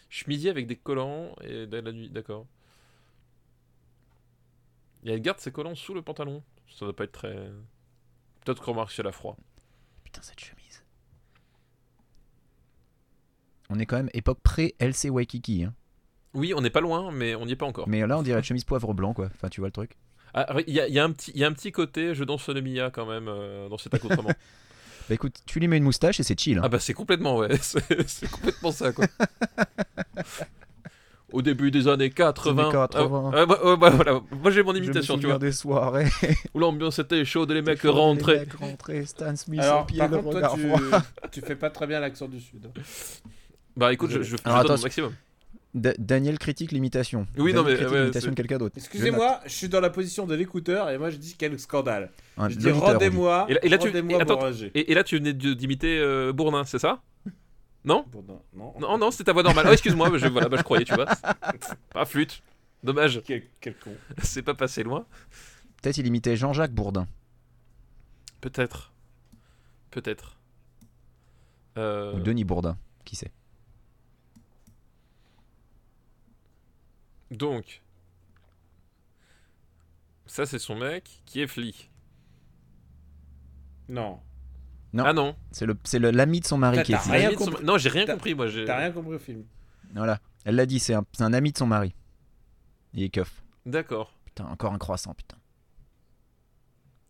Speaker 2: Chemisier avec des collants et de la nuit, d'accord. Et elle garde ses collants sous le pantalon. Ça doit pas être très. Peut-être qu'on remarque si elle a froid.
Speaker 1: Putain, cette chemise. On est quand même époque pré-LC Waikiki. hein.
Speaker 2: Oui, on n'est pas loin, mais on n'y est pas encore.
Speaker 1: Mais là, on dirait une chemise poivre blanc, quoi. Enfin, tu vois le truc.
Speaker 2: Ah, re- il y a, il y a un petit- il y a un petit côté je danse le Mia quand même euh, dans cet accoutrement.
Speaker 1: Bah écoute, tu lui mets une moustache et c'est chill. hein.
Speaker 2: ah bah c'est complètement, ouais. C'est c'est complètement ça, quoi. au début des années 80.
Speaker 1: Années 80.
Speaker 2: Ah, ouais, bah, ouais, bah, voilà. Moi j'ai mon
Speaker 1: Je me
Speaker 2: imitation, tu
Speaker 1: souviens
Speaker 2: vois.
Speaker 1: des soirées.
Speaker 2: Où l'ambiance était chaude et les mecs
Speaker 1: Les
Speaker 2: rentraient.
Speaker 1: mecs rentraient, Stan Smith
Speaker 4: Alors,
Speaker 1: pied,
Speaker 4: par
Speaker 1: le
Speaker 4: contre, toi,
Speaker 1: regard
Speaker 4: tu,
Speaker 1: froid.
Speaker 4: tu fais pas très bien l'accent du Sud. hein.
Speaker 2: Bah écoute, je, je, je
Speaker 1: Alors,
Speaker 2: donne
Speaker 1: attends,
Speaker 2: mon maximum.
Speaker 1: Da- Daniel critique l'imitation.
Speaker 2: Oui,
Speaker 1: Daniel
Speaker 2: non, mais,
Speaker 1: critique
Speaker 2: ouais,
Speaker 1: l'imitation
Speaker 2: c'est-
Speaker 1: de quelqu'un d'autre.
Speaker 4: Excusez-moi, je suis dans la position de l'écouteur et moi je dis quel scandale.
Speaker 1: Je note. Un-
Speaker 4: Je dis
Speaker 1: l'auditeur, on dit.
Speaker 4: rendez-moi,
Speaker 2: Et là- et là, tu- et
Speaker 4: rendez-moi
Speaker 2: attends,
Speaker 4: Boranger.
Speaker 2: Et, et là, tu venais de- d'imiter euh, Bourdin, c'est ça Non
Speaker 4: Bon, non, non.
Speaker 2: Non, non, c'était ta voix normale. Oh, excuse-moi, bah, je, voilà, bah, je croyais, tu vois. Ah, flûte. Dommage,
Speaker 4: Quel, quel con.
Speaker 2: c'est pas passé loin.
Speaker 1: Peut-être il imitait Jean-Jacques Bourdin.
Speaker 2: Peut-être. Peut-être. Euh,
Speaker 1: Ou Denis Bourdin, qui sait.
Speaker 2: Donc. Ça, c'est son mec qui est flic.
Speaker 4: Non.
Speaker 1: Non.
Speaker 2: Ah non.
Speaker 1: C'est le- c'est le- l'ami de son mari
Speaker 4: T'as-
Speaker 1: qui est
Speaker 4: t'as
Speaker 1: flic.
Speaker 4: rien
Speaker 2: L'ami de son-
Speaker 4: compris.
Speaker 2: Non, j'ai rien
Speaker 4: T'as-
Speaker 2: compris, moi. j'ai-
Speaker 4: T'as rien compris au film.
Speaker 1: Voilà. Elle l'a dit, c'est un, c'est un ami de son mari. Il est keuf.
Speaker 2: D'accord.
Speaker 1: Putain, encore un croissant, putain.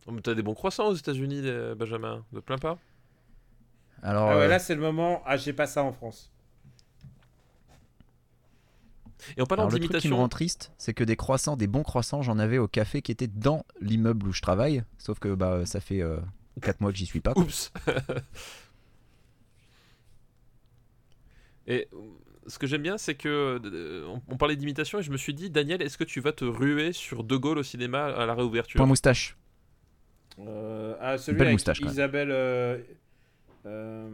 Speaker 2: Oh, mais T'as des bons croissants aux États-Unis, euh, Benjamin. Ne te plains pas.
Speaker 1: Alors,
Speaker 4: Ah ouais,
Speaker 1: euh,
Speaker 4: là c'est le moment. Ah, j'ai pas ça en France.
Speaker 2: Et en parlant
Speaker 1: alors le truc qui me
Speaker 2: d'imitation.
Speaker 1: rend triste, c'est que des croissants, des bons croissants, j'en avais au café qui était dans l'immeuble où je travaille. Sauf que bah, ça fait 4 mois que j'y suis pas. quoi.
Speaker 2: Oups. et euh, ce que j'aime bien, c'est que euh, on, on parlait d'imitation et je me suis dit, Daniel, est-ce que tu vas te ruer sur De Gaulle au cinéma à la réouverture
Speaker 1: Point moustache.
Speaker 4: Euh, ah, celui
Speaker 1: Belle
Speaker 4: avec
Speaker 1: moustache, quand même.
Speaker 4: Isabelle. euh, euh,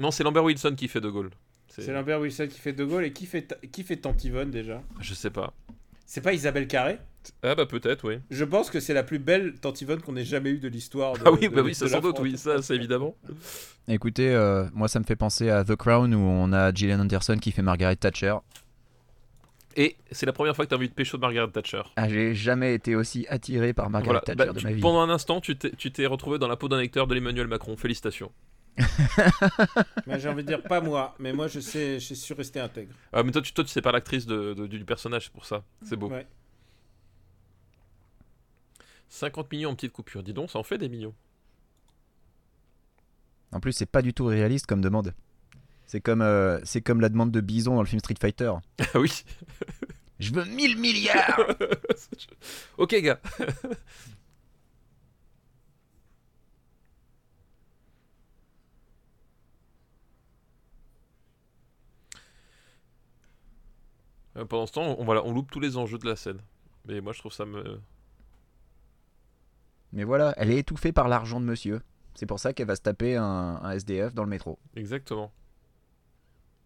Speaker 2: Non, c'est Lambert Wilson qui fait De Gaulle. C'est-
Speaker 4: c'est Lambert Wilson qui fait De Gaulle et qui fait, ta- qui fait Tante Yvonne déjà
Speaker 2: Je sais pas.
Speaker 4: C'est pas Isabelle Carré
Speaker 2: Ah bah peut-être, oui.
Speaker 4: Je pense que c'est la plus belle Tante Yvonne qu'on ait jamais eue de l'histoire. de-
Speaker 2: Ah oui,
Speaker 4: de-
Speaker 2: bah oui, ça
Speaker 4: de la
Speaker 2: sans doute,
Speaker 4: France.
Speaker 2: oui, ça, c'est évidemment.
Speaker 1: Écoutez, euh, moi ça me fait penser à The Crown où on a Gillian Anderson qui fait Margaret Thatcher.
Speaker 2: Et c'est la première fois que t'as envie de pécho de Margaret Thatcher.
Speaker 1: Ah, j'ai jamais été aussi attiré par Margaret
Speaker 2: Voilà.
Speaker 1: Thatcher
Speaker 2: Bah,
Speaker 1: de
Speaker 2: tu-
Speaker 1: ma vie.
Speaker 2: pendant un instant, tu t'es tu t'es retrouvé dans la peau d'un lecteur de l'Emmanuel Macron. Félicitations.
Speaker 4: Mais j'ai envie de dire pas moi, mais moi je sais, je suis resté intègre.
Speaker 2: Ah, mais toi, tu, toi, tu sais pas l'actrice de- de- du personnage, c'est pour ça. C'est beau.
Speaker 4: Ouais.
Speaker 2: 50 millions en petite coupure. Dis donc, ça en fait des millions.
Speaker 1: En plus, c'est pas du tout réaliste comme demande. C'est comme, euh, c'est comme la demande de Bison dans le film Street Fighter.
Speaker 2: Ah oui.
Speaker 1: Je veux 1000 milliards
Speaker 2: ok, gars. Euh, Pendant ce temps, on, voilà, on loupe tous les enjeux de la scène. Mais moi, je trouve ça me.
Speaker 1: Mais voilà, elle est étouffée par l'argent de monsieur. C'est pour ça qu'elle va se taper un, un SDF dans le métro.
Speaker 2: Exactement.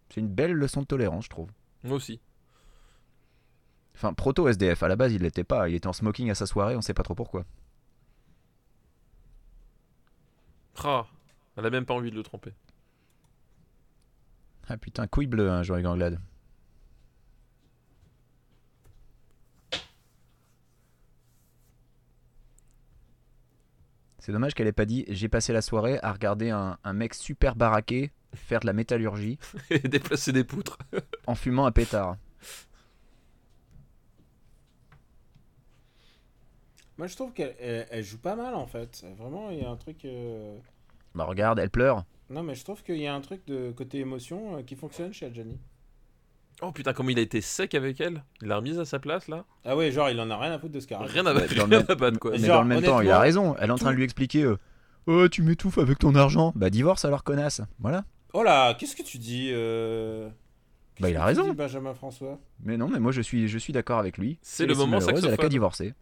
Speaker 1: C'est une belle leçon de tolérance, je trouve.
Speaker 2: Moi aussi.
Speaker 1: Enfin, proto-SDF, à la base il l'était pas, il était en smoking à sa soirée, on sait pas trop pourquoi.
Speaker 2: Ah, elle a même pas envie de le tromper.
Speaker 1: Ah putain, couille bleue, hein, Jean-Luc Anglade. C'est dommage qu'elle ait pas dit j'ai passé la soirée à regarder un, un mec super baraqué faire de la métallurgie
Speaker 2: Et déplacer des poutres.
Speaker 1: en fumant un pétard.
Speaker 4: Moi je trouve qu'elle elle- elle joue pas mal en fait. Vraiment, il y a un truc. euh,
Speaker 1: Bah regarde, elle pleure.
Speaker 4: Non, mais je trouve qu'il y a un truc de côté émotion euh, qui fonctionne chez Adjani.
Speaker 2: Oh putain, comme il a été sec avec elle. Il l'a remise à sa place là.
Speaker 4: Ah ouais, genre il en a rien à foutre de ce caractère.
Speaker 2: Rien à,
Speaker 1: Ouais, dans le
Speaker 2: rien
Speaker 1: même-
Speaker 2: à battre quoi.
Speaker 1: Mais
Speaker 4: Genre,
Speaker 1: dans le même temps, il a
Speaker 4: honnêtement,
Speaker 1: raison. Elle est en train de
Speaker 4: tout-
Speaker 1: lui expliquer euh, Oh, tu m'étouffes avec ton argent. Bah, divorce alors, connasse. Voilà.
Speaker 4: Oh là, qu'est-ce que tu dis euh,
Speaker 1: Bah, il a
Speaker 4: qu'est-ce que tu
Speaker 1: raison.
Speaker 4: dis, Benjamin François,
Speaker 1: Mais non, mais moi, je suis, je suis d'accord avec lui.
Speaker 2: C'est le
Speaker 1: Si
Speaker 2: moment
Speaker 1: malheureuse, Elle a qu'à
Speaker 2: saxophone.
Speaker 1: divorcer.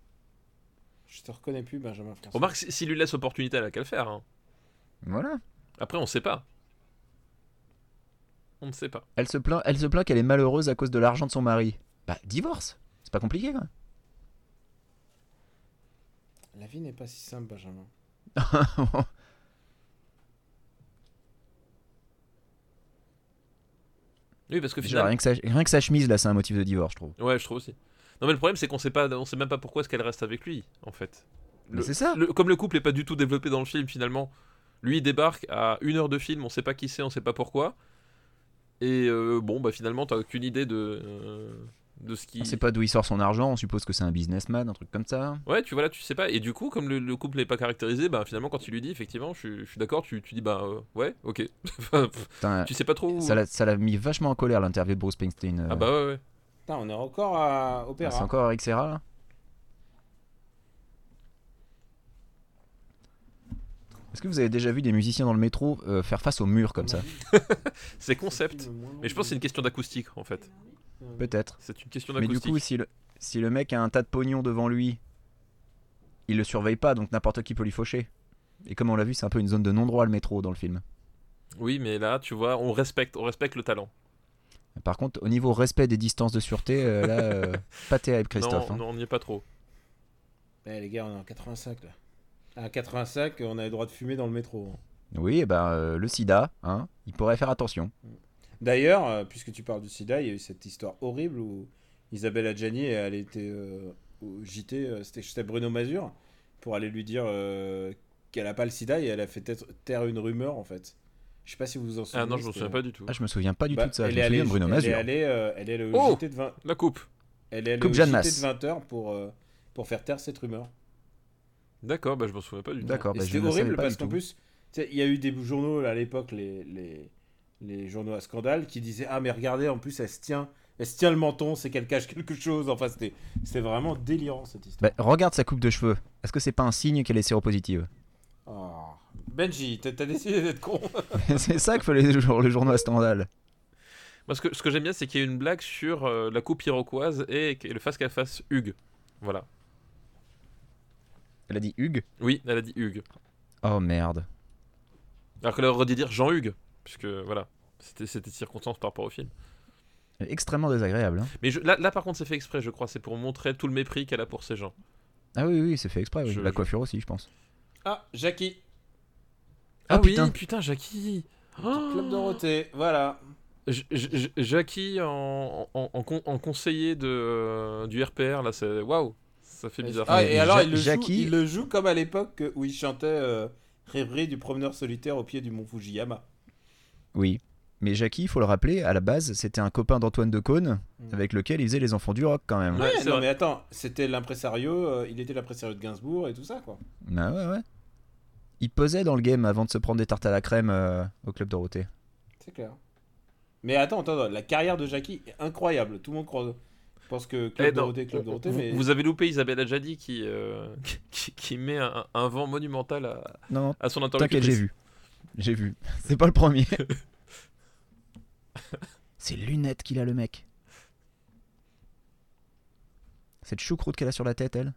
Speaker 4: je te reconnais plus, Benjamin François.
Speaker 2: Remarque, si- s'il lui laisse opportunité, elle a qu'à le faire. hein.
Speaker 1: Voilà.
Speaker 2: Après, on sait pas. On ne sait pas.
Speaker 1: Elle se plaint elle se plaint qu'elle est malheureuse à cause de l'argent de son mari. Bah, divorce. C'est pas compliqué, quoi.
Speaker 4: La vie n'est pas si simple, Benjamin.
Speaker 2: Oui, parce que
Speaker 1: Déjà,
Speaker 2: finalement.
Speaker 1: rien, que sa, rien que sa chemise, là, c'est un motif de divorce, je trouve.
Speaker 2: Ouais, je trouve aussi. Non, mais le problème, c'est qu'on sait pas, on sait même pas pourquoi est-ce qu'elle reste avec lui, en fait.
Speaker 1: Mais
Speaker 2: Le-
Speaker 1: c'est ça.
Speaker 2: le- comme le couple est pas du tout développé dans le film, finalement, lui il débarque à une heure de film, on sait pas qui c'est, on sait pas pourquoi. Et euh, bon, bah finalement, t'as aucune idée de euh, de ce qui.
Speaker 1: On sait pas d'où il sort son argent. On suppose que c'est un businessman, un truc comme ça.
Speaker 2: Ouais, tu vois là, tu sais pas. Et du coup, comme le, le couple n'est pas caractérisé, bah finalement, quand il lui dit, effectivement, je, suis- je suis d'accord, tu, tu dis, bah euh, ouais, ok. Enfin, pff,
Speaker 1: Putain,
Speaker 2: tu sais pas trop. Où...
Speaker 1: ça l'a- ça l'a mis vachement en colère, l'interview de Bruce Springsteen. euh,
Speaker 2: Ah bah ouais, ouais.
Speaker 4: Putain, on est encore à
Speaker 2: Ah,
Speaker 4: Opéra.
Speaker 1: C'est encore Eric Serra là Est-ce que vous avez déjà vu des musiciens dans le métro euh, faire face au mur comme ça
Speaker 2: C'est concept. Mais je pense que c'est une question d'acoustique en fait.
Speaker 1: Peut-être.
Speaker 2: C'est une question
Speaker 1: Mais du
Speaker 2: d'acoustique.
Speaker 1: coup, si le, si le mec a un tas de pognon devant lui, il le surveille pas, donc n'importe qui peut lui faucher. Et comme on l'a vu, c'est un peu une zone de non-droit le métro dans le film.
Speaker 2: Oui, mais là, tu vois, on respecte, on respecte le talent.
Speaker 1: Par contre, au niveau respect des distances de sûreté, euh, là, euh, pas terrible Christophe.
Speaker 2: non,
Speaker 1: hein.
Speaker 2: non, on n'y est pas trop.
Speaker 4: Eh, les gars, on est en 85 là. À 85, on a le droit de fumer dans le métro.
Speaker 1: Oui, et ben euh, le sida, hein, il pourrait faire attention.
Speaker 4: D'ailleurs, euh, puisque tu parles du sida, il y a eu cette histoire horrible où Isabelle Adjani, elle était euh, au JT, euh, c'était c'était Bruno Mazur, pour aller lui dire euh, qu'elle a pas le sida et elle a fait taire- taire une rumeur en fait. Je sais pas si vous vous en souvenez.
Speaker 2: Ah non, je me
Speaker 4: c'était-
Speaker 2: souviens pas du tout.
Speaker 1: Ah, je me souviens pas du
Speaker 4: Bah,
Speaker 1: tout de ça. Je
Speaker 4: elle
Speaker 1: me souviens
Speaker 4: est allée-
Speaker 1: de Bruno
Speaker 4: elle est
Speaker 1: Mazur.
Speaker 4: allée, euh, elle est allée au
Speaker 2: Oh
Speaker 4: JT de 20
Speaker 2: La coupe.
Speaker 4: elle est allée
Speaker 1: Coupe
Speaker 4: au
Speaker 1: Jeanne
Speaker 4: JT
Speaker 1: Masse.
Speaker 4: de 20 heures pour, euh, pour faire taire cette rumeur.
Speaker 2: D'accord, bah je me souviens pas du tout.
Speaker 1: D'accord,
Speaker 4: Et
Speaker 1: bah, je
Speaker 4: c'était
Speaker 1: ne savais
Speaker 4: horrible
Speaker 1: pas du
Speaker 4: parce qu'en
Speaker 1: tout.
Speaker 4: plus, tu sais, il y a eu des journaux à l'époque, les, les, les journaux à scandale, qui disaient Ah, mais regardez, en plus, elle se tient, elle se tient le menton, c'est qu'elle cache quelque chose. Enfin, c'était c'était vraiment délirant cette histoire.
Speaker 1: Bah, regarde sa coupe de cheveux. Est-ce que c'est pas un signe qu'elle est séropositive Bah.
Speaker 4: Oh. Benji, t'as t'as décidé d'être con.
Speaker 1: C'est ça que fallait le, jour, le journal scandale.
Speaker 2: Moi, ce que, ce que j'aime bien, c'est qu'il y a une blague sur euh, la coupe iroquoise et, que- le face qu'à face Hugues. Voilà.
Speaker 1: Elle a dit Hugues.
Speaker 2: Oui, elle a dit Hugues.
Speaker 1: Oh merde.
Speaker 2: Alors qu'elle aurait dû dire Jean-Hugues, puisque voilà, c'était c'était circonstance par rapport au film.
Speaker 1: Elle est Extrêmement désagréable. hein.
Speaker 2: Mais je- là, là, par contre, c'est fait exprès, je crois. C'est pour montrer tout le mépris qu'elle a pour ces gens.
Speaker 1: Ah oui, oui, c'est fait exprès. oui.
Speaker 2: Je-
Speaker 1: La
Speaker 2: je-
Speaker 1: coiffure aussi, je pense.
Speaker 4: Ah, Jackie,
Speaker 1: Ah, putain.
Speaker 2: oui, putain, Jackie
Speaker 4: du Club
Speaker 2: Oh
Speaker 4: Dorothée, voilà.
Speaker 2: J- J- J- Jackie en, en, en con- en conseiller de, euh, du RPR, là, c'est. Waouh Ça fait bizarre.
Speaker 4: Ah, et
Speaker 1: Mais
Speaker 4: alors,
Speaker 1: Ja-
Speaker 4: il le, joue,
Speaker 1: Jackie-
Speaker 4: il le joue comme à l'époque où il chantait euh, Rêverie du promeneur solitaire au pied du mont Fujiyama.
Speaker 1: Oui. Mais Jackie, il faut le rappeler, à la base, c'était un copain d'Antoine de Caunes
Speaker 4: Mm.
Speaker 1: avec lequel il faisait les enfants du rock quand même.
Speaker 2: Ouais,
Speaker 4: Ouais,
Speaker 2: c'est
Speaker 4: non,
Speaker 2: vrai.
Speaker 4: mais attends, c'était l'impresario, euh, il était l'impresario de Gainsbourg et tout ça, quoi.
Speaker 1: Ah ouais, ouais. Il posait dans le game avant de se prendre des tartes à la crème euh, au club Dorothée.
Speaker 4: C'est clair. Mais attends, attends, attends, la carrière de Jackie est incroyable. Tout le monde croise- pense que Club
Speaker 2: Eh, non,
Speaker 4: Dorothée, Club
Speaker 2: on-
Speaker 4: Dorothée,
Speaker 2: vous,
Speaker 4: mais
Speaker 2: vous avez loupé Isabelle Adjadi qui, euh, qui, qui met un, un vent monumental à,
Speaker 1: Non, non,
Speaker 2: à son
Speaker 1: t'inquiète,
Speaker 2: interlocutrice.
Speaker 1: j'ai vu. J'ai vu. C'est pas le premier. C'est lunettes qu'il a le mec. Cette choucroute qu'elle a sur la tête, elle.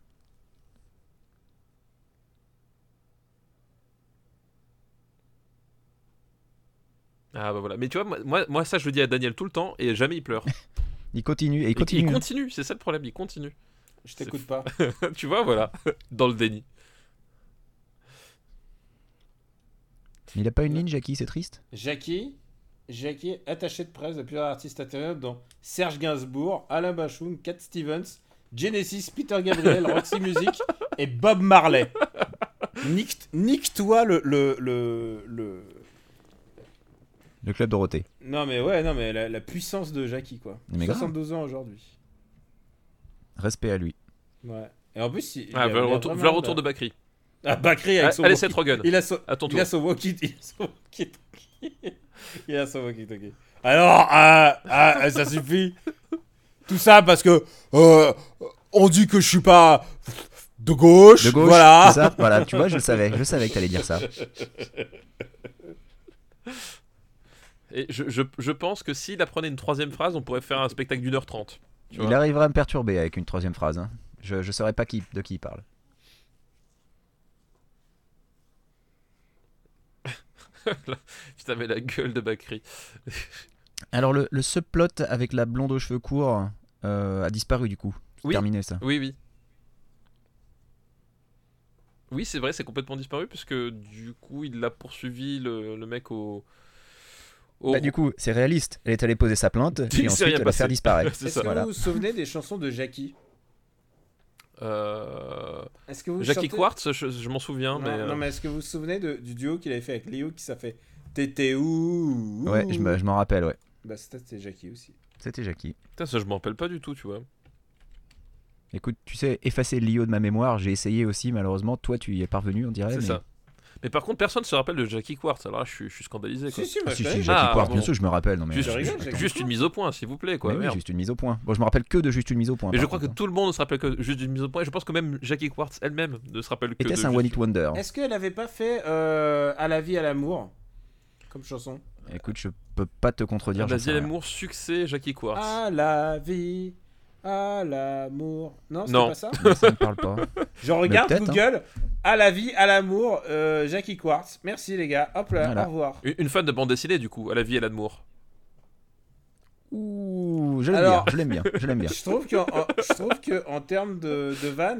Speaker 2: Ah bah voilà. Mais tu vois, moi- moi, moi, ça, je le dis à Daniel tout le temps et jamais il pleure.
Speaker 1: Il continue et il
Speaker 2: Et-
Speaker 1: continue.
Speaker 2: Il
Speaker 1: hein.
Speaker 2: continue, c'est ça le problème, il continue.
Speaker 4: je t'écoute pas.
Speaker 2: tu vois, voilà, dans le déni.
Speaker 1: Mais il a pas une ligne, Jackie, c'est triste.
Speaker 4: Jackie, Jackie, attaché de presse de plusieurs artistes internationaux dont Serge Gainsbourg, Alain Bachung, Cat Stevens, Genesis, Peter Gabriel, Roxy Music et Bob Marley. Nique- Nique-toi le- le- le, le,
Speaker 1: Le club Dorothée.
Speaker 4: Non mais ouais, non mais la, la puissance de Jackie quoi.
Speaker 1: Mais grave.
Speaker 4: 72 ans aujourd'hui.
Speaker 1: Respect à lui.
Speaker 4: Ouais. Et en plus, il,
Speaker 2: Ah,
Speaker 4: il a-
Speaker 2: voilà le
Speaker 4: il a
Speaker 2: retour,
Speaker 4: vraiment
Speaker 2: voilà le retour de
Speaker 4: la-
Speaker 2: Bakri.
Speaker 4: Ah, Bakri avec son.
Speaker 2: Allez,
Speaker 4: walkie-
Speaker 2: Seth Rogen,
Speaker 4: Il a son.
Speaker 2: à ton tour.
Speaker 4: Il a son walkie. Il a son walkie Il a son walkie-talkie. Alors,
Speaker 5: euh,
Speaker 4: ah, ah, ça suffit. Tout ça parce que euh, on dit que je suis pas de gauche.
Speaker 1: De gauche,
Speaker 4: voilà.
Speaker 1: c'est ça Voilà, tu vois, je le savais. Je savais que t'allais dire ça.
Speaker 2: Et je, je, je pense que s'il apprenait une troisième phrase, on pourrait faire un spectacle d'une heure trente. Tu
Speaker 1: Il
Speaker 2: vois.
Speaker 1: arrivera à me perturber avec une troisième phrase. hein. Je, je saurais pas qui, de qui il parle.
Speaker 2: Putain, mais la gueule de Bakri.
Speaker 1: Alors, le, le subplot avec la blonde aux cheveux courts euh, a disparu du coup. C'est
Speaker 2: Oui.
Speaker 1: Terminé ça.
Speaker 2: Oui, oui. Oui, c'est vrai, c'est complètement disparu, puisque du coup, il a poursuivi le, le mec au. au-
Speaker 1: Bah, du coup, c'est réaliste. Elle est allée poser sa plainte
Speaker 2: Oh. Il
Speaker 1: et
Speaker 2: s'est
Speaker 1: ensuite
Speaker 2: rien
Speaker 1: elle va
Speaker 2: passé.
Speaker 1: faire disparaître.
Speaker 2: C'est
Speaker 4: Est-ce
Speaker 2: ça.
Speaker 4: que
Speaker 1: Voilà.
Speaker 4: vous vous souvenez des chansons de Jackie
Speaker 2: Euh,
Speaker 4: Est-ce que vous
Speaker 2: Jackie
Speaker 4: chantez-
Speaker 2: Quartz, je, je m'en souviens,
Speaker 4: Non,
Speaker 2: mais. euh,
Speaker 4: non, mais est-ce que vous vous souvenez de- du duo qu'il avait fait avec Léo qui s'appelait Tété ou
Speaker 1: Ouais, je me- je m'en rappelle, ouais.
Speaker 4: Bah, c'était c'était Jackie aussi.
Speaker 1: C'était Jackie.
Speaker 2: Putain, ça, je m'en rappelle pas du tout, tu vois.
Speaker 1: Écoute, tu sais, effacer l'IO de ma mémoire, j'ai essayé aussi, malheureusement. Toi, tu y es parvenu, on dirait.
Speaker 2: c'est
Speaker 1: mais-
Speaker 2: ça. Mais par contre, personne se rappelle de Jackie Quartz. Alors là, je suis, je suis scandalisé. Quoi.
Speaker 4: Si, si,
Speaker 1: Ah,
Speaker 4: moi,
Speaker 1: si,
Speaker 4: je
Speaker 1: si,
Speaker 4: l'ai.
Speaker 1: Jackie
Speaker 2: Ah,
Speaker 1: Quartz,
Speaker 4: bon.
Speaker 1: bien sûr, je me rappelle. Non, mais
Speaker 2: Juste-
Speaker 1: je-
Speaker 4: rigole,
Speaker 1: je-
Speaker 4: Jackie
Speaker 2: Juste une mise au point, s'il vous plaît, quoi.
Speaker 1: Mais oui,
Speaker 2: merde.
Speaker 1: juste une mise au point. Bon, je me rappelle que de juste une mise au point.
Speaker 2: Mais je
Speaker 1: par
Speaker 2: crois que
Speaker 1: contre, hein.
Speaker 2: tout le monde ne se rappelle que juste d'une mise au point. Et je pense que même Jackie Quartz elle-même ne se rappelle que.
Speaker 1: hein. Était-ce
Speaker 2: de
Speaker 1: un
Speaker 2: juste-
Speaker 1: One It Wonder
Speaker 4: Est-ce qu'elle avait pas fait euh, À la vie, à l'amour Comme chanson.
Speaker 1: Écoute, je peux pas te contredire. j'en sais
Speaker 2: Ah, Vas-y,
Speaker 1: rien.
Speaker 2: l'amour, succès, Jackie Quartz.
Speaker 4: À la vie, à l'amour. Non, c'est
Speaker 2: Non.
Speaker 4: pas ça
Speaker 1: Mais ça me parle pas.
Speaker 4: Je regarde
Speaker 1: peut-être, hein.
Speaker 4: Google. À la vie, à l'amour, euh, Jackie Quartz. Merci les gars. Hop là,
Speaker 1: Voilà.
Speaker 4: au revoir.
Speaker 2: Une, une fan de bande dessinée, du coup, à la vie et à l'amour.
Speaker 1: Ouh, je l'aime bien,
Speaker 4: Alors-
Speaker 1: je l'aime bien, je l'aime bien.
Speaker 4: Je trouve que, en- je trouve que en termes de, de van,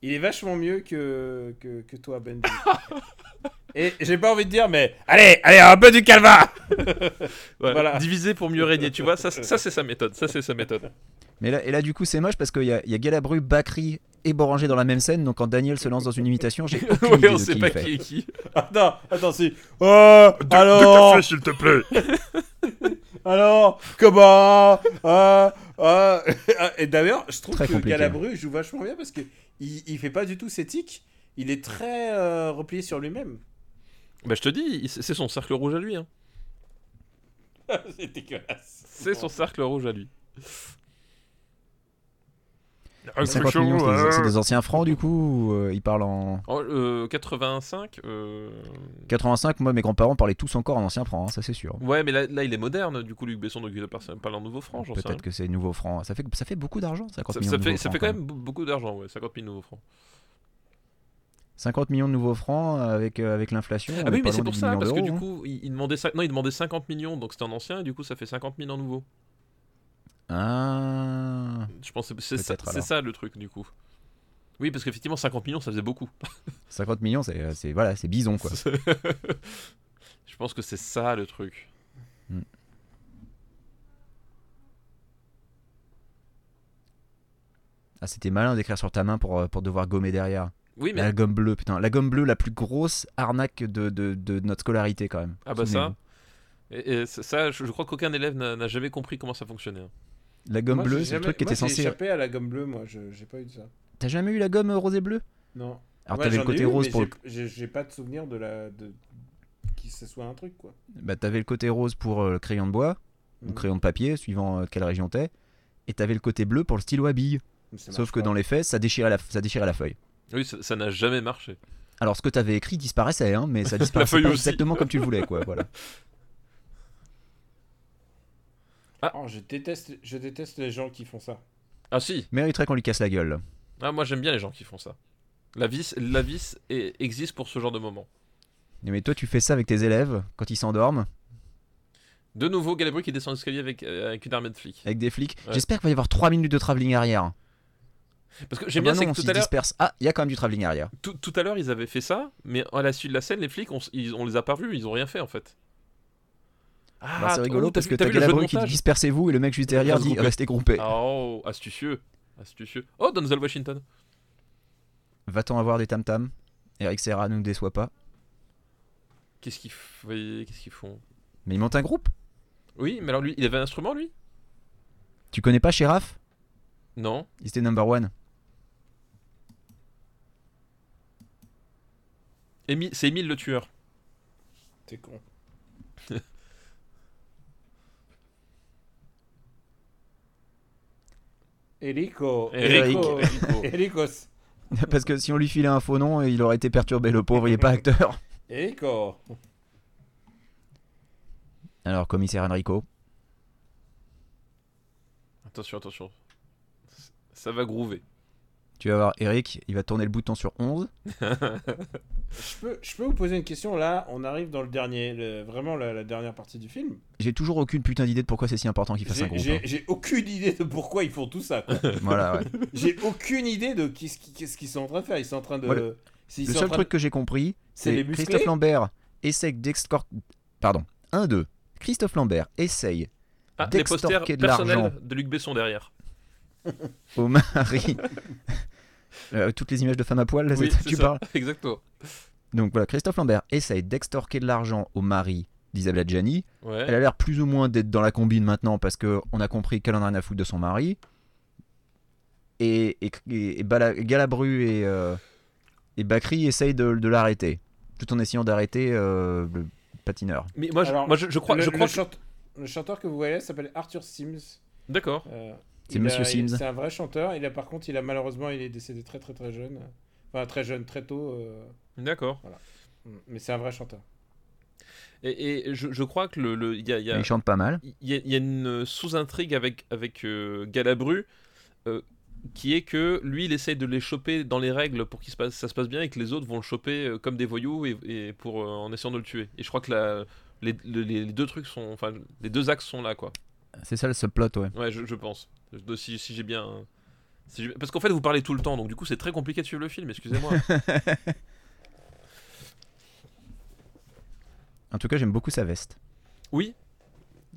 Speaker 4: il est vachement mieux que, que, que toi, Ben. Benji. Et j'ai pas envie de dire, mais allez, allez, un peu du calva
Speaker 2: Ouais,
Speaker 4: Voilà.
Speaker 2: Diviser pour mieux régner, tu vois. Ça, c'est- ça, c'est sa méthode. Ça, c'est sa méthode.
Speaker 1: Mais là, et là, du coup, c'est moche parce qu'il y a, il y a Galabru, Bakri et Boranger dans la même scène. Donc quand Daniel se lance dans une imitation, j'ai aucune
Speaker 2: Ouais,
Speaker 1: idée
Speaker 2: on
Speaker 1: de
Speaker 2: sait
Speaker 1: qui
Speaker 2: pas
Speaker 1: il fait.
Speaker 2: qui est qui.
Speaker 5: Attends, attends, si. Oh, alors,
Speaker 2: s'il te plaît.
Speaker 5: alors, comment
Speaker 4: hein?
Speaker 5: euh, euh,
Speaker 4: Ah, Et d'ailleurs, je trouve
Speaker 1: Très
Speaker 4: que
Speaker 1: compliqué.
Speaker 4: Galabru joue vachement bien parce que il, il fait pas du tout ses tics. Il est très euh, replié sur lui-même.
Speaker 2: Bah, je te dis, il- c'est son cercle rouge à lui. Hein.
Speaker 5: C'est dégueulasse.
Speaker 2: C'est
Speaker 4: Oh.
Speaker 2: son cercle rouge à lui. Ah,
Speaker 1: Les 50 millions, c'est des- c'est des anciens francs du coup. ou, euh, ils parlent en
Speaker 2: En, euh, 85. euh,
Speaker 1: 85. Moi, mes grands-parents parlaient tous encore en anciens francs, hein, ça c'est sûr.
Speaker 2: Ouais, mais là, là, il est moderne. Du coup, Luc Besson, donc il doit pas- parler en nouveau franc, j'en sais rien.
Speaker 1: Peut-être que c'est nouveaux francs. Ça fait ça fait beaucoup d'argent. 50
Speaker 2: Ça,
Speaker 1: millions
Speaker 2: ça
Speaker 1: de
Speaker 2: fait,
Speaker 1: nouveaux
Speaker 2: ça fait
Speaker 1: francs,
Speaker 2: quand même be- beaucoup d'argent, ouais, 50 000 nouveaux francs.
Speaker 1: 50 millions de nouveaux francs avec euh, avec l'inflation. on
Speaker 2: Ah
Speaker 1: est
Speaker 2: oui,
Speaker 1: pas
Speaker 2: mais c'est
Speaker 1: loin
Speaker 2: pour
Speaker 1: des
Speaker 2: ça,
Speaker 1: millions
Speaker 2: parce que
Speaker 1: d'euros,
Speaker 2: du
Speaker 1: hein.
Speaker 2: coup, il, il demandait cin- non, il demandait 50 millions, donc c'était un ancien, et du coup, ça fait 50 000 en nouveau.
Speaker 1: Ah,
Speaker 2: Je pense que c'est c'est ça,
Speaker 1: Peut-être
Speaker 2: c'est
Speaker 1: alors.
Speaker 2: ça le truc, du coup. Oui, parce qu'effectivement, 50 millions, ça faisait beaucoup.
Speaker 1: 50 millions, c'est euh, c'est- voilà, c'est bison quoi.
Speaker 2: Je pense que c'est ça le truc.
Speaker 1: Hmm. Ah, c'était malin d'écrire sur ta main pour, euh, pour devoir gommer derrière.
Speaker 2: Oui, mais.
Speaker 1: La gomme bleue, putain. La gomme bleue, la plus grosse arnaque de, de, de notre scolarité, quand même.
Speaker 2: Ah bah ça.
Speaker 1: Souvenez-vous.
Speaker 2: Et, et ça- ça, je, je crois qu'aucun élève n'a n'a jamais compris comment ça fonctionnait. hein.
Speaker 1: La gomme
Speaker 4: Moi, j'ai
Speaker 1: bleue, c'est le
Speaker 4: jamais-
Speaker 1: truc qui
Speaker 4: moi,
Speaker 1: était
Speaker 4: j'ai
Speaker 1: censé.
Speaker 4: échappé à la gomme bleue, moi, je- j'ai pas eu de ça.
Speaker 1: T'as jamais eu la gomme euh, rose et bleue
Speaker 4: Non.
Speaker 1: Alors,
Speaker 4: Ouais,
Speaker 1: t'avais
Speaker 4: j'en
Speaker 1: le
Speaker 4: ai
Speaker 1: côté
Speaker 4: eu,
Speaker 1: rose
Speaker 4: mais
Speaker 1: pour le...
Speaker 4: j'ai- J'ai j'ai pas de souvenir de la. de- que ce soit un truc, quoi.
Speaker 1: bah, t'avais le côté rose pour euh, le crayon de bois, ou
Speaker 4: Mhm.
Speaker 1: crayon de papier, suivant euh, quelle région t'es. Et t'avais le côté bleu pour le stylo à billes.
Speaker 4: Mais ça
Speaker 1: Sauf
Speaker 4: marche
Speaker 1: que
Speaker 4: pas.
Speaker 1: dans les faits, ça déchirait la, ça déchirait la feuille.
Speaker 2: Oui, ça ça n'a jamais marché.
Speaker 1: Alors, ce que t'avais écrit disparaissait, hein, mais ça disparaissait
Speaker 2: feuille
Speaker 1: pas
Speaker 2: aussi.
Speaker 1: exactement comme tu le voulais, quoi. Voilà.
Speaker 4: Oh, je, déteste, je déteste les gens qui font ça.
Speaker 2: Ah si
Speaker 1: Mériterait qu'on lui casse la gueule.
Speaker 2: Ah, moi, j'aime bien les gens qui font ça. La vis, la vis est- existe pour ce genre de moment.
Speaker 1: Mais toi, tu fais ça avec tes élèves quand ils s'endorment.
Speaker 2: De nouveau, Galabru qui descend l'escalier avec, euh, avec une armée de flics.
Speaker 1: avec des flics.
Speaker 2: Ouais.
Speaker 1: J'espère qu'il va y avoir 3 minutes de travelling arrière.
Speaker 2: Parce que j'aime
Speaker 1: Ah bah
Speaker 2: bien, c'est
Speaker 1: non,
Speaker 2: que tout
Speaker 1: s'ils
Speaker 2: à l'heure,
Speaker 1: dispersent. Ah, il y a quand même du travelling arrière.
Speaker 2: tout, tout à l'heure, ils avaient fait ça, mais à la suite de la scène, les flics, on, s- ils- on les a pas vus, ils ont rien fait en fait. Ah,
Speaker 1: Alors, Bah, c'est
Speaker 2: oh,
Speaker 1: rigolo
Speaker 2: t'as
Speaker 1: parce
Speaker 2: vu-
Speaker 1: que
Speaker 2: t'as
Speaker 1: t'as
Speaker 2: vu le jeu de
Speaker 1: Galabru qui dit
Speaker 2: montage
Speaker 1: dispersez-vous et le mec juste derrière
Speaker 2: Reste
Speaker 1: dit
Speaker 2: groupé.
Speaker 1: restez groupés.
Speaker 2: Ah, Oh, astucieux. Astucieux. Oh, Denzel Washington.
Speaker 1: Va-t-on avoir des tam-tams Eric Serra ne nous déçoit pas.
Speaker 2: Qu'est-ce qu'ils f- voyez, qu'est-ce qu'ils font
Speaker 1: Mais il monte un groupe
Speaker 2: Oui, mais alors lui, il avait un instrument lui
Speaker 1: Tu connais pas Sheraf
Speaker 2: Non.
Speaker 1: Il était number one.
Speaker 2: Émi- C'est Émile le tueur.
Speaker 4: T'es con.
Speaker 5: Erico.
Speaker 2: Eric.
Speaker 4: Erico.
Speaker 5: Ericos.
Speaker 1: Parce que si on lui filait un faux nom, il aurait été perturbé, le pauvre, il est pas acteur.
Speaker 5: Erico.
Speaker 1: Alors, commissaire Enrico,
Speaker 2: Attention, attention. C- Ça va groover.
Speaker 1: tu vas voir Eric, il va tourner le bouton sur 11.
Speaker 4: Je peux, je peux vous poser une question là On arrive dans le dernier, le- vraiment la, la dernière partie du film.
Speaker 1: J'ai toujours aucune putain d'idée de pourquoi c'est si important qu'il fasse un
Speaker 5: J'ai-
Speaker 1: groupe.
Speaker 5: J'ai j'ai aucune idée de pourquoi ils font tout ça. quoi.
Speaker 1: hein. Voilà, ouais.
Speaker 5: J'ai aucune idée de qu'est-ce qui- qu'est-ce qu'ils sont en train de faire. Ils sont en train de.
Speaker 1: Moi,
Speaker 5: s'ils
Speaker 1: Le
Speaker 5: sont en
Speaker 1: seul
Speaker 5: train
Speaker 1: truc que j'ai compris,
Speaker 5: C'est les musclés
Speaker 1: Christophe Lambert essaye d'excor... Pardon, 1 2. Christophe Lambert essaye
Speaker 2: Ah, les posters
Speaker 1: D'extorquer de l'argent.
Speaker 2: personnels de Luc Besson derrière.
Speaker 1: au mari Euh, toutes les images de femmes à poil, là,
Speaker 2: Oui,
Speaker 1: c'est ça que
Speaker 2: c'est
Speaker 1: tu
Speaker 2: ça.
Speaker 1: parles.
Speaker 2: Exactement.
Speaker 1: Donc voilà, Christophe Lambert essaye d'extorquer de l'argent au mari d'Isabella Gianni.
Speaker 2: Ouais.
Speaker 1: Elle a l'air plus ou moins d'être dans la combine maintenant parce que on a compris qu'elle en a rien à foutre de son mari. Et, et, et Bala- Galabru et, euh, et Bakri essayent de, de l'arrêter. tout en essayant d'arrêter euh, le patineur.
Speaker 2: Mais moi, je,
Speaker 4: Alors,
Speaker 2: moi, je, je crois,
Speaker 4: le,
Speaker 2: je
Speaker 4: le
Speaker 2: crois. que-
Speaker 4: chante- le chanteur que vous voyez là s'appelle Arthur Sims.
Speaker 2: D'accord.
Speaker 4: Euh,
Speaker 1: C'est
Speaker 4: il
Speaker 1: Monsieur
Speaker 4: a-
Speaker 1: Sims.
Speaker 4: C'est un vrai chanteur. Il a par contre, il a malheureusement, il est décédé très très très jeune. Enfin très jeune, très tôt. euh,
Speaker 2: D'accord.
Speaker 4: mais c'est un vrai chanteur.
Speaker 2: Et, et je, je crois que le, le- il y a, il y a-
Speaker 1: Mais Il chante pas mal.
Speaker 2: il y a- il y a une euh, sous-intrigue avec, avec euh, Galabru euh, qui est que lui, il essaye de les choper dans les règles pour que ça se passe bien et que les autres vont le choper euh, comme des voyous et, et pour, euh, en essayant de le tuer. Et je crois que la- les, les- les deux trucs sont. Enfin, les deux axes sont là, quoi.
Speaker 1: C'est ça le subplot, ouais.
Speaker 2: Ouais, je, je pense. De- si si j'ai bien. si j'ai- Parce qu'en fait, vous parlez tout le temps, donc du coup, c'est très compliqué de suivre le film, excusez-moi.
Speaker 1: En tout cas, j'aime beaucoup sa veste.
Speaker 2: oui,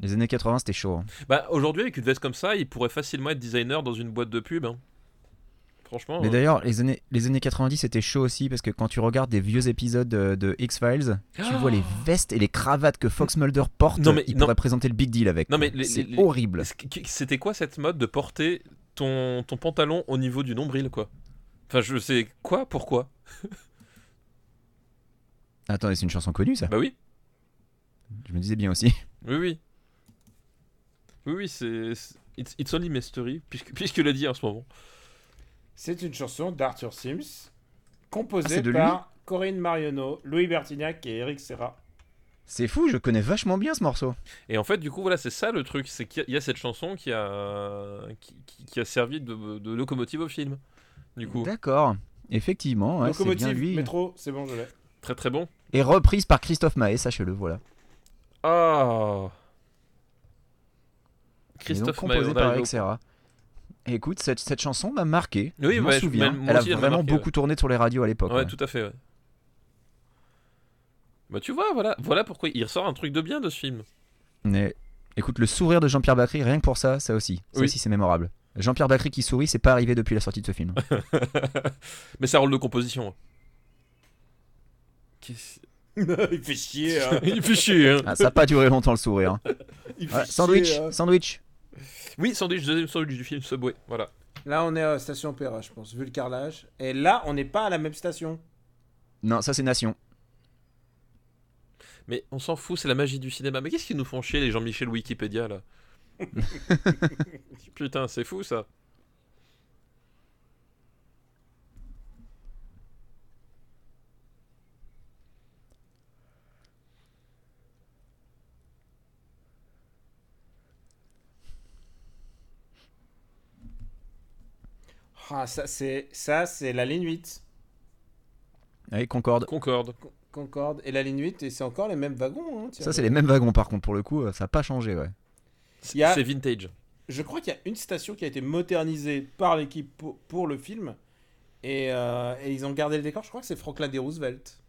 Speaker 1: Les années 80, c'était chaud. hein.
Speaker 2: Bah aujourd'hui avec une veste comme ça, il pourrait facilement être designer dans une boîte de pub. hein. Franchement.
Speaker 1: Mais
Speaker 2: euh,
Speaker 1: d'ailleurs, les années, les années 90, c'était chaud aussi parce que quand tu regardes des vieux épisodes de, de X-Files,
Speaker 2: euh.
Speaker 1: tu vois
Speaker 2: Ah.
Speaker 1: les vestes et les cravates que Fox Mulder porte.
Speaker 2: Non, mais-
Speaker 1: il
Speaker 2: non.
Speaker 1: pourrait présenter le Big Deal avec.
Speaker 2: Non,
Speaker 1: quoi.
Speaker 2: mais les-
Speaker 1: c'est
Speaker 2: les- les-
Speaker 1: horrible.
Speaker 2: Est-ce que- C'était quoi cette mode de porter ton, ton pantalon au niveau du nombril quoi Enfin je sais quoi pourquoi
Speaker 1: Attendez, c'est une chanson connue ça
Speaker 2: Bah oui
Speaker 1: Je me disais bien aussi.
Speaker 2: oui oui oui oui c'est c'est- it's, it's only mystery puisque puisque l'a dit en ce moment.
Speaker 4: C'est une chanson d'Arthur Sims
Speaker 1: Ah,
Speaker 4: composée
Speaker 1: c'est de lui
Speaker 4: par Corinne Marionneau, Louis Bertignac et Eric Serra.
Speaker 1: C'est fou, je connais vachement bien ce morceau.
Speaker 2: Et en fait du coup voilà c'est ça le truc c'est qu'il y, a- il y a cette chanson qui a qui, qui- qui a servi de, de locomotive au film. Du coup
Speaker 1: D'accord. Effectivement, ouais, c'est bien
Speaker 4: Locomotive,
Speaker 1: lui.
Speaker 4: métro, c'est bon, je l'ai.
Speaker 2: très très bon.
Speaker 1: Et reprise par Christophe Maé, sachez-le, voilà.
Speaker 2: Ah
Speaker 1: Et donc
Speaker 2: Christophe Maé,
Speaker 1: composé
Speaker 2: on
Speaker 1: par
Speaker 2: arrive au-
Speaker 1: Eric Serra. Et Écoute, cette, cette chanson m'a marqué.
Speaker 2: Oui,
Speaker 1: je m'en
Speaker 2: bah, je-
Speaker 1: souviens.
Speaker 2: même- moi
Speaker 1: Elle a
Speaker 2: aussi, elle m'a
Speaker 1: vraiment
Speaker 2: marqué,
Speaker 1: beaucoup tourné sur les radios à l'époque.
Speaker 2: Ouais,
Speaker 1: ouais.
Speaker 2: tout à fait, ouais. Bah tu vois, voilà, voilà pourquoi il ressort un truc de bien de ce film.
Speaker 1: Mais écoute, le sourire de Jean-Pierre Bacry, rien que pour ça, ça aussi. Ça
Speaker 2: Oui.
Speaker 1: aussi, c'est mémorable. Jean-Pierre Bacry qui sourit, c'est pas arrivé depuis la sortie de ce film.
Speaker 2: Mais ça rôle de composition. hein. Qu'est-ce-
Speaker 4: il fait chier. hein.
Speaker 2: il fait chier, hein.
Speaker 1: Ah, ça a pas duré longtemps le sourire. hein.
Speaker 4: Il fait
Speaker 1: Ouais,
Speaker 4: chier,
Speaker 1: sandwich,
Speaker 4: hein.
Speaker 1: sandwich.
Speaker 2: Oui, sandwich, deuxième sandwich du film Subway, voilà.
Speaker 4: Là, on est à la station Opéra, je pense, vu le carrelage. Et là, on n'est pas à la même station.
Speaker 1: Non, ça c'est Nation.
Speaker 2: Mais on s'en fout, c'est la magie du cinéma. Mais qu'est-ce qu'ils nous font chier les Jean-Michel Wikipédia là Putain, c'est fou ça.
Speaker 4: Ah, ça, c'est ça, c'est la ligne 8.
Speaker 1: Avec Eh, Concorde.
Speaker 2: Concorde.
Speaker 4: Concorde et la ligne 8, et c'est encore les mêmes wagons. hein, tiens.
Speaker 1: Ça, c'est les mêmes wagons par contre, pour le coup, euh, ça a pas changé, ouais.
Speaker 4: Il y a-
Speaker 2: C'est vintage.
Speaker 4: Je crois qu'il y a une station qui a été modernisée par l'équipe pour, pour le film. Et, euh, et ils ont gardé le décor. Je crois que c'est Franklin D. Roosevelt.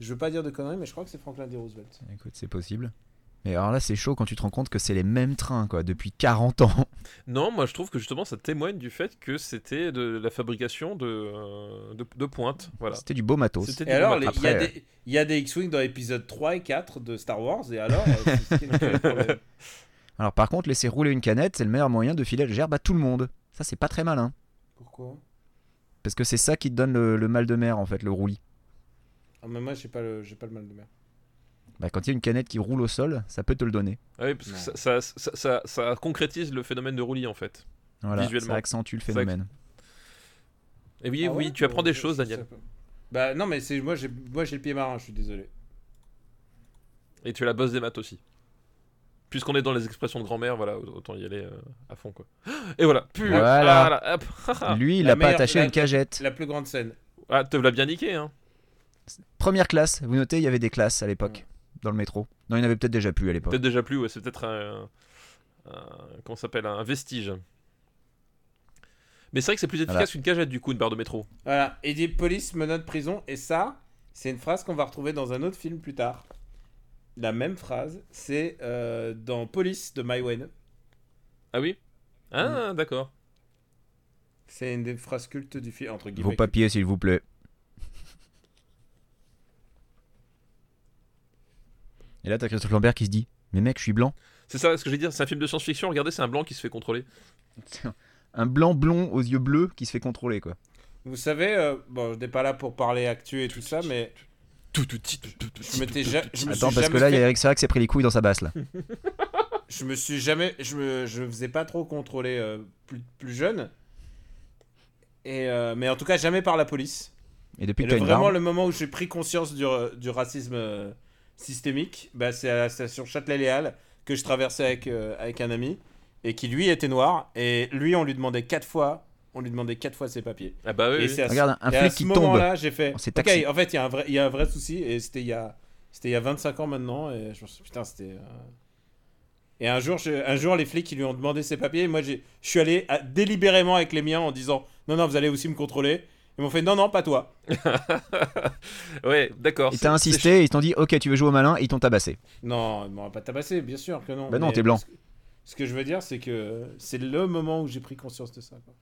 Speaker 4: Je veux pas dire de conneries, mais je crois que c'est Franklin D. Roosevelt.
Speaker 1: Écoute, c'est possible. Mais alors là, c'est chaud quand tu te rends compte que c'est les mêmes trains, quoi, depuis 40 ans.
Speaker 2: Non, moi je trouve que justement ça témoigne du fait que c'était de la fabrication de, euh, de, de pointe. Voilà.
Speaker 1: C'était du beau matos.
Speaker 2: C'était
Speaker 4: Et
Speaker 2: du
Speaker 4: alors,
Speaker 2: bon
Speaker 4: les-
Speaker 2: matos.
Speaker 4: il y a
Speaker 1: après,
Speaker 4: des- il y a des X-Wing dans l'épisode 3 et 4 de Star Wars. Et alors, euh, c'est- quel- quel est le problème
Speaker 1: Alors par contre, laisser rouler une canette, c'est le meilleur moyen de filer la gerbe à tout le monde. Ça, c'est pas très malin.
Speaker 4: Pourquoi
Speaker 1: Parce que c'est ça qui te donne le, le mal de mer, en fait, le roulis.
Speaker 4: Ah, mais Moi, j'ai pas, le- j'ai pas le mal de mer.
Speaker 1: Bah, quand il y a une canette qui roule au sol, ça peut te le donner.
Speaker 2: Ah oui, parce que
Speaker 4: Non.
Speaker 2: ça, ça, ça, ça- ça concrétise le phénomène de roulis en fait.
Speaker 1: Voilà,
Speaker 2: Visuellement.
Speaker 1: ça accentue le
Speaker 2: Ça
Speaker 1: phénomène.
Speaker 2: Et Eh oui,
Speaker 4: Ah
Speaker 2: oui,
Speaker 4: ouais
Speaker 2: tu apprends des
Speaker 4: Je-
Speaker 2: choses,
Speaker 4: je-
Speaker 2: Daniel.
Speaker 4: ça- Bah non, mais c'est moi j'ai moi j'ai le pied marin, je suis désolé.
Speaker 2: Et tu es la bosse des maths aussi. Puisqu'on est dans les expressions de grand-mère, voilà, autant y aller euh, à fond quoi. Et voilà. Pu-
Speaker 1: Voilà.
Speaker 2: voilà, hop. Ah.
Speaker 1: Lui, il
Speaker 4: La
Speaker 1: a pas
Speaker 4: meilleure-
Speaker 1: attaché à
Speaker 4: la-
Speaker 1: une cagette.
Speaker 4: La plus grande scène.
Speaker 2: Ah, te l'as bien niqué, hein.
Speaker 1: Première classe, vous notez, il y avait des classes à l'époque, dans le métro. Non, il y en avait peut-être déjà plus à l'époque.
Speaker 2: Mm. Peut-être déjà plus, ouais, c'est peut-être un, un- Comment ça s'appelle Un vestige. Mais c'est vrai que c'est plus efficace
Speaker 1: Voilà.
Speaker 2: qu'une cagette du coup, une barre de métro.
Speaker 4: Voilà, il dit police, menottes, prison, et ça, c'est une phrase qu'on va retrouver dans un autre film plus tard. La même phrase, c'est euh, dans Police de Mywen.
Speaker 2: Ah oui
Speaker 1: Mm.
Speaker 2: Ah, d'accord.
Speaker 4: C'est une des phrases cultes du film, entre guillemets.
Speaker 1: Vos papiers, s'il vous plaît. Et là, t'as Christophe Lambert qui se dit Mais mec, je suis blanc.
Speaker 2: C'est ça ce que je vais dire, c'est un film de science-fiction, regardez, c'est un blanc qui se fait contrôler.
Speaker 1: Un blanc blond aux yeux bleus qui se fait contrôler, quoi.
Speaker 4: Vous savez, euh, bon, je n'ai pas là pour parler actu et tout ça, mais
Speaker 2: tout, tout, tout, tout, tout,
Speaker 5: Je m'étais ja- je me suis
Speaker 1: Attends, parce que
Speaker 5: jamais
Speaker 1: là, il y
Speaker 5: fait- Hmm.
Speaker 1: a Eric Serra qui s'est pris les couilles dans sa basse, là.
Speaker 5: Je me suis jamais.
Speaker 4: je me je faisais pas trop contrôler euh, plus, plus jeune. Et euh, mais en tout cas, jamais par la police.
Speaker 1: Et
Speaker 4: Et
Speaker 1: depuis que
Speaker 4: le-
Speaker 1: t'as une
Speaker 4: vraiment,
Speaker 1: barbe,
Speaker 4: le moment où j'ai pris conscience du, ra- du racisme euh, systémique, bah, c'est à la station Châtelet-Léal que je traversais avec, euh, avec un ami et qui lui était noir. Et lui, on lui demandait quatre fois, on lui demandait quatre fois ses papiers.
Speaker 2: Ah bah
Speaker 4: Et
Speaker 2: oui, oui.
Speaker 4: c'est à ce-
Speaker 1: regarde, un
Speaker 4: et à
Speaker 1: flic
Speaker 4: ce
Speaker 1: qui tombe.
Speaker 4: moment-là, j'ai fait.
Speaker 1: C'est
Speaker 4: Ok,
Speaker 1: taxi.
Speaker 4: en fait, il y, a un vrai- il y a un vrai souci, et c'était il y a, c'était il y a 25 ans maintenant, et je me suis dit, putain, c'était. euh. Et un jour, je- un jour, les flics ils lui ont demandé ses papiers, et moi, j'ai- je suis allé à- délibérément avec les miens en disant, non, non, vous allez aussi me contrôler. Ils m'ont fait, non, non, pas toi.
Speaker 2: Ouais, d'accord.
Speaker 1: Il
Speaker 2: c'est-
Speaker 1: t'a insisté, et ils t'ont dit, ok, tu veux jouer au malin, et ils t'ont tabassé.
Speaker 4: Non, ils m'auraient pas tabassé, bien sûr que non.
Speaker 1: Bah non,
Speaker 4: mais
Speaker 1: t'es blanc.
Speaker 4: Ce que, ce que je veux dire, c'est que c'est le moment où j'ai pris conscience de ça. Quoi.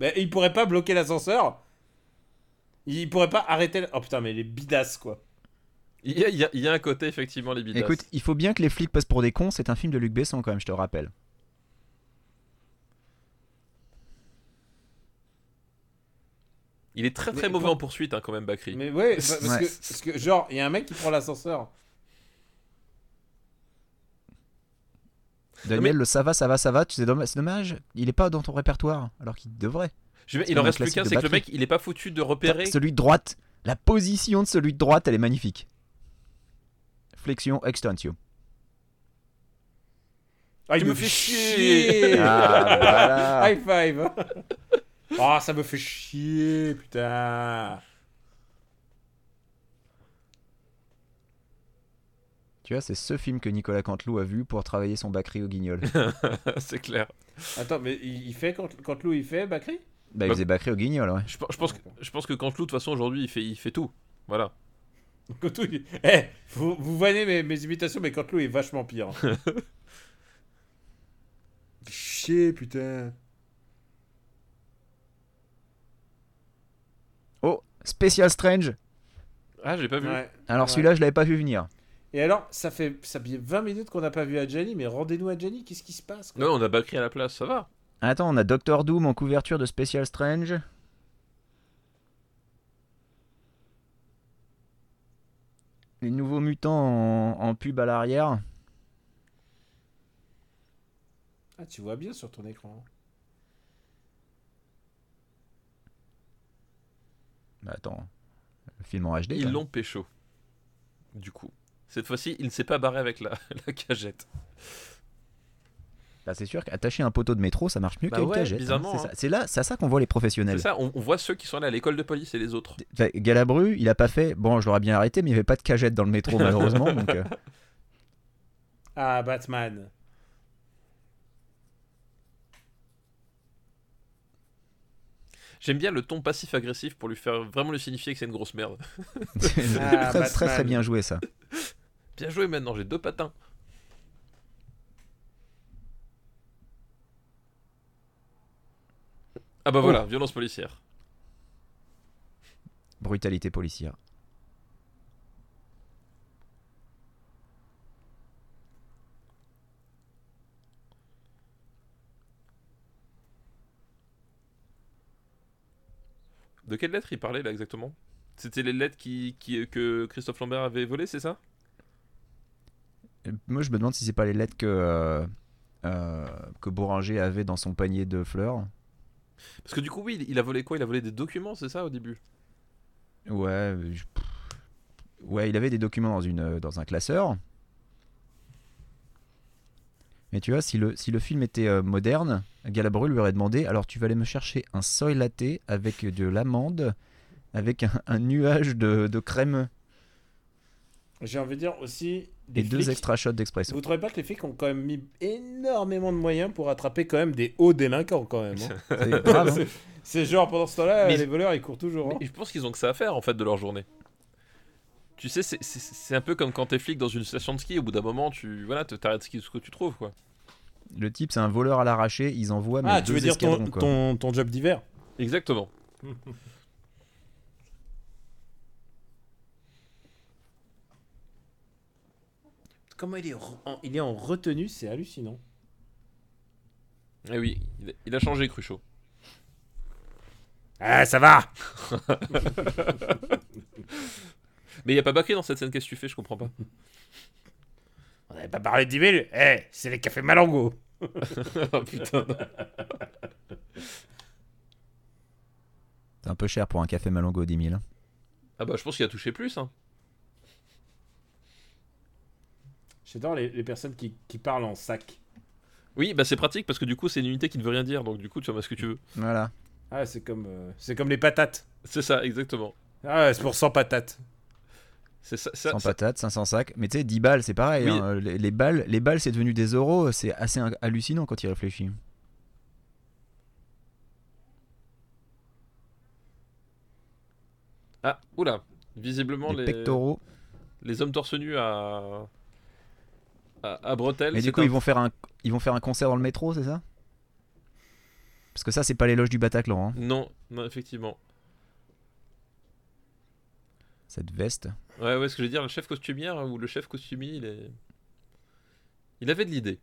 Speaker 4: Mais ils pourraient pas bloquer l'ascenseur. Ils pourraient pas arrêter. la- Oh putain, mais les bidasses quoi.
Speaker 2: Il y, a- il y a- il y a un côté, effectivement, les bidasses.
Speaker 1: Écoute, il faut bien que les flics passent pour des cons, c'est un film de Luc Besson, quand même, je te rappelle.
Speaker 2: il est très très
Speaker 4: Mais
Speaker 2: mauvais
Speaker 4: pour-
Speaker 2: en poursuite, hein, quand même, Bakri.
Speaker 4: Mais ouais, bah, parce,
Speaker 1: Ouais.
Speaker 4: Que, parce que genre, il y a un mec qui prend l'ascenseur.
Speaker 1: Daniel, le ça va, ça va, ça va, tu sais, domm- c'est dommage, il est pas dans ton répertoire, alors qu'il devrait.
Speaker 2: Je vais-
Speaker 1: C'est
Speaker 2: Il en
Speaker 1: un
Speaker 2: reste plus
Speaker 1: classique
Speaker 2: qu'un,
Speaker 1: de
Speaker 2: c'est que le
Speaker 1: Bakri.
Speaker 2: mec, il est pas foutu de repérer.
Speaker 1: Celui de droite, la position de celui de droite, elle est magnifique. Flexion, extensio.
Speaker 4: Ah,
Speaker 2: Tu
Speaker 4: il
Speaker 2: me fais
Speaker 4: chier
Speaker 1: Ah, voilà.
Speaker 4: High five Ah, ça me fait chier, putain
Speaker 1: Tu vois, c'est ce film que Nicolas Canteloup a vu pour travailler son Bacri au guignol.
Speaker 2: c'est clair.
Speaker 4: Attends, mais il, il fait quand, quand Lou il fait, Bakri
Speaker 1: bah, il faisait Bacri au guignol, ouais.
Speaker 2: Je, pe- je pense que, je pense que Canteloup, de toute façon, aujourd'hui, il fait, il fait tout. Voilà.
Speaker 4: Quand Lou, il- Eh, vous, vous vannez mes, mes imitations, mais quand Lou est vachement pire. chier, putain
Speaker 1: Oh, Special Strange
Speaker 2: Ah, j'ai pas vu.
Speaker 4: Ouais.
Speaker 1: Alors
Speaker 4: Ouais.
Speaker 1: celui-là, je l'avais pas vu venir.
Speaker 4: Et alors, ça fait, ça fait 20 minutes qu'on n'a pas vu Adjani, mais rendez-nous Adjani, qu'est-ce qui se passe quoi
Speaker 2: Non, on a Bakri à la place, ça va.
Speaker 1: Attends, on a Doctor Doom en couverture de Special Strange. Les nouveaux mutants en, en pub à l'arrière.
Speaker 4: Ah, tu vois bien sur ton écran.
Speaker 1: Bah, attends, le film en HD.
Speaker 2: Ils
Speaker 1: quand
Speaker 2: l'ont pécho. Du coup. Cette fois-ci, il ne s'est pas barré avec la, la cagette.
Speaker 1: même. Bah, c'est sûr qu'attacher un poteau de métro, ça marche mieux
Speaker 2: Bah
Speaker 1: qu'à une
Speaker 2: ouais,
Speaker 1: cagette.
Speaker 2: bizarrement,
Speaker 1: C'est
Speaker 2: hein.
Speaker 1: ça- C'est là, c'est à ça qu'on voit les
Speaker 2: C'est
Speaker 1: professionnels.
Speaker 2: ça, on, on voit ceux qui sont allés à l'école de police et les autres.
Speaker 1: Enfin, Galabru, il a pas fait. Bon, je l'aurais bien arrêté, mais il y avait pas de cagette dans le métro malheureusement. donc, euh,
Speaker 4: Ah, Batman
Speaker 2: J'aime bien le ton passif-agressif pour lui faire vraiment lui signifier que c'est une grosse merde.
Speaker 1: très, très, très
Speaker 4: Batman.
Speaker 1: bien joué ça.
Speaker 2: Bien joué maintenant, j'ai deux patins. Ah bah voilà, violence policière.
Speaker 1: Brutalité policière.
Speaker 2: De quelles lettres il parlait là exactement C'était les lettres qui, qui- que Christophe Lambert avait volées, c'est ça
Speaker 1: Euh, Moi, je me demande si c'est pas les lettres que euh, euh, que Bouranger avait dans son panier de fleurs.
Speaker 2: Parce que du coup, oui, il- il a volé quoi Il a volé des documents, c'est ça, au début
Speaker 1: Ouais, je- pff. ouais, il avait des documents dans une euh, dans un classeur. Mais tu vois, si le si le film était euh, moderne, Galabru lui aurait demandé alors tu vas aller me chercher un soy latte avec de l'amande, avec un, un nuage de, de crème
Speaker 4: J'ai envie de dire aussi. les
Speaker 1: et deux
Speaker 4: flics-
Speaker 1: extra shots d'expresso.
Speaker 4: Vous trouvez pas que les flics ont quand même mis énormément de moyens pour attraper quand même des hauts délinquants quand même hein
Speaker 1: C'est grave, hein.
Speaker 4: C'est- C'est genre pendant ce temps-là,
Speaker 2: Mais-
Speaker 4: les voleurs ils courent toujours. hein.
Speaker 2: Mais je pense qu'ils ont que ça à faire en fait de leur journée. Tu sais, c'est- c'est c'est un peu comme quand t'es flic dans une station de ski, au bout d'un moment, tu voilà, te- t'arrêtes ce qui- ce que tu trouves quoi.
Speaker 1: Le type, c'est un voleur à l'arraché. Ils envoient mais
Speaker 4: Ah, tu
Speaker 1: deux
Speaker 4: veux dire ton,
Speaker 1: escadrons, quoi.
Speaker 4: ton, ton job d'hiver
Speaker 2: Exactement.
Speaker 4: Comment il est, re- en, il est en retenue, c'est hallucinant.
Speaker 2: Eh oui, il a- il a changé Cruchot.
Speaker 4: Ah, ça va
Speaker 2: Mais il y a pas Baké dans cette scène, qu'est-ce que tu fais Je comprends pas.
Speaker 4: On n'avait pas parlé de 10 000 Eh, c'est les cafés Malango
Speaker 2: oh putain.
Speaker 1: C'est un peu cher pour un café Malango 10 000. hein.
Speaker 2: Ah bah je pense qu'il a touché plus. Hein.
Speaker 4: J'adore les, les personnes qui, qui parlent en sac.
Speaker 2: Oui, bah c'est pratique parce que du coup c'est une unité qui ne veut rien dire, donc du coup tu vas ce que tu veux.
Speaker 1: Voilà.
Speaker 4: Ah, c'est comme, euh, c'est comme les patates.
Speaker 2: C'est ça, exactement.
Speaker 4: Ah, c'est pour 100 patates.
Speaker 2: C'est ça. ça-
Speaker 1: 100
Speaker 2: ça-
Speaker 1: patates, 500 sacs. Mais tu sais, 10 balles, c'est pareil.
Speaker 2: Oui.
Speaker 1: hein. Les, les balles, les balles c'est devenu des euros. C'est assez in- hallucinant quand il réfléchit.
Speaker 2: Ah, oula. Visiblement
Speaker 1: les
Speaker 2: les,
Speaker 1: pectoraux.
Speaker 2: les hommes torse nus à à, à bretelles.
Speaker 1: Mais du
Speaker 2: c'est
Speaker 1: coup,
Speaker 2: un-
Speaker 1: ils, vont faire un, ils vont faire un concert dans le métro, c'est ça Parce que ça, c'est pas l'éloge du Bataclan. hein.
Speaker 2: Non, non effectivement.
Speaker 1: Cette veste.
Speaker 2: Ouais, ouais, ce que je veux dire, le chef costumière hein, ou le chef costumier, il est. Il avait de l'idée.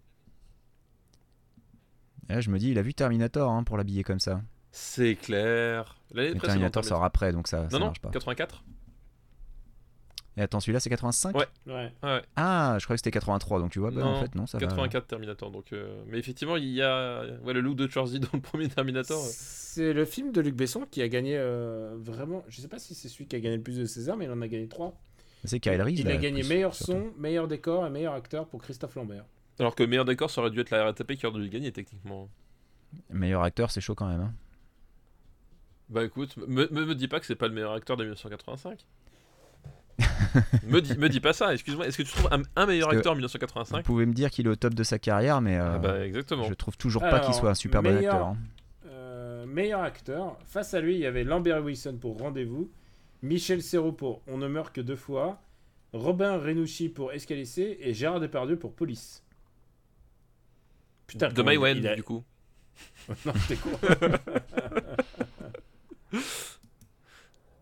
Speaker 1: Et là, je me dis, il a vu Terminator hein, pour l'habiller comme ça.
Speaker 2: C'est clair. L'année
Speaker 1: Mais
Speaker 2: précédente.
Speaker 1: Terminator
Speaker 2: hein,
Speaker 1: sort après, donc ça,
Speaker 2: mais-
Speaker 1: ça
Speaker 2: Non, non,
Speaker 1: marche pas.
Speaker 2: 84
Speaker 1: Et attends, celui-là, c'est 85
Speaker 2: Ouais.
Speaker 4: Ouais.
Speaker 2: Ah ouais,
Speaker 1: Ah, je croyais que c'était 83, donc tu vois, bah,
Speaker 2: Non,
Speaker 1: en fait, non, ça va.
Speaker 2: 84 Terminator. Donc, euh, Mais effectivement, il y a ouais, le look de Schwarzy dans le premier Terminator. ouais.
Speaker 4: C'est le film de Luc Besson qui a gagné euh, vraiment. Je sais pas si c'est celui qui a gagné le plus de César, mais il en a gagné 3.
Speaker 1: C'est Kyle Reese.
Speaker 4: il
Speaker 1: là,
Speaker 4: a gagné
Speaker 1: plus,
Speaker 4: meilleur
Speaker 1: surtout.
Speaker 4: son, meilleur décor et meilleur acteur pour Christophe Lambert.
Speaker 2: Alors que meilleur décor, ça aurait dû être la RATP qui aurait dû le gagner techniquement.
Speaker 1: Meilleur acteur, c'est chaud quand même. hein.
Speaker 2: Bah écoute, me, me, me dis pas que c'est pas le meilleur acteur de 1985. me, dis, me dis pas ça, excuse-moi. Est-ce que tu trouves un, un meilleur
Speaker 1: Parce que-
Speaker 2: acteur en
Speaker 1: Vous
Speaker 2: 1985
Speaker 1: pouvez me dire qu'il est au top de sa carrière, mais euh,
Speaker 2: Ah bah exactement.
Speaker 1: je trouve toujours pas
Speaker 4: Alors,
Speaker 1: qu'il soit un super bon
Speaker 4: meilleur-
Speaker 1: acteur. hein.
Speaker 4: Euh, meilleur acteur. Face à lui, il y avait Lambert Wilson pour Rendez-vous, Michel Serrault pour On ne meurt que deux fois, Robin Renouchi pour Escalissé et Gérard Depardieu pour Police. Putain,
Speaker 2: De
Speaker 4: comment il-
Speaker 2: Maïwen,
Speaker 4: il a-
Speaker 2: du coup.
Speaker 4: non, t'es con.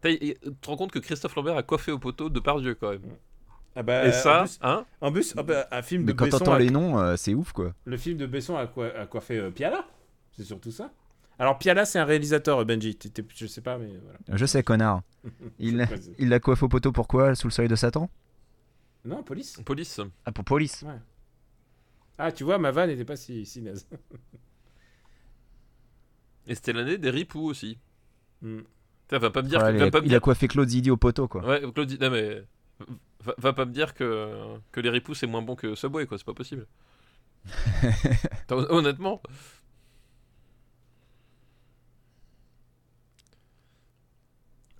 Speaker 2: T'as- et- Tu te rends compte que Christophe Lambert a coiffé au poteau de par Dieu quand même.
Speaker 5: Ah bah,
Speaker 2: Et ça,
Speaker 5: En plus,
Speaker 2: hein
Speaker 5: en plus, ah bah, un film
Speaker 1: Mais
Speaker 5: de
Speaker 1: quand
Speaker 5: Besson
Speaker 1: t'entends
Speaker 5: a-
Speaker 1: les noms, euh, c'est ouf quoi.
Speaker 4: Le film de Besson a, quoi, a coiffé euh, Piala. C'est surtout ça. Alors Piala, c'est un réalisateur, euh, Benji. T'es- t'es- je sais pas, mais voilà.
Speaker 1: Je sais, connard. Il,
Speaker 4: C'est quoi,
Speaker 1: il la coiffe au poteau pourquoi Sous le seuil de Satan
Speaker 4: c'est- Non, Police.
Speaker 2: Police.
Speaker 1: Ah, pour police.
Speaker 4: Ah, tu vois, ma vanne n'était pas si, si naze.
Speaker 2: Et c'était l'année des ripoux aussi.
Speaker 4: Hmm.
Speaker 2: Putain, va pas me dire
Speaker 1: Voilà,
Speaker 2: que.
Speaker 1: il,
Speaker 2: Va
Speaker 1: a,
Speaker 2: pas me
Speaker 1: il a
Speaker 2: dire...
Speaker 1: coiffé Claude Zidi au poteau quoi.
Speaker 2: Ouais, Claudie, non mais. Va, va pas me dire que, que les ripoux c'est moins bon que Subway quoi, c'est pas possible. Attends, Honnêtement.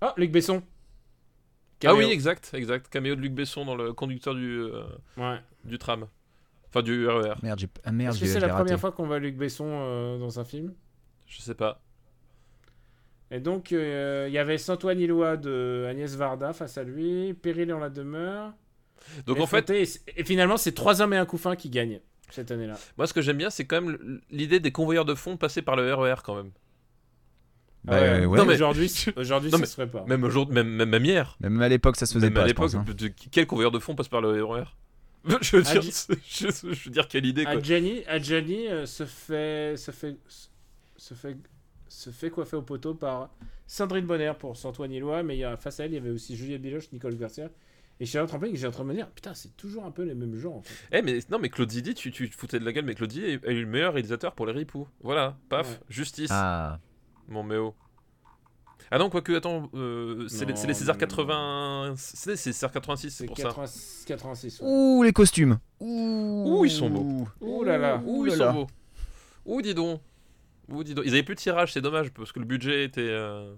Speaker 4: Ah, Luc Besson.
Speaker 2: Ah oui,
Speaker 4: Caméo.
Speaker 2: exact, exact. Caméo de Luc Besson dans le conducteur du, euh,
Speaker 4: Ouais.
Speaker 2: du tram. Enfin, du E RER.
Speaker 1: Merde, j'ai. Ah merde,
Speaker 4: Est-ce que
Speaker 1: j'ai
Speaker 4: c'est
Speaker 1: j'ai
Speaker 4: la
Speaker 1: raté.
Speaker 4: première fois qu'on voit Luc Besson euh, dans un film
Speaker 2: Je sais pas.
Speaker 4: Et donc, euh, il y avait Saint-Ouen Illois de Agnès Varda face à lui, Péril en la demeure.
Speaker 2: Donc
Speaker 4: Et
Speaker 2: en fait,
Speaker 4: Fonté, et c- et finalement, c'est trois hommes et un couffin qui gagnent cette année-là.
Speaker 2: moi ce que j'aime bien, c'est quand même l'idée des convoyeurs de fond passés par le RER quand même.
Speaker 1: Bah,
Speaker 4: Ah
Speaker 1: euh, ouais.
Speaker 2: Non, mais-
Speaker 4: Aujourd'hui, aujourd'hui,
Speaker 2: Non,
Speaker 4: ça
Speaker 2: mais-
Speaker 4: serait pas.
Speaker 2: Même aujourd'hui, même, même, même hier.
Speaker 1: Même à l'époque, ça se faisait
Speaker 2: Même
Speaker 1: pas.
Speaker 2: à
Speaker 1: je
Speaker 2: l'époque,
Speaker 1: pense, hein.
Speaker 2: de- quel convoyeur de fond passe par le RER je veux,
Speaker 4: Ah,
Speaker 2: dire,
Speaker 4: dis-
Speaker 2: c'est- je, je veux dire, quelle idée quoi.
Speaker 4: Adjani, Adjani euh, se fait se fait se fait se fait coiffer au poteau par Sandrine Bonner pour Antoine Illois, mais il y a, face à elle, il y avait aussi Juliette Biloche, Nicole Garcia et Charlotte Rampling. Et j'ai en train de me dire, putain, c'est toujours un peu les mêmes gens. En fait.
Speaker 2: Eh mais non mais Claude Zidi, tu, tu te foutais de la gueule mais Claude Zidi est est le meilleur réalisateur pour les ripoux. Voilà, paf,
Speaker 4: Ouais.
Speaker 2: justice.
Speaker 1: Ah,
Speaker 2: Mon méo. Ah non quoique attends, euh, c'est les,
Speaker 4: Non,
Speaker 2: c'est les César
Speaker 4: non, non,
Speaker 2: 80
Speaker 4: non.
Speaker 2: c'est les César 86 c'est
Speaker 4: C'est
Speaker 2: pour
Speaker 4: 86. 86 ouais.
Speaker 1: Ouh, les costumes. Ouh,
Speaker 2: Ouh, ils sont beaux.
Speaker 4: Ouh, là là.
Speaker 2: ça. Ouh, ils
Speaker 1: là.
Speaker 2: sont beaux. Ouh dis donc. Ouh dis donc, ils avaient plus de tirage, c'est dommage parce que le budget était euh,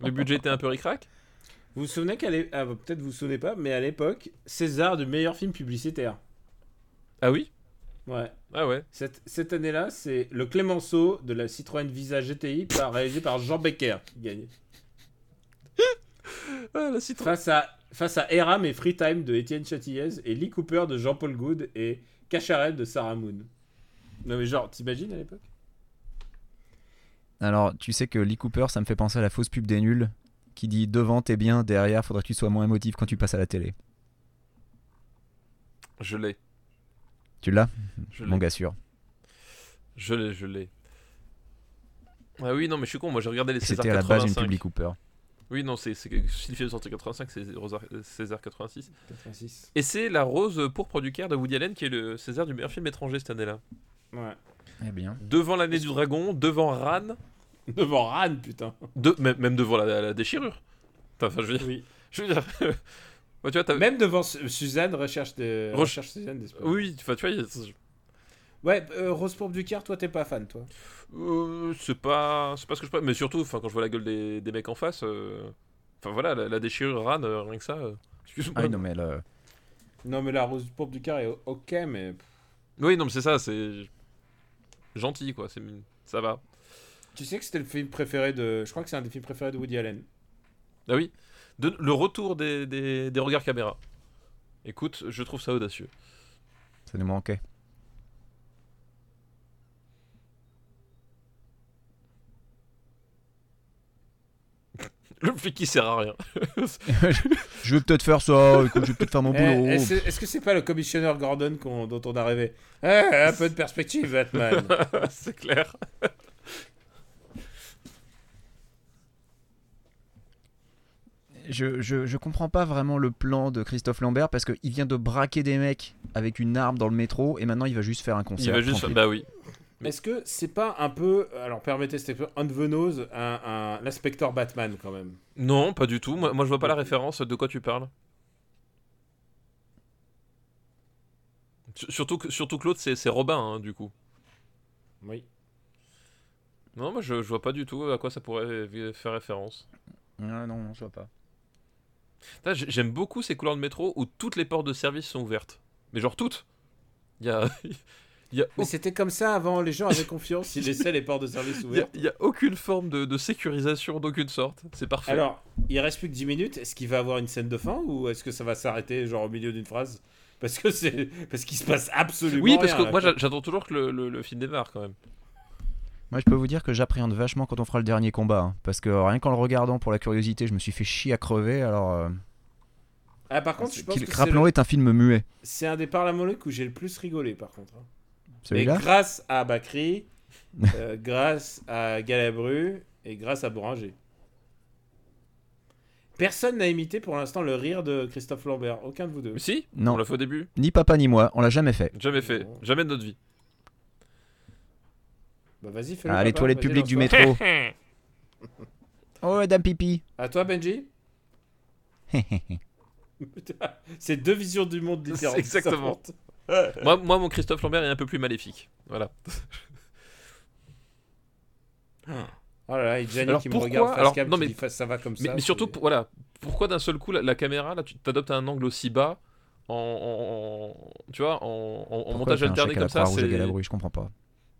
Speaker 2: le budget était un peu ricrac.
Speaker 4: Vous vous souvenez qu'à l'é- ah, bah, peut-être vous vous souvenez pas, mais à l'époque, César du meilleur film publicitaire.
Speaker 2: Ah oui
Speaker 4: Ouais.
Speaker 2: Ah ouais.
Speaker 4: Cette, cette année-là, c'est le Clémenceau de la Citroën Visa GTI par, réalisé par Jean Becker qui gagne.
Speaker 2: Ah, la citron.
Speaker 4: Face à, face à Eram et Freetime de Étienne Châtillez et Lee Cooper de Jean-Paul Good et Cacharel de Sarah Moon. Non mais genre, t'imagines à l'époque
Speaker 1: Alors, tu sais que Lee Cooper, ça me fait penser à la fausse pub des nuls qui dit devant t'es bien, derrière faudrait que tu sois moins émotif quand tu passes à la télé.
Speaker 2: Je l'ai.
Speaker 1: Tu l'as
Speaker 2: Je l'ai.
Speaker 1: Mon gars sûr.
Speaker 2: Je l'ai, je l'ai. Ah oui, non, mais je suis con, moi j'ai regardé les César
Speaker 1: C'était à la base une
Speaker 2: 85.
Speaker 1: Public Cooper.
Speaker 2: Oui, non, c'est, c'est, si le film est sorti en 85, c'est Rosa- César 86.
Speaker 4: 86.
Speaker 2: Et c'est la rose pourpre du Caire de Woody Allen qui est le César du meilleur film étranger cette année-là.
Speaker 4: Ouais.
Speaker 1: Eh bien.
Speaker 2: Devant l'année du dragon, devant Ran,
Speaker 4: Devant Ran, putain.
Speaker 2: de, même, même devant la, la- la déchirure. Enfin, enfin, je veux dire.
Speaker 4: Oui.
Speaker 2: Je veux dire Ouais, tu vois, t'as-
Speaker 4: Même devant Su- Suzanne, recherche de.
Speaker 2: Reche-
Speaker 4: Recherche Suzanne d'espoir.
Speaker 2: Oui, enfin, tu vois, il y a-
Speaker 4: Ouais, euh, Rose Pourpre du Caire, toi t'es pas fan, toi.
Speaker 2: Euh, c'est pas c'est pas ce que je préfère mais surtout enfin quand je vois la gueule des, des mecs en face euh, enfin voilà la, la déchirure rane euh, rien que ça euh, excuse-moi
Speaker 1: Ah oui, non, mais là,
Speaker 4: Non, mais la Rose Pourpre du Caire est o- ok, mais.
Speaker 2: oui non mais c'est ça c'est gentil quoi c'est ça va
Speaker 4: Tu sais que c'était le film préféré de. Je crois que c'est un des films préférés de Woody Allen.
Speaker 2: ah oui De- le retour des, des, des regards caméra écoute je trouve ça audacieux
Speaker 1: ça nous manquait.
Speaker 2: le flic qui sert à rien
Speaker 1: Je vais peut-être faire ça, écoute, je vais peut-être faire mon
Speaker 4: Eh,
Speaker 1: boulot.
Speaker 4: Est-ce est-ce que c'est pas le commissionneur Gordon qu'on- dont on a rêvé Eh, un peu de perspective, Batman.
Speaker 2: c'est clair
Speaker 1: Je, je, je comprends pas vraiment le plan de Christophe Lambert parce qu'il vient de braquer des mecs avec une arme dans le métro et maintenant il va juste faire un concert.
Speaker 2: il va juste
Speaker 1: tranquille.
Speaker 2: bah oui
Speaker 4: Est-ce que c'est pas un peu, alors permettez cette expression, un de vos noses, un, un- l'inspecteur Batman quand même
Speaker 2: non pas du tout moi, moi je vois pas la référence de quoi tu parles S- Surtout que, surtout que l'autre, c'est c'est Robin, hein, du coup.
Speaker 4: Oui.
Speaker 2: Non, moi je, je vois pas du tout à quoi ça pourrait vi- faire référence.
Speaker 1: Ah non, non, je vois pas.
Speaker 2: Putain, j'ai- J'aime beaucoup ces couleurs de métro où toutes les portes de service sont ouvertes. Mais genre toutes Il y a, il y a,
Speaker 4: Mais
Speaker 2: au-
Speaker 4: c'était comme ça avant, les gens avaient confiance, ils laissaient les portes de service
Speaker 2: il y a-
Speaker 4: ouvertes.
Speaker 2: il y a aucune forme de, de sécurisation d'aucune sorte. C'est parfait.
Speaker 4: Alors, il reste plus que 10 minutes, est-ce qu'il va avoir une scène de fin ou est-ce que ça va s'arrêter genre au milieu d'une phrase Parce que c'est parce qu'il se passe absolument
Speaker 2: oui, parce
Speaker 4: rien,
Speaker 2: que
Speaker 4: là,
Speaker 2: moi
Speaker 4: quoi.
Speaker 2: j'a- j'attends toujours que le, le- le film démarre quand même.
Speaker 1: Moi, je peux vous dire que j'appréhende vachement quand on fera le dernier combat. hein, parce que euh, rien qu'en le regardant pour la curiosité, je me suis fait chier à crever. Alors, euh,
Speaker 4: Ah, par contre, je pense
Speaker 1: qu'il-
Speaker 4: que c'est,
Speaker 1: rappelons-le, est un film muet.
Speaker 4: le- c'est un des parlamologues où j'ai le plus rigolé par contre. hein. Mais
Speaker 1: Celui-là
Speaker 4: grâce à Bakri, euh, grâce à Galabru et grâce à Bouranger. Personne n'a imité pour l'instant le rire de Christophe Lambert, aucun de vous deux.
Speaker 2: Mais si On
Speaker 1: Non,
Speaker 2: l'a fait au début
Speaker 1: ni papa ni moi, on l'a jamais fait.
Speaker 2: Jamais fait.
Speaker 4: Non.
Speaker 2: Jamais de notre vie.
Speaker 4: Bah vas-y, fais-le.
Speaker 1: Ah, les
Speaker 4: papa,
Speaker 1: toilettes
Speaker 4: vas-y,
Speaker 1: publiques du
Speaker 4: lance-toi.
Speaker 1: métro. oh, dame pipi.
Speaker 4: À toi, Benji. Putain, C'est deux visions du monde différentes.
Speaker 2: C'est exactement.
Speaker 4: Ça compte.
Speaker 2: moi, moi, mon Christophe Lambert est un peu plus maléfique. Voilà.
Speaker 4: Oh là là, et Gianni
Speaker 2: Alors
Speaker 4: qui
Speaker 2: pourquoi-
Speaker 4: me regarde face
Speaker 2: alors,
Speaker 4: cam,
Speaker 2: non,
Speaker 4: qui
Speaker 2: mais-
Speaker 4: dit, fa- ça va comme
Speaker 2: Mais,
Speaker 4: ça.
Speaker 2: mais surtout,
Speaker 4: c'est-
Speaker 2: pour- voilà, pourquoi d'un seul coup la, la caméra, là, tu t'adoptes à un angle aussi bas en, en- en- tu vois, en, en- en
Speaker 1: Pourquoi
Speaker 2: montage
Speaker 1: faire un
Speaker 2: alterné
Speaker 1: chèque à la
Speaker 2: comme ça,
Speaker 1: Croix-Rouge à
Speaker 2: c'est,
Speaker 1: Galabru, je comprends pas.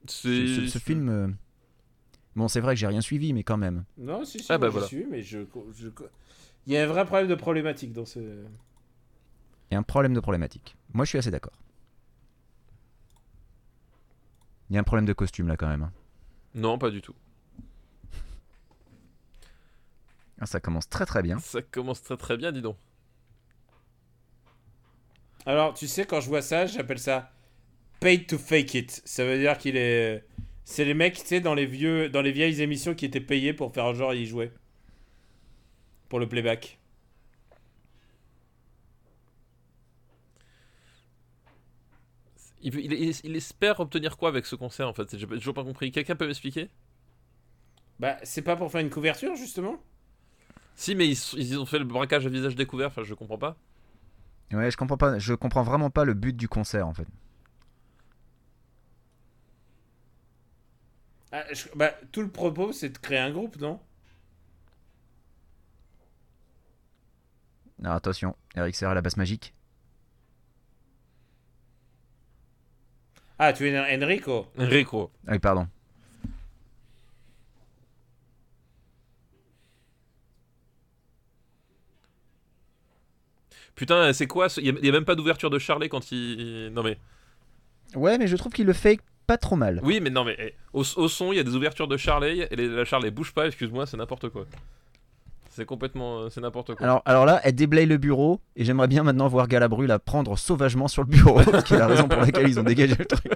Speaker 2: c'est-
Speaker 1: Ce, ce- ce film. euh, Bon, c'est vrai que j'ai rien suivi, mais quand même.
Speaker 4: Non, si, si,
Speaker 2: Ah, bah,
Speaker 4: moi, j'y
Speaker 2: voilà.
Speaker 4: suis, mais je, je- Il y a un vrai problème de problématique dans ce.
Speaker 1: Il y a un problème de problématique. Moi, je suis assez d'accord. Il y a un problème de costume là quand même. hein.
Speaker 2: Non, pas du tout.
Speaker 1: Ah, ça commence très très bien.
Speaker 2: Ça commence très très bien, dis donc.
Speaker 4: Alors, tu sais, quand je vois ça, j'appelle ça paid to fake it. Ça veut dire qu'il est. C'est les mecs, tu sais, dans les, vieux... dans les vieilles émissions qui étaient payés pour faire genre y jouer. Pour le playback.
Speaker 2: Il, veut- il- il- il espère obtenir quoi avec ce concert en fait J'ai pas- j'ai toujours pas compris. Quelqu'un peut m'expliquer
Speaker 4: Bah, c'est pas pour faire une couverture, justement
Speaker 2: Si, mais ils, s- ils ont fait le braquage à visage découvert, enfin je comprends pas.
Speaker 1: Ouais, je comprends pas. Je comprends vraiment pas le but du concert en fait.
Speaker 4: Ah, je- Bah, tout le propos, c'est de créer un groupe, non
Speaker 1: Alors attention, Eric Serra à la basse magique.
Speaker 4: Ah, tu es Enrico
Speaker 2: Rico.
Speaker 1: Ah oui, pardon.
Speaker 2: Putain, c'est quoi ce- Il y, a- il y a même pas d'ouverture de Charlet quand il. Non mais.
Speaker 1: Ouais, mais je trouve qu'il le fake pas trop mal.
Speaker 2: Oui, mais non mais. eh, Au, au son, il y a des ouvertures de Charlet et les- la Charlet bouge pas, excuse-moi, c'est n'importe quoi. C'est complètement. euh, C'est n'importe quoi.
Speaker 1: Alors, alors là, elle déblaye le bureau et j'aimerais bien maintenant voir Galabru la prendre sauvagement sur le bureau, ce qui est la raison pour laquelle ils ont dégagé le truc.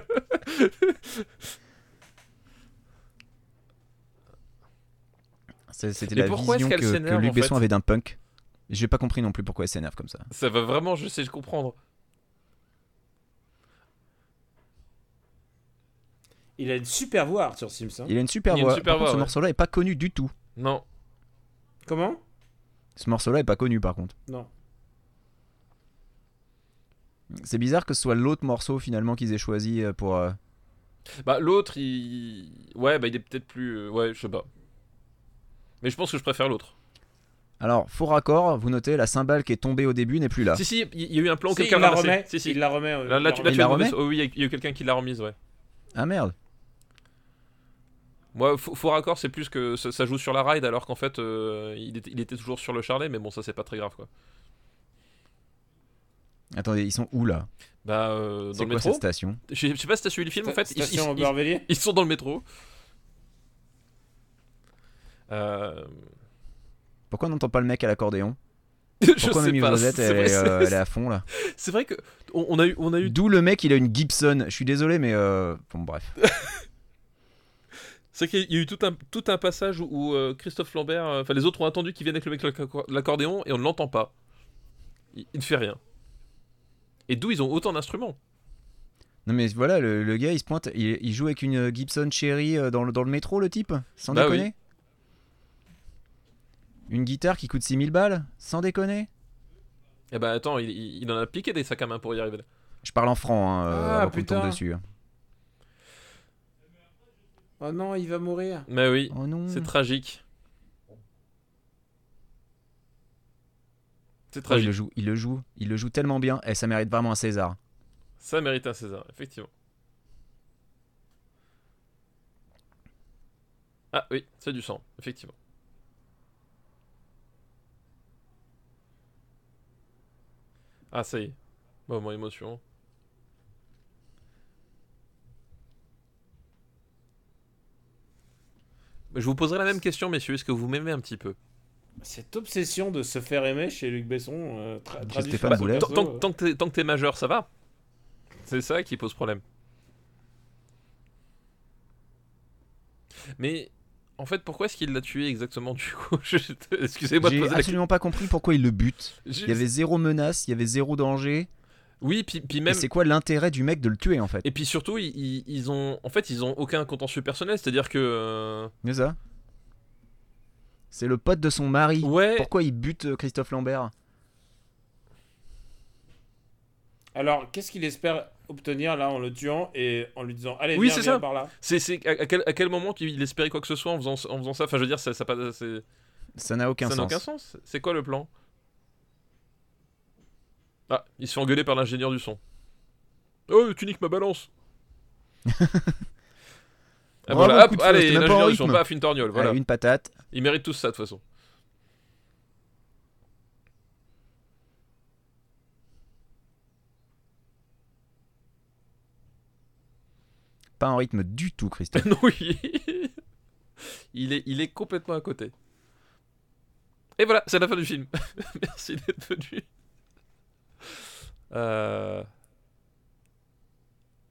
Speaker 1: C'est- C'était
Speaker 2: Mais
Speaker 1: la
Speaker 2: pourquoi est-ce
Speaker 1: vision que,
Speaker 2: qu'elle
Speaker 1: que
Speaker 2: s'énerve,
Speaker 1: Luc
Speaker 2: en
Speaker 1: Besson
Speaker 2: fait Hein
Speaker 1: avait d'un punk. J'ai pas compris non plus pourquoi elle s'énerve comme ça.
Speaker 2: Ça va vraiment, je sais je comprendre.
Speaker 4: Il a une super voix, Arthur Simpson.
Speaker 1: Il a une super
Speaker 2: Il a une
Speaker 1: voix.
Speaker 2: super
Speaker 1: Par contre,
Speaker 2: voix,
Speaker 1: ce
Speaker 2: ouais.
Speaker 1: morceau-là est pas connu du tout.
Speaker 2: Non.
Speaker 4: Comment
Speaker 1: Ce morceau-là est pas connu par contre.
Speaker 4: Non.
Speaker 1: C'est bizarre que ce soit l'autre morceau finalement qu'ils aient choisi euh, pour. euh,
Speaker 2: Bah l'autre, il... Ouais, bah il est peut-être plus... euh, Ouais, je sais pas. Mais je pense que je préfère l'autre.
Speaker 1: Alors, faux raccord, vous notez, la cymbale qui est tombée au début n'est plus là.
Speaker 2: Si, si, il y a eu un plan,
Speaker 4: Si,
Speaker 2: quelqu'un
Speaker 4: il la
Speaker 2: ramassé.
Speaker 4: remet.
Speaker 2: Si, si.
Speaker 4: Il la remet. euh,
Speaker 2: Là, là,
Speaker 4: il
Speaker 2: tu,
Speaker 4: la
Speaker 2: là,
Speaker 1: Il
Speaker 2: tu
Speaker 1: la
Speaker 2: as une
Speaker 1: remet
Speaker 2: mauvaise- oh oui, il y a- il y a eu quelqu'un qui l'a remise, ouais.
Speaker 1: Ah merde
Speaker 2: Moi, faux, faux raccord, c'est plus que ça, ça joue sur la ride alors qu'en fait, euh, il, était, il était toujours sur le charlet, mais bon, ça c'est pas très grave quoi.
Speaker 1: Attendez, ils sont où là
Speaker 2: Bah, euh, dans
Speaker 1: C'est
Speaker 2: le
Speaker 1: quoi cette
Speaker 2: métro.
Speaker 1: station
Speaker 2: Je je sais pas si t'as suivi le film en fait. Ils,
Speaker 4: Station
Speaker 2: ils- ils-
Speaker 4: Aubervilliers
Speaker 2: ils sont dans le métro. Euh,
Speaker 1: Pourquoi on n'entend pas le mec à l'accordéon
Speaker 2: je
Speaker 1: Pourquoi
Speaker 2: sais
Speaker 1: Mamie
Speaker 2: pas.
Speaker 1: Rosette
Speaker 2: C'est
Speaker 1: elle,
Speaker 2: vrai,
Speaker 1: est, euh,
Speaker 2: c'est-
Speaker 1: elle est à fond là
Speaker 2: c'est vrai que on, on a eu, on a eu
Speaker 1: D'où le mec il a une Gibson. Je suis désolé mais euh, bon bref.
Speaker 2: C'est qu'il y a eu tout un, tout un passage où, où, euh, Christophe Lambert, euh, enfin les autres ont attendu qu'il vienne avec le mec de l'accor- de l'accordéon et on ne l'entend pas. Il, il ne fait rien. Et d'où ils ont autant d'instruments
Speaker 1: Non mais voilà le, le gars il se pointe, il, il joue avec une euh, Gibson Cherry euh, dans le, dans le métro le type Sans
Speaker 2: Bah
Speaker 1: déconner Une guitare qui coûte 6000 balles Sans déconner
Speaker 2: Eh ben attends, il, il- il en a piqué des sacs à main pour y arriver. là.
Speaker 1: Je parle en franc hein, euh,
Speaker 4: Ah,
Speaker 1: avant qu'on
Speaker 4: putain.
Speaker 1: tombe dessus.
Speaker 4: Oh non, il va mourir.
Speaker 2: Mais oui,
Speaker 1: Oh non
Speaker 2: c'est tragique. C'est
Speaker 1: Oh, il,
Speaker 2: tragique.
Speaker 1: le joue, il le joue, il le joue tellement bien et ça mérite vraiment un César.
Speaker 2: Ça mérite un César, effectivement. Ah oui, c'est du sang, effectivement. Ah ça y est, moment émotion. Mais Je vous poserai la même question, messieurs. Est-ce que vous m'aimez un petit peu
Speaker 4: Cette obsession de se faire aimer chez Luc Besson. euh, tra-
Speaker 1: Chez
Speaker 4: traduit
Speaker 1: Stéphane
Speaker 4: par
Speaker 1: Boulet.
Speaker 4: Picasso,
Speaker 2: Bah, Tant- Tant
Speaker 4: euh.
Speaker 2: tant que t'es- tant que t'es majeur, ça va. C'est ça qui pose problème. Mais en fait, pourquoi est-ce qu'il l'a tué exactement du coup Je- Excusez-moi de
Speaker 1: J'ai
Speaker 2: poser la
Speaker 1: absolument pas compris pourquoi il le bute.
Speaker 2: question.
Speaker 1: Il y avait zéro menace, il y avait zéro danger.
Speaker 2: Oui, puis, puis
Speaker 1: Mais
Speaker 2: même.
Speaker 1: c'est quoi l'intérêt du mec de le tuer en fait
Speaker 2: Et puis surtout, ils, ils- ils ont. En fait, ils ont aucun contentieux personnel, c'est-à-dire que. euh,
Speaker 1: C'est ça C'est le pote de son mari.
Speaker 2: Ouais.
Speaker 1: Pourquoi il bute euh, Christophe Lambert
Speaker 4: Alors, qu'est-ce qu'il espère obtenir là en le tuant et en lui disant Allez,
Speaker 2: Oui,
Speaker 4: viens,
Speaker 2: c'est
Speaker 4: viens
Speaker 2: ça.
Speaker 4: par là
Speaker 2: C'est, c'est- à, à quel, à quel moment tu- il espérait quoi que ce soit en faisant, en faisant ça Enfin, je veux dire, ça, ça, pas- c'est-
Speaker 1: Ça n'a aucun
Speaker 2: ça n'a
Speaker 1: sens.
Speaker 2: aucun sens. C'est quoi le plan Ah, ils se font engueuler par l'ingénieur du son. Oh, tu niques ma balance Ah,
Speaker 1: Bravo,
Speaker 2: voilà, hop,
Speaker 1: coup de feu,
Speaker 2: allez,
Speaker 1: c'était même pas
Speaker 2: l'ingénieur
Speaker 1: en
Speaker 2: du son,
Speaker 1: rythme. Ah
Speaker 2: paf, une torgnole, voilà.
Speaker 1: Allez, Euh, une patate.
Speaker 2: Ils méritent tous ça, de toute façon.
Speaker 1: Pas en rythme du tout, Christophe.
Speaker 2: non, il est... il est il est complètement à côté. Et voilà, c'est la fin du film. Merci d'être venu. Euh,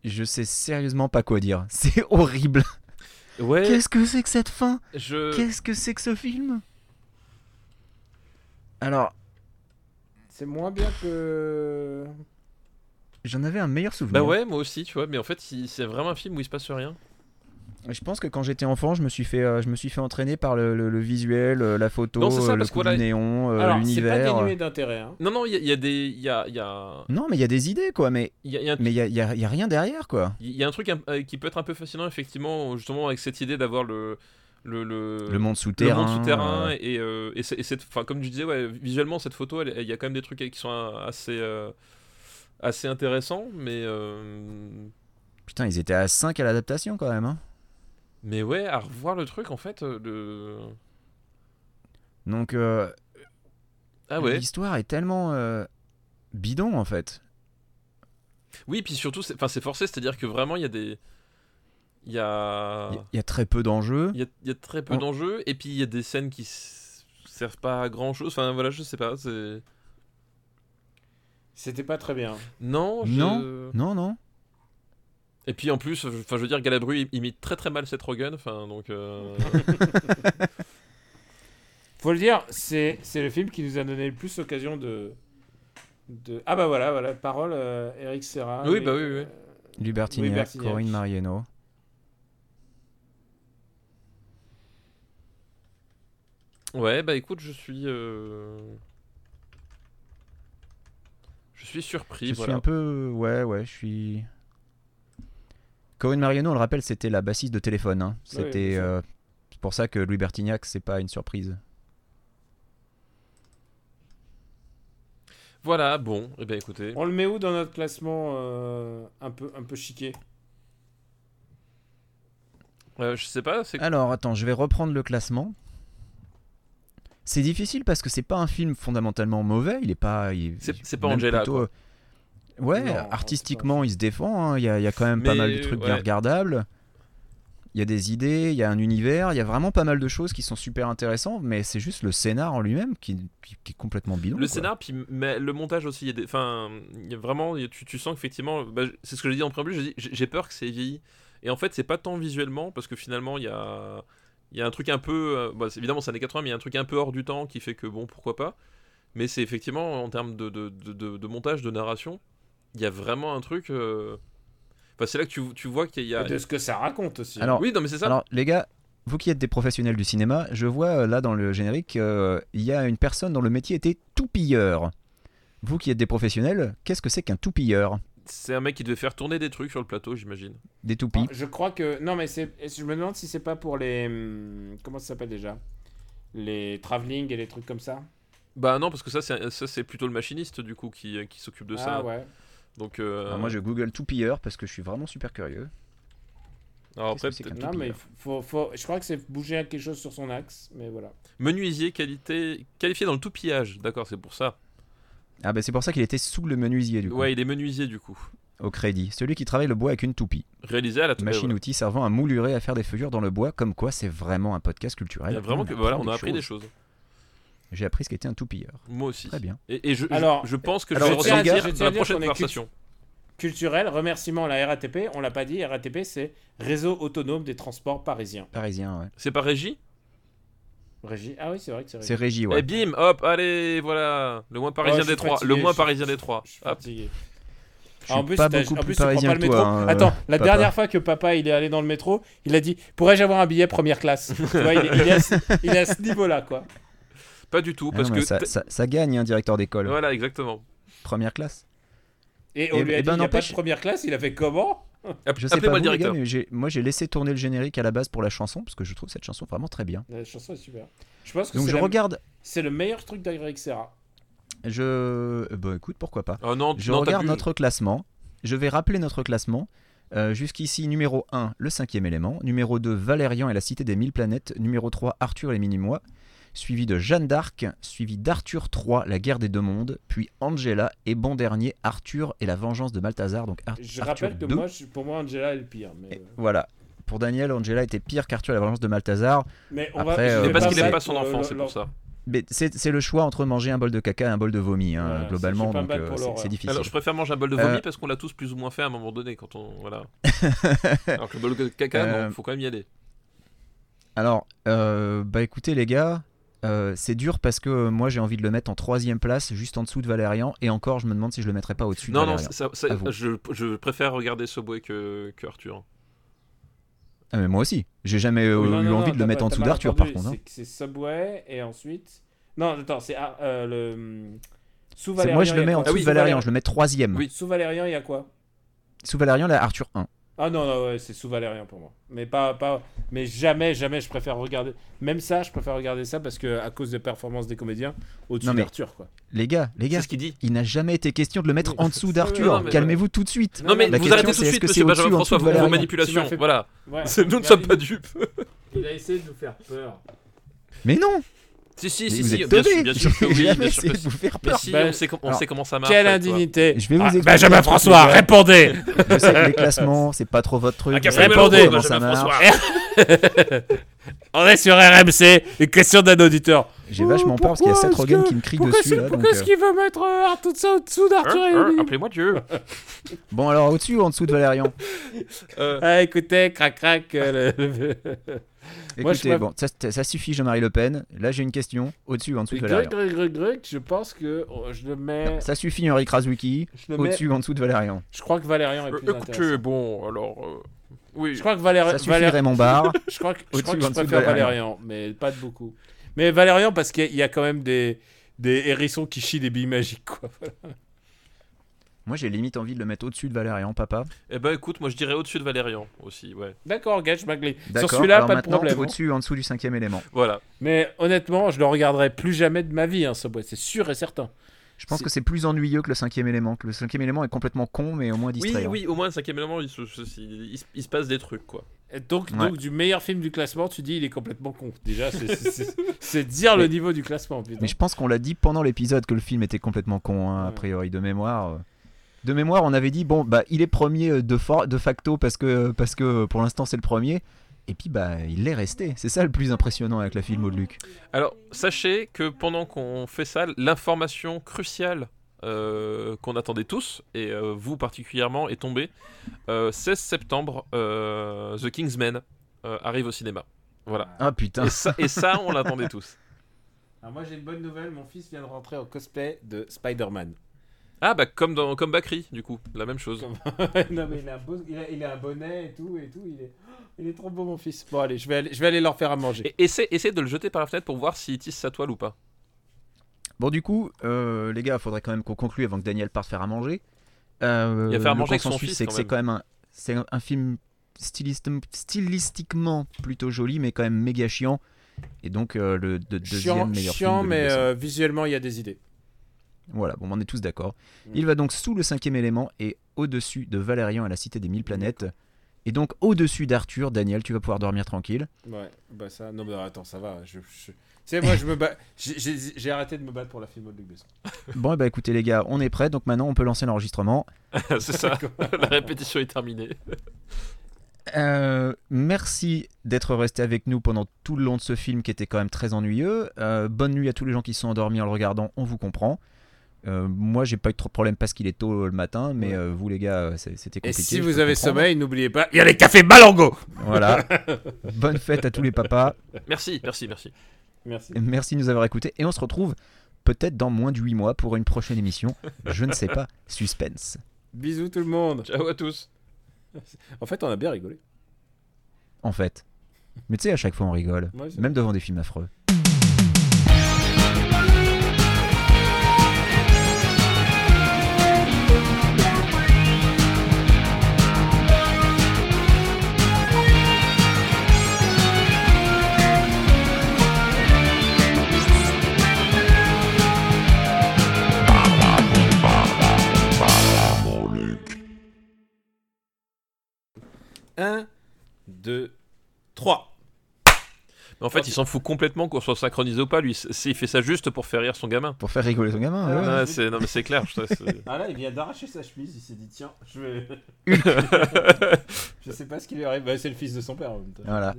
Speaker 1: Je sais sérieusement pas quoi dire. C'est horrible.
Speaker 2: Ouais,
Speaker 1: Qu'est-ce que c'est que cette fin
Speaker 2: je.
Speaker 1: Qu'est-ce que c'est que ce film Alors,
Speaker 4: C'est moins bien
Speaker 2: Euh,
Speaker 4: que.
Speaker 1: j'en avais un meilleur souvenir.
Speaker 2: Bah ouais, moi aussi, tu vois, mais en fait, il- c'est vraiment un film où il se passe rien.
Speaker 1: Je pense que quand j'étais enfant, je me suis fait, euh, je me suis fait entraîner par le, le- le visuel, euh, la photo,
Speaker 2: Non, c'est
Speaker 1: euh,
Speaker 2: ça,
Speaker 1: le
Speaker 2: parce
Speaker 1: coup
Speaker 2: que là-
Speaker 1: du néon, euh,
Speaker 4: Alors, c'est pas
Speaker 1: l'univers.
Speaker 4: dénué d'intérêt. hein.
Speaker 2: Non, non, il y, a- il y a des. Il y a, il y, a,
Speaker 1: Non, mais il y a des idées, quoi. Mais
Speaker 2: il y, a, il y a un
Speaker 1: mais il y a, il y a- il y a rien derrière, quoi.
Speaker 2: Il y a un truc euh, qui peut être un peu fascinant, effectivement, justement, avec cette idée d'avoir le. Le, Euh, le,
Speaker 1: Le monde
Speaker 2: le
Speaker 1: souterrain.
Speaker 2: monde souterrain
Speaker 1: euh,
Speaker 2: et, euh, et, c'est- et cette, enfin, comme je disais, ouais, visuellement cette photo, elle- il y a quand même des trucs qui sont euh, assez, euh, assez intéressants, mais euh,
Speaker 1: Putain, ils étaient à 5 à l'adaptation, quand même. hein.
Speaker 2: mais ouais, à revoir le truc en fait, euh, le
Speaker 1: Donc euh,
Speaker 2: ah ouais,
Speaker 1: l'histoire est tellement euh, bidon, en fait.
Speaker 2: oui, puis surtout, c'est- enfin c'est forcé, c'est-à-dire que vraiment il y a des, il y a,
Speaker 1: Il y, a très peu d'enjeux.
Speaker 2: Ah. il y a, il y a très peu
Speaker 1: On-
Speaker 2: d'enjeux et puis il y a des scènes qui s- servent pas à grand chose, enfin voilà, je sais pas, c'est
Speaker 4: C'était pas très bien.
Speaker 2: non, je-
Speaker 1: Non. Non, non.
Speaker 2: Et puis en plus, je- enfin je veux dire, Galabru il imite très très mal Seth Rogen, enfin donc. euh,
Speaker 4: Faut le dire, c'est c'est le film qui nous a donné le plus l'occasion de, de. Ah bah voilà, voilà, parole, euh, Eric Serra. euh,
Speaker 2: Oui, bah oui, oui.
Speaker 1: Lubertignac,
Speaker 4: Bertignac.
Speaker 1: Corinne Mariano.
Speaker 2: Ouais, bah écoute, je suis. euh, Je suis surpris.
Speaker 1: Je suis
Speaker 2: voilà.
Speaker 1: un peu. Ouais, ouais, je suis. Corinne Mariano, on le rappelle, c'était la bassiste de téléphone. hein.
Speaker 4: bien
Speaker 1: C'était.
Speaker 4: sûr.
Speaker 1: euh, c'est pour ça que Louis Bertignac, c'est pas une surprise.
Speaker 2: Voilà, bon, et bien écoutez.
Speaker 4: On le met où dans notre classement euh, un, peu, un peu chiqué
Speaker 2: Euh, je sais pas, c'est.
Speaker 1: Alors, attends, je vais reprendre le classement. C'est difficile parce que c'est pas un film fondamentalement mauvais. Il est pas. il-
Speaker 2: C'est-
Speaker 1: il-
Speaker 2: c'est pas
Speaker 1: même
Speaker 2: Angela,
Speaker 1: plutôt- euh, Ouais,
Speaker 4: Non,
Speaker 1: artistiquement, il se défend. hein. Il y, a, il y a quand même pas
Speaker 2: Mais,
Speaker 1: mal de trucs bien
Speaker 2: ouais.
Speaker 1: regardables. Il y a des idées, il y a un univers, il y a vraiment pas mal de choses qui sont super intéressantes, mais c'est juste le scénar en lui-même qui, qui- qui est complètement bidon.
Speaker 2: le
Speaker 1: quoi.
Speaker 2: scénar, puis mais le montage aussi. il y a des- Enfin, il y a vraiment, il y a- tu, tu sens qu'effectivement, bah, je- c'est ce que j'ai dit en préambule, j'ai dit, j'ai j'ai peur que c'est vieilli. Et en fait, c'est pas tant visuellement, parce que finalement, il y a, il y a un truc un peu. euh, bah, c'est- évidemment, c'est années 80, mais il y a un truc un peu hors du temps qui fait que bon, pourquoi pas. Mais c'est effectivement, en termes de, de, de- de- de montage, de narration, il y a vraiment un truc. euh, Enfin, c'est là que tu, tu vois qu'il y a.
Speaker 4: Et De ce que ça raconte aussi.
Speaker 1: Alors,
Speaker 2: Oui, non, mais c'est ça.
Speaker 1: Alors, les gars, vous qui êtes des professionnels du cinéma, je vois euh, là dans le générique, euh, il y a une personne dont le métier était toupilleur. Vous qui êtes des professionnels, qu'est-ce que c'est qu'un toupilleur
Speaker 2: C'est un mec qui devait faire tourner des trucs sur le plateau, j'imagine.
Speaker 1: Des
Speaker 4: Ah,
Speaker 1: toupies
Speaker 4: je crois que. Non, mais c'est. Je me demande si c'est pas pour les. hum, Comment ça s'appelle déjà Les travelling et les trucs comme ça.
Speaker 2: Bah non, parce que ça, c'est ça, c'est plutôt le machiniste du coup qui, qui s'occupe de ça.
Speaker 4: ah ouais.
Speaker 2: Donc euh,
Speaker 1: Alors, Ah, Moi, je google toupilleur parce que je suis vraiment super curieux.
Speaker 2: alors
Speaker 1: qu'est-ce
Speaker 2: après,
Speaker 1: que c'est
Speaker 2: peut-être-
Speaker 1: qu'un
Speaker 4: Non,
Speaker 1: toupie,
Speaker 4: mais
Speaker 1: là.
Speaker 4: faut, faut- je crois que c'est bouger quelque chose sur son axe, mais voilà.
Speaker 2: menuisier qualité qualifié dans le toupillage, d'accord, c'est pour ça.
Speaker 1: Ah, bah c'est pour ça qu'il était sous le menuisier du coup,
Speaker 2: Ouais, il est menuisier du coup.
Speaker 1: au crédit. Celui qui travaille le bois avec une toupie.
Speaker 2: Réalisé à la toupie.
Speaker 1: Machine-outil servant à moulurer à faire des feuillures dans le bois, comme quoi c'est vraiment un podcast culturel. Mmh.
Speaker 2: Il y a vraiment que voilà, on a appris des choses.
Speaker 1: J'ai appris ce qu'était un toupilleur.
Speaker 2: Moi aussi.
Speaker 1: Très bien.
Speaker 2: Et, et je, je-
Speaker 4: Alors-
Speaker 2: je pense que
Speaker 4: alors,
Speaker 2: je vais
Speaker 4: je tiens à
Speaker 2: ressentir
Speaker 4: dire- je
Speaker 2: dans
Speaker 4: tiens
Speaker 2: la
Speaker 4: à dire
Speaker 2: prochaine
Speaker 4: qu'on est
Speaker 2: conversation.
Speaker 4: Culturel, remerciement à la RATP, on l'a pas dit, RATP c'est Réseau Autonome des Transports Parisiens.
Speaker 1: Parisien, ouais.
Speaker 2: C'est pas régie
Speaker 4: Régie Ah oui, c'est vrai que c'est Régie.
Speaker 1: C'est Régie,
Speaker 2: Et
Speaker 1: ouais.
Speaker 2: bim, hop, allez, voilà, le moins parisien
Speaker 4: Oh, je
Speaker 2: des
Speaker 4: suis
Speaker 2: trois,
Speaker 4: fatigué,
Speaker 2: le moins
Speaker 4: je-
Speaker 2: parisien des trois.
Speaker 4: Je suis
Speaker 2: Hop.
Speaker 4: fatigué.
Speaker 1: Je
Speaker 4: Ah,
Speaker 1: suis pas
Speaker 4: t'as-
Speaker 1: beaucoup
Speaker 4: en
Speaker 1: plus
Speaker 4: tu prends
Speaker 1: parisien
Speaker 4: pas
Speaker 1: que
Speaker 4: le métro.
Speaker 1: toi. hein, euh,
Speaker 4: Attends, la
Speaker 1: papa.
Speaker 4: dernière fois que papa il est allé dans le métro, il a dit Pourrais-je avoir un billet première classe Tu vois, il est, il est à, ce- il est à ce niveau-là, quoi.
Speaker 2: Pas du tout,
Speaker 1: Ah
Speaker 2: parce
Speaker 1: non,
Speaker 2: que
Speaker 1: mais ça,
Speaker 2: t'es-
Speaker 1: ça- ça gagne, un directeur d'école.
Speaker 2: voilà, exactement.
Speaker 1: Première classe.
Speaker 4: Et on
Speaker 1: Eh-
Speaker 4: lui a
Speaker 1: eh
Speaker 4: dit
Speaker 1: ben,
Speaker 4: Il n'y a pas
Speaker 1: n'empêche-
Speaker 4: de première classe, il a fait comment
Speaker 2: App-
Speaker 1: Je sais pas
Speaker 2: Appelez-moi
Speaker 1: vous,
Speaker 2: le
Speaker 1: les gars,
Speaker 2: directeur.
Speaker 1: mais j'ai- moi j'ai laissé tourner le générique à la base pour la chanson parce que je trouve cette chanson vraiment très bien.
Speaker 4: La chanson est super. Je pense que
Speaker 1: Donc
Speaker 4: c'est
Speaker 1: je
Speaker 4: la-
Speaker 1: regarde,
Speaker 4: c'est le meilleur truc d'Agric Serra.
Speaker 1: je, euh, bah écoute pourquoi pas.
Speaker 2: Oh non,
Speaker 1: Je
Speaker 2: non,
Speaker 1: regarde
Speaker 2: t'abuses.
Speaker 1: notre classement. Je vais rappeler notre classement. Euh, Jusqu'ici, numéro 1, le cinquième élément. Numéro 2, Valérian et la cité des mille planètes. Numéro 3, Arthur et les Minimois. Suivi de Jeanne d'Arc. Suivi d'Arthur 3, la guerre des deux mondes. Puis Angela. Et bon dernier, Arthur et la vengeance de Balthazar. Donc Ar-
Speaker 4: Je
Speaker 1: Arthur Eh,
Speaker 4: rappelle que
Speaker 1: 2.
Speaker 4: moi, je- pour moi, Angela est le pire. Mais,
Speaker 1: Et voilà. Pour Daniel, Angela était pire qu'Arthur et la vengeance de Balthazar.
Speaker 4: mais on
Speaker 1: Après,
Speaker 4: va. je
Speaker 1: euh,
Speaker 4: vais
Speaker 2: Mais parce qu'il
Speaker 4: me
Speaker 2: aime pas
Speaker 4: battre
Speaker 2: son
Speaker 4: pour,
Speaker 2: enfant,
Speaker 4: euh,
Speaker 2: c'est
Speaker 4: leur-
Speaker 2: pour ça.
Speaker 1: Mais c'est c'est le choix entre manger un bol de caca et un bol de vomi, hein,
Speaker 4: Voilà,
Speaker 1: globalement,
Speaker 4: c'est- je suis
Speaker 1: donc
Speaker 4: pas mal
Speaker 1: euh,
Speaker 4: pour
Speaker 1: c'est-
Speaker 4: l'horreur.
Speaker 1: c'est difficile.
Speaker 2: Alors, je préfère manger un bol de vomi
Speaker 1: Euh,
Speaker 2: parce qu'on l'a tous plus ou moins fait à un moment donné quand on voilà. Alors que le bol de caca,
Speaker 1: Euh,
Speaker 2: non, faut quand même y aller.
Speaker 1: Alors, euh, bah écoutez les gars, euh, c'est dur parce que euh, moi j'ai envie de le mettre en troisième place, juste en dessous de Valérian, et encore je me demande si je le mettrais pas au-dessus de
Speaker 2: Non, non,
Speaker 1: Valérian.
Speaker 2: ça- ça-
Speaker 1: À vous.
Speaker 2: je, je préfère regarder Subway que, que Arthur.
Speaker 1: Ah, mais moi aussi, j'ai jamais euh,
Speaker 4: Oui, non,
Speaker 1: eu
Speaker 4: non,
Speaker 1: envie
Speaker 4: non,
Speaker 1: de le
Speaker 4: t'as
Speaker 1: mettre
Speaker 4: pas-
Speaker 1: en
Speaker 4: t'as
Speaker 1: dessous
Speaker 4: mal
Speaker 1: d'Arthur par
Speaker 4: entendu.
Speaker 1: contre. hein.
Speaker 4: C'est c'est Subway et ensuite. Non, attends, c'est ah, euh, le. Sous
Speaker 1: C'est-
Speaker 4: Valérian.
Speaker 1: Moi je
Speaker 4: il y
Speaker 1: le
Speaker 4: a
Speaker 1: mets en
Speaker 4: quoi
Speaker 1: dessous
Speaker 2: Ah oui,
Speaker 1: de
Speaker 2: sous
Speaker 1: Valérian,
Speaker 4: Valérian.
Speaker 1: je le mets troisième.
Speaker 2: Oui.
Speaker 4: Sous Valérian, il y a quoi
Speaker 1: Sous Valérian, là Arthur 1.
Speaker 4: Ah non, non, ouais, c'est sous Valérian pour moi. Mais pas, pas, mais jamais, jamais, je préfère regarder. Même ça, je préfère regarder ça parce que à cause des performances des comédiens au-dessus
Speaker 1: Non, mais-
Speaker 4: d'Arthur, quoi.
Speaker 1: Les gars, les gars,
Speaker 2: C'est ce qu'il dit.
Speaker 1: il n'a jamais été question de le mettre
Speaker 4: Oui.
Speaker 1: en dessous
Speaker 2: Non,
Speaker 1: d'Arthur,
Speaker 2: mais-
Speaker 1: calmez-vous tout de suite.
Speaker 2: Non, mais
Speaker 1: la
Speaker 2: vous
Speaker 1: question,
Speaker 2: arrêtez tout
Speaker 1: c'est
Speaker 2: de
Speaker 1: est-ce
Speaker 2: suite,
Speaker 1: que c'est
Speaker 2: monsieur Benjamin
Speaker 1: au-dessus ou en dessous
Speaker 2: François,
Speaker 1: de
Speaker 2: pour vos
Speaker 1: Valérian
Speaker 2: manipulations.
Speaker 4: Tu m'as fait-
Speaker 2: Voilà,
Speaker 4: Ouais.
Speaker 2: nous ne sommes pas dupes.
Speaker 4: Il a essayé de nous faire peur.
Speaker 1: Mais non
Speaker 2: Si, si,
Speaker 1: mais
Speaker 2: si,
Speaker 1: vous
Speaker 2: si,
Speaker 1: êtes
Speaker 2: bien
Speaker 1: teubés,
Speaker 2: sûr, bien sûr que
Speaker 1: j'ai
Speaker 2: oui,
Speaker 1: jamais
Speaker 2: bien sûr
Speaker 1: essayé
Speaker 2: que
Speaker 1: de
Speaker 2: si.
Speaker 1: vous faire
Speaker 2: Mais
Speaker 1: peur.
Speaker 2: si,
Speaker 4: Bah,
Speaker 2: on sait com- on
Speaker 1: alors,
Speaker 2: sait comment ça marche.
Speaker 4: Quelle
Speaker 2: avec toi.
Speaker 4: indignité
Speaker 1: Je vais vous
Speaker 4: Ah,
Speaker 1: expliquer
Speaker 4: Benjamin
Speaker 1: un truc,
Speaker 4: François,
Speaker 1: les gars.
Speaker 4: répondez
Speaker 1: Je sais que les classements, c'est pas trop votre truc.
Speaker 2: Un
Speaker 1: vous
Speaker 2: café
Speaker 1: savez pas
Speaker 2: Bello,
Speaker 1: trop
Speaker 4: Répondez.
Speaker 1: comment
Speaker 2: Benjamin
Speaker 1: ça marche.
Speaker 2: François.
Speaker 4: On est sur RMC, une question d'un auditeur.
Speaker 1: J'ai vachement peur parce qu'il y a Seth
Speaker 5: Pourquoi est-ce
Speaker 1: Rogen
Speaker 5: que-
Speaker 1: qui me crie
Speaker 5: Pourquoi
Speaker 1: dessus.
Speaker 5: est-ce
Speaker 1: Là, donc,
Speaker 5: pourquoi est-ce
Speaker 1: euh,
Speaker 5: qu'il veut mettre euh, tout ça au-dessous d'Arthur
Speaker 2: Hein,
Speaker 5: et
Speaker 2: hein,
Speaker 5: Ellie
Speaker 2: Appelez-moi Dieu.
Speaker 1: Bon, alors au-dessus ou en dessous de Valérian
Speaker 2: Euh,
Speaker 4: Ah, écoutez, crac crac. euh, le- le- Moi, je
Speaker 1: Écoutez,
Speaker 4: m'app-
Speaker 1: bon, ça, ça suffit, Jean-Marie Le Pen. Là, j'ai une question. Au-dessus ou en dessous de
Speaker 4: Grec,
Speaker 1: Valérian
Speaker 4: grec, grec, grec, je pense que oh, je le mets.
Speaker 1: Non, Ça suffit, Henri Kraswicki.
Speaker 4: Je, le mets
Speaker 1: Au-dessus ou en dessous de Valérian
Speaker 4: je crois que Valérian est
Speaker 2: euh,
Speaker 4: plus intéressant.
Speaker 2: écoutez, bon, alors. euh, oui.
Speaker 4: Je crois que Valérian.
Speaker 1: Ça suffit, Raymond Barre.
Speaker 4: Je crois que je,
Speaker 1: Au-dessus
Speaker 4: crois que
Speaker 1: ou
Speaker 4: je
Speaker 1: en dessous de
Speaker 4: préfère
Speaker 1: Valérian.
Speaker 4: Valérian. mais pas de beaucoup. Mais Valérian, parce qu'il y a- il y, a quand même des, des hérissons qui chient des billes magiques, quoi.
Speaker 1: Moi, j'ai limite envie de le mettre au-dessus de Valérian, papa.
Speaker 2: Eh ben écoute, moi je dirais au-dessus de Valérian aussi, ouais.
Speaker 4: D'accord, Gage Magley. Sur
Speaker 1: D'accord.
Speaker 4: celui-là,
Speaker 1: alors
Speaker 4: pas de
Speaker 1: maintenant,
Speaker 4: problème. hein.
Speaker 1: Au-dessus ou en dessous du cinquième élément.
Speaker 2: Voilà.
Speaker 4: Mais honnêtement, je le regarderai plus jamais de ma vie, hein, Subway, c'est sûr et certain.
Speaker 1: Je pense
Speaker 4: C'est-
Speaker 1: que c'est plus ennuyeux que le cinquième élément. Que le cinquième élément est complètement con, mais au moins
Speaker 2: Oui,
Speaker 1: distrayant.
Speaker 2: oui, au moins le cinquième élément, il se, se- il se- il se passe des trucs, quoi.
Speaker 4: Et Donc,
Speaker 1: Ouais.
Speaker 4: donc, du meilleur film du classement, tu dis il est complètement con. Déjà, c'est- c'est c'est- c'est dire le
Speaker 1: Mais-
Speaker 4: niveau du classement. putain.
Speaker 1: Mais je pense qu'on l'a dit pendant l'épisode que le film était complètement con, hein, a
Speaker 4: Ouais.
Speaker 1: priori, de mémoire. euh, De mémoire, on avait dit, bon, bah, il est premier euh, de, for- de facto parce que, euh, parce que pour l'instant c'est le premier. Et puis, bah, il l'est resté. C'est ça le plus impressionnant avec la film de Luc.
Speaker 2: Alors, sachez que pendant qu'on fait ça, l'information cruciale euh, qu'on attendait tous, et euh, vous particulièrement, est tombée. Euh, 16 septembre, euh, The Kingsman euh, arrive au cinéma. Voilà.
Speaker 1: Ah putain.
Speaker 2: Et ça, et ça, on l'attendait tous.
Speaker 4: Alors moi, j'ai une bonne nouvelle. Mon fils vient de rentrer en cosplay de Spider-Man.
Speaker 2: Ah, bah, comme dans comme Bakri, du coup, la même chose.
Speaker 4: non, mais il a, un beau- il, a, il a un bonnet et tout, et tout. Il est, il est trop beau, mon fils. Bon, allez, je vais aller, je vais aller leur faire à manger.
Speaker 2: Et essaie, essaie de le jeter par la fenêtre pour voir s'il tisse sa toile ou pas.
Speaker 1: Bon, du coup, euh, les gars, faudrait quand même qu'on conclue avant que Daniel parte faire à manger. Euh,
Speaker 2: Il va faire à
Speaker 1: le
Speaker 2: manger avec son
Speaker 1: consensus,
Speaker 2: fils,
Speaker 1: c'est que
Speaker 2: quand
Speaker 1: c'est quand même un, c'est un- un film styliste- stylistiquement plutôt joli, mais quand même méga chiant. Et donc, euh, le de- deuxième
Speaker 4: chiant,
Speaker 1: meilleur
Speaker 4: chiant,
Speaker 1: film. de Luc
Speaker 4: mais
Speaker 1: Besson.
Speaker 4: euh, visuellement, il y a des idées.
Speaker 1: Voilà, bon, on est tous d'accord.
Speaker 4: Mm.
Speaker 1: Il va donc sous le cinquième élément et au-dessus de Valérian à la cité des mille planètes. Et donc au-dessus d'Arthur, Daniel, tu vas pouvoir dormir tranquille.
Speaker 4: Ouais, bah ça. Non, mais attends, ça va. Je, je- Tu sais, moi, je me bats. j'ai- J'ai j'ai arrêté de me battre pour la film de Luc Besson.
Speaker 1: Bon, et bah écoutez les gars, on est prêts, donc maintenant on peut lancer l'enregistrement.
Speaker 2: C'est ça. la répétition est terminée.
Speaker 1: Euh, merci d'être resté avec nous pendant tout le long de ce film qui était quand même très ennuyeux. Euh, bonne nuit à tous les gens qui se sont endormis en le regardant, on vous comprend. Euh, moi j'ai pas eu trop de problème parce qu'il est tôt le matin, mais euh, vous les gars, euh, c'est- c'était
Speaker 4: Et
Speaker 1: compliqué.
Speaker 4: si
Speaker 1: je
Speaker 4: vous
Speaker 1: peux
Speaker 4: avez
Speaker 1: comprendre.
Speaker 4: sommeil, n'oubliez pas, il y a les cafés Balango
Speaker 1: Voilà. bonne fête à tous les papas.
Speaker 2: Merci, merci, merci.
Speaker 4: Merci.
Speaker 1: Merci de nous avoir écoutés et on se retrouve peut-être dans moins de 8 mois pour une prochaine émission. Je ne sais pas. Suspense.
Speaker 4: Bisous tout le monde.
Speaker 2: Ciao à tous.
Speaker 4: En fait, on a bien rigolé.
Speaker 1: En fait. Mais tu sais, à chaque fois on rigole.
Speaker 4: Ouais, c'est
Speaker 1: Même devant des films affreux.
Speaker 4: Un, deux, trois.
Speaker 2: Mais en fait, il s'en fout complètement qu'on soit synchronisé ou pas, lui. C'est- c'est- Il fait ça juste pour faire rire son gamin.
Speaker 1: Pour faire rigoler son gamin.
Speaker 4: Ah
Speaker 1: ouais.
Speaker 2: Ouais, c'est- non, mais c'est clair. je- c'est-
Speaker 4: Ah là, il vient d'arracher sa chemise. Il s'est dit, tiens, je vais. je sais pas ce qui lui arrive. Bah, c'est le fils de son père en même temps.
Speaker 1: Voilà.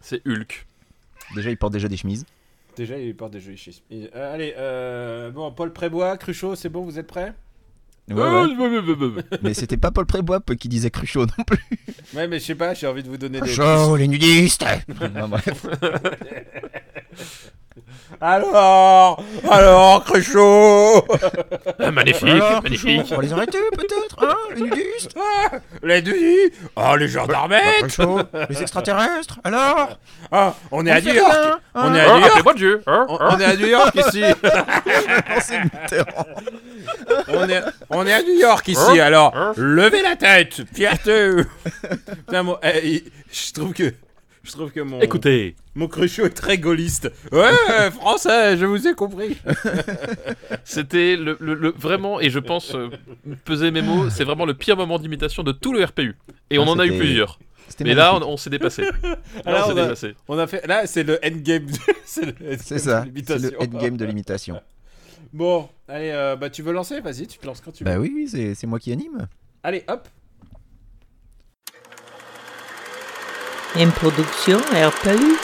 Speaker 2: C'est Hulk.
Speaker 1: Déjà, il porte déjà des chemises.
Speaker 4: Déjà, il porte des jeux allez, euh, bon, Paul Prébois, Cruchot, c'est bon, vous êtes prêts
Speaker 1: Ouais,
Speaker 2: Ah,
Speaker 1: ouais. Mais c'était pas Paul Prébois qui disait Cruchot non plus.
Speaker 4: Ouais, mais je sais pas, j'ai envie de vous donner des.
Speaker 1: Cruchot, les nudistes Non, bref.
Speaker 4: Alors Alors, Cruchot
Speaker 2: Ah, magnifique,
Speaker 1: Alors,
Speaker 2: magnifique.
Speaker 1: On va les arrêter peut-être hein Les nudistes
Speaker 4: Les deux Oh, les gendarmes
Speaker 1: Cruchot Les extraterrestres Alors
Speaker 4: Ah, on est à
Speaker 1: fait
Speaker 4: New York
Speaker 1: rien, hein
Speaker 4: On est à
Speaker 2: Ah,
Speaker 4: New York
Speaker 2: appelez-moi Dieu. hein,
Speaker 4: on,
Speaker 2: hein.
Speaker 4: on est à New York ici
Speaker 1: Non, c'est Mitterrand.
Speaker 4: on est, on est à New York ici, alors levez la tête, fierté Putain, moi, eh, il- je trouve que... Je trouve que mon...
Speaker 2: Écoutez,
Speaker 4: Mon cruchot est très gaulliste. Ouais, français, je vous ai compris.
Speaker 2: c'était le, le- le- vraiment, et je pense euh, peser mes mots, c'est vraiment le pire moment d'imitation de tout le RPU. Et on
Speaker 1: Ah,
Speaker 2: en a eu
Speaker 1: c'était-
Speaker 2: plusieurs.
Speaker 1: C'était
Speaker 2: Mais là, on,
Speaker 1: magnifique.
Speaker 2: on s'est dépassé. Là, on
Speaker 4: Alors,
Speaker 2: s'est
Speaker 4: on a-
Speaker 2: dépassé.
Speaker 4: On a fait... Là, c'est le endgame. de- c'est le endgame
Speaker 1: C'est ça,
Speaker 4: de
Speaker 1: c'est
Speaker 4: l'imitation.
Speaker 1: le endgame de l'imitation.
Speaker 4: Bon, allez, euh, bah tu veux lancer Vas-y, tu te lances quand tu veux.
Speaker 1: Bah oui, oui, c'est c'est moi qui anime.
Speaker 4: Allez, hop
Speaker 6: Une production Airpaloo.